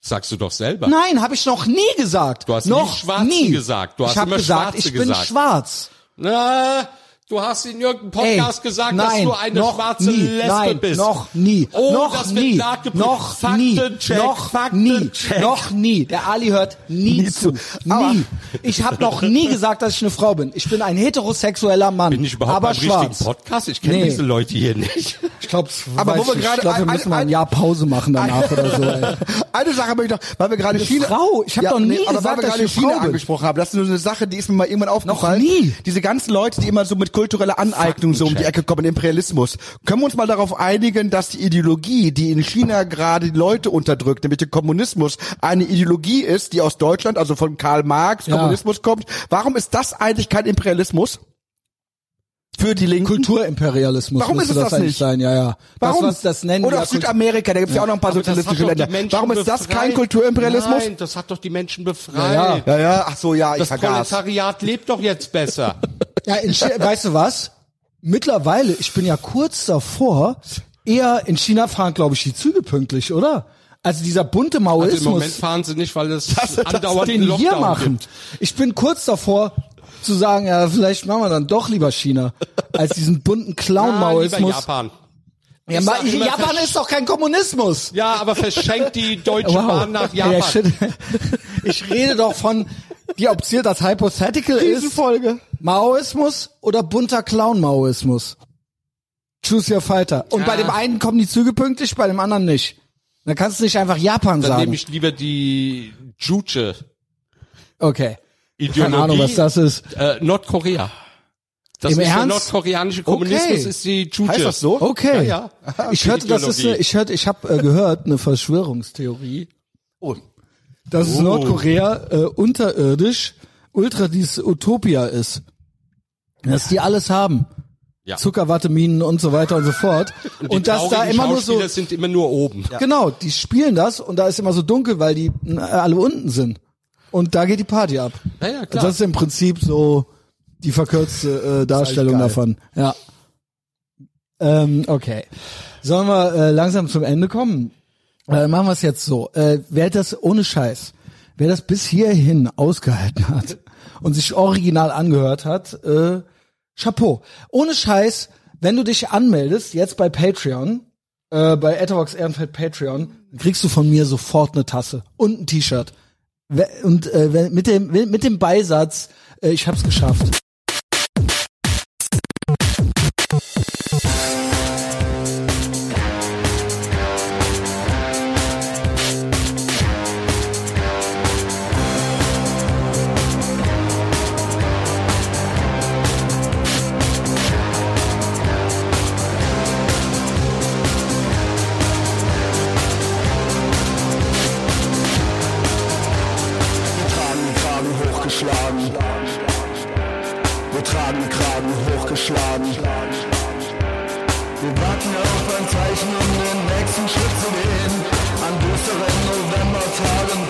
Speaker 3: Sagst du doch selber.
Speaker 1: Nein, habe ich noch nie gesagt.
Speaker 3: Du hast nie
Speaker 1: noch
Speaker 3: Schwarzen
Speaker 1: nie.
Speaker 3: gesagt. Du hast
Speaker 1: ich habe
Speaker 3: immer
Speaker 1: gesagt,
Speaker 3: Schwarze
Speaker 1: ich bin
Speaker 3: gesagt.
Speaker 1: schwarz.
Speaker 3: Na, du hast in irgendeinem
Speaker 1: Ey,
Speaker 3: Podcast gesagt, dass
Speaker 1: nein,
Speaker 3: du eine
Speaker 1: noch
Speaker 3: schwarze
Speaker 1: nie,
Speaker 3: Lesbe
Speaker 1: nein,
Speaker 3: bist.
Speaker 1: Noch nie,
Speaker 3: Oh,
Speaker 1: noch
Speaker 3: das wird
Speaker 1: nie,
Speaker 3: nachgeprüft.
Speaker 1: noch
Speaker 3: Faktencheck,
Speaker 1: nie, noch
Speaker 3: Faktencheck.
Speaker 1: nie, noch nie. Der Ali hört nie, zu.
Speaker 2: Aber-
Speaker 1: Nie. Ich habe noch nie gesagt, dass ich eine Frau bin. Ich bin ein heterosexueller Mann,
Speaker 3: Bin ich überhaupt
Speaker 1: aber
Speaker 3: beim
Speaker 1: schwarz.
Speaker 3: richtigen Podcast? Ich kenne
Speaker 1: Nee.
Speaker 3: diese Leute hier nicht.
Speaker 1: Ich glaube,
Speaker 2: Aber wo wir gerade-
Speaker 1: ich glaub, wir
Speaker 2: ein-
Speaker 1: müssen mal
Speaker 2: ein-
Speaker 1: ein Jahr Pause machen danach oder so. Ey.
Speaker 2: Eine Sache möchte ich noch, weil wir gerade Schiene.
Speaker 1: Frau? Ich hab doch nie
Speaker 2: aber
Speaker 1: gesagt,
Speaker 2: weil
Speaker 1: dass
Speaker 2: wir gerade
Speaker 1: ich eine Frau
Speaker 2: Schiene
Speaker 1: bin.
Speaker 2: angesprochen haben. Das ist nur eine Sache, die ist mir mal irgendwann aufgefallen.
Speaker 1: nie.
Speaker 2: Diese ganzen Leute, die immer so mit kultureller Aneignung so um die Ecke kommen, Imperialismus. Können wir uns mal darauf einigen, dass die Ideologie, die in China gerade die Leute unterdrückt, nämlich der Kommunismus, eine Ideologie ist, die aus Deutschland, also von Karl Marx,
Speaker 1: Ja.
Speaker 2: Kommunismus kommt. Warum ist das eigentlich kein Imperialismus? Für die Linken?
Speaker 1: Kulturimperialismus
Speaker 2: Warum
Speaker 1: müsste
Speaker 2: ist es das
Speaker 1: eigentlich
Speaker 2: nicht?
Speaker 1: sein, ja, ja.
Speaker 2: Warum?
Speaker 1: Das, was das nennen
Speaker 2: Oder
Speaker 1: wir
Speaker 2: auch Südamerika, da gibt's ja. auch noch ein paar
Speaker 3: Aber das hat
Speaker 2: sozialistische
Speaker 3: doch die
Speaker 2: Länder.
Speaker 3: Menschen
Speaker 2: Warum ist das
Speaker 3: befreit.
Speaker 2: kein Kulturimperialismus?
Speaker 3: Nein, das hat doch die Menschen
Speaker 1: Ja,
Speaker 3: befreit.
Speaker 1: ja.
Speaker 2: Ja, ja, ach so, ja, ich
Speaker 3: Das
Speaker 2: vergaß.
Speaker 3: Proletariat lebt doch jetzt besser.
Speaker 1: Ja, in Chi-
Speaker 3: *laughs*
Speaker 1: weißt du was? Mittlerweile, ich bin ja kurz davor, eher in China fahren, glaube ich, die Züge pünktlich, oder? Also dieser bunte
Speaker 3: Also im
Speaker 1: Maoismus,
Speaker 3: Moment fahren sie nicht, weil es
Speaker 2: das-
Speaker 3: andauernd einen
Speaker 1: den
Speaker 3: Lockdown
Speaker 1: wir machen.
Speaker 3: gibt.
Speaker 1: Ich bin kurz davor zu sagen, ja, vielleicht machen wir dann doch lieber China, als diesen bunten
Speaker 3: Ah, lieber
Speaker 1: Clown-Maoismus.
Speaker 3: Japan.
Speaker 1: ja,
Speaker 3: Ich
Speaker 1: Ma-
Speaker 3: sag immer,
Speaker 1: Japan
Speaker 3: versch-
Speaker 1: ist doch kein Kommunismus.
Speaker 3: Ja, aber
Speaker 1: *laughs*
Speaker 3: verschenkt die Deutsche
Speaker 1: Wow.
Speaker 3: Bahn nach Japan.
Speaker 1: Ja, shit. Ich rede doch von, die Option, das Hypothetical ist,
Speaker 2: Folge.
Speaker 1: Maoismus oder bunter Clown-Maoismus? Choose your fighter. Und bei
Speaker 3: Ah.
Speaker 1: dem einen kommen die Züge pünktlich, bei dem anderen nicht. Dann kannst du nicht einfach Japan
Speaker 3: Dann nehme
Speaker 1: sagen.
Speaker 3: ich lieber die Juche.
Speaker 1: Okay.
Speaker 3: Ideologie.
Speaker 1: Keine Ahnung, was das ist.
Speaker 3: Äh, Nordkorea. Das
Speaker 1: Im
Speaker 3: ist der
Speaker 1: Ernst?
Speaker 3: nordkoreanische Kommunismus,
Speaker 1: Okay.
Speaker 3: ist die Juche.
Speaker 2: Heißt das so?
Speaker 1: Okay.
Speaker 3: Ja, ja. *laughs*
Speaker 1: Ich hörte, das ist eine,
Speaker 3: Ideologie.
Speaker 1: ich hörte, ich habe äh, gehört, eine Verschwörungstheorie,
Speaker 2: Oh.
Speaker 1: dass
Speaker 3: Oh.
Speaker 1: es Nordkorea äh, unterirdisch ultra dieses Utopia ist. Dass die alles haben.
Speaker 3: Ja.
Speaker 1: Zuckerwatte, Minen und so weiter und so fort. Und,
Speaker 3: Die
Speaker 1: dass da
Speaker 3: traurigen
Speaker 1: immer nur so
Speaker 3: Schauspieler sind immer nur oben.
Speaker 1: Genau, die spielen das und da ist immer so dunkel, weil die äh, alle unten sind. Und da geht die Party ab.
Speaker 3: Ja, ja, klar.
Speaker 1: Also das ist im Prinzip so die verkürzte äh, Darstellung
Speaker 2: eigentlich
Speaker 1: davon. Ja. Ähm, okay. Sollen wir äh, langsam zum Ende kommen? Äh, machen wir es jetzt so. Äh, wer das ohne Scheiß, wer das bis hierhin ausgehalten hat und sich original angehört hat, äh, Chapeau. Ohne Scheiß, wenn du dich anmeldest, jetzt bei Patreon, äh, bei Etherbox Ehrenfeld Patreon, kriegst du von mir sofort eine Tasse und ein T-Shirt. We- Und äh, we- mit, dem, mit dem Beisatz, äh, ich hab's geschafft.
Speaker 4: Wir tragen Kragen hochgeschlagen. Wir tragen Kragen hochgeschlagen. Wir warten auf ein Zeichen, um den nächsten Schritt zu gehen. An düsteren Novembertagen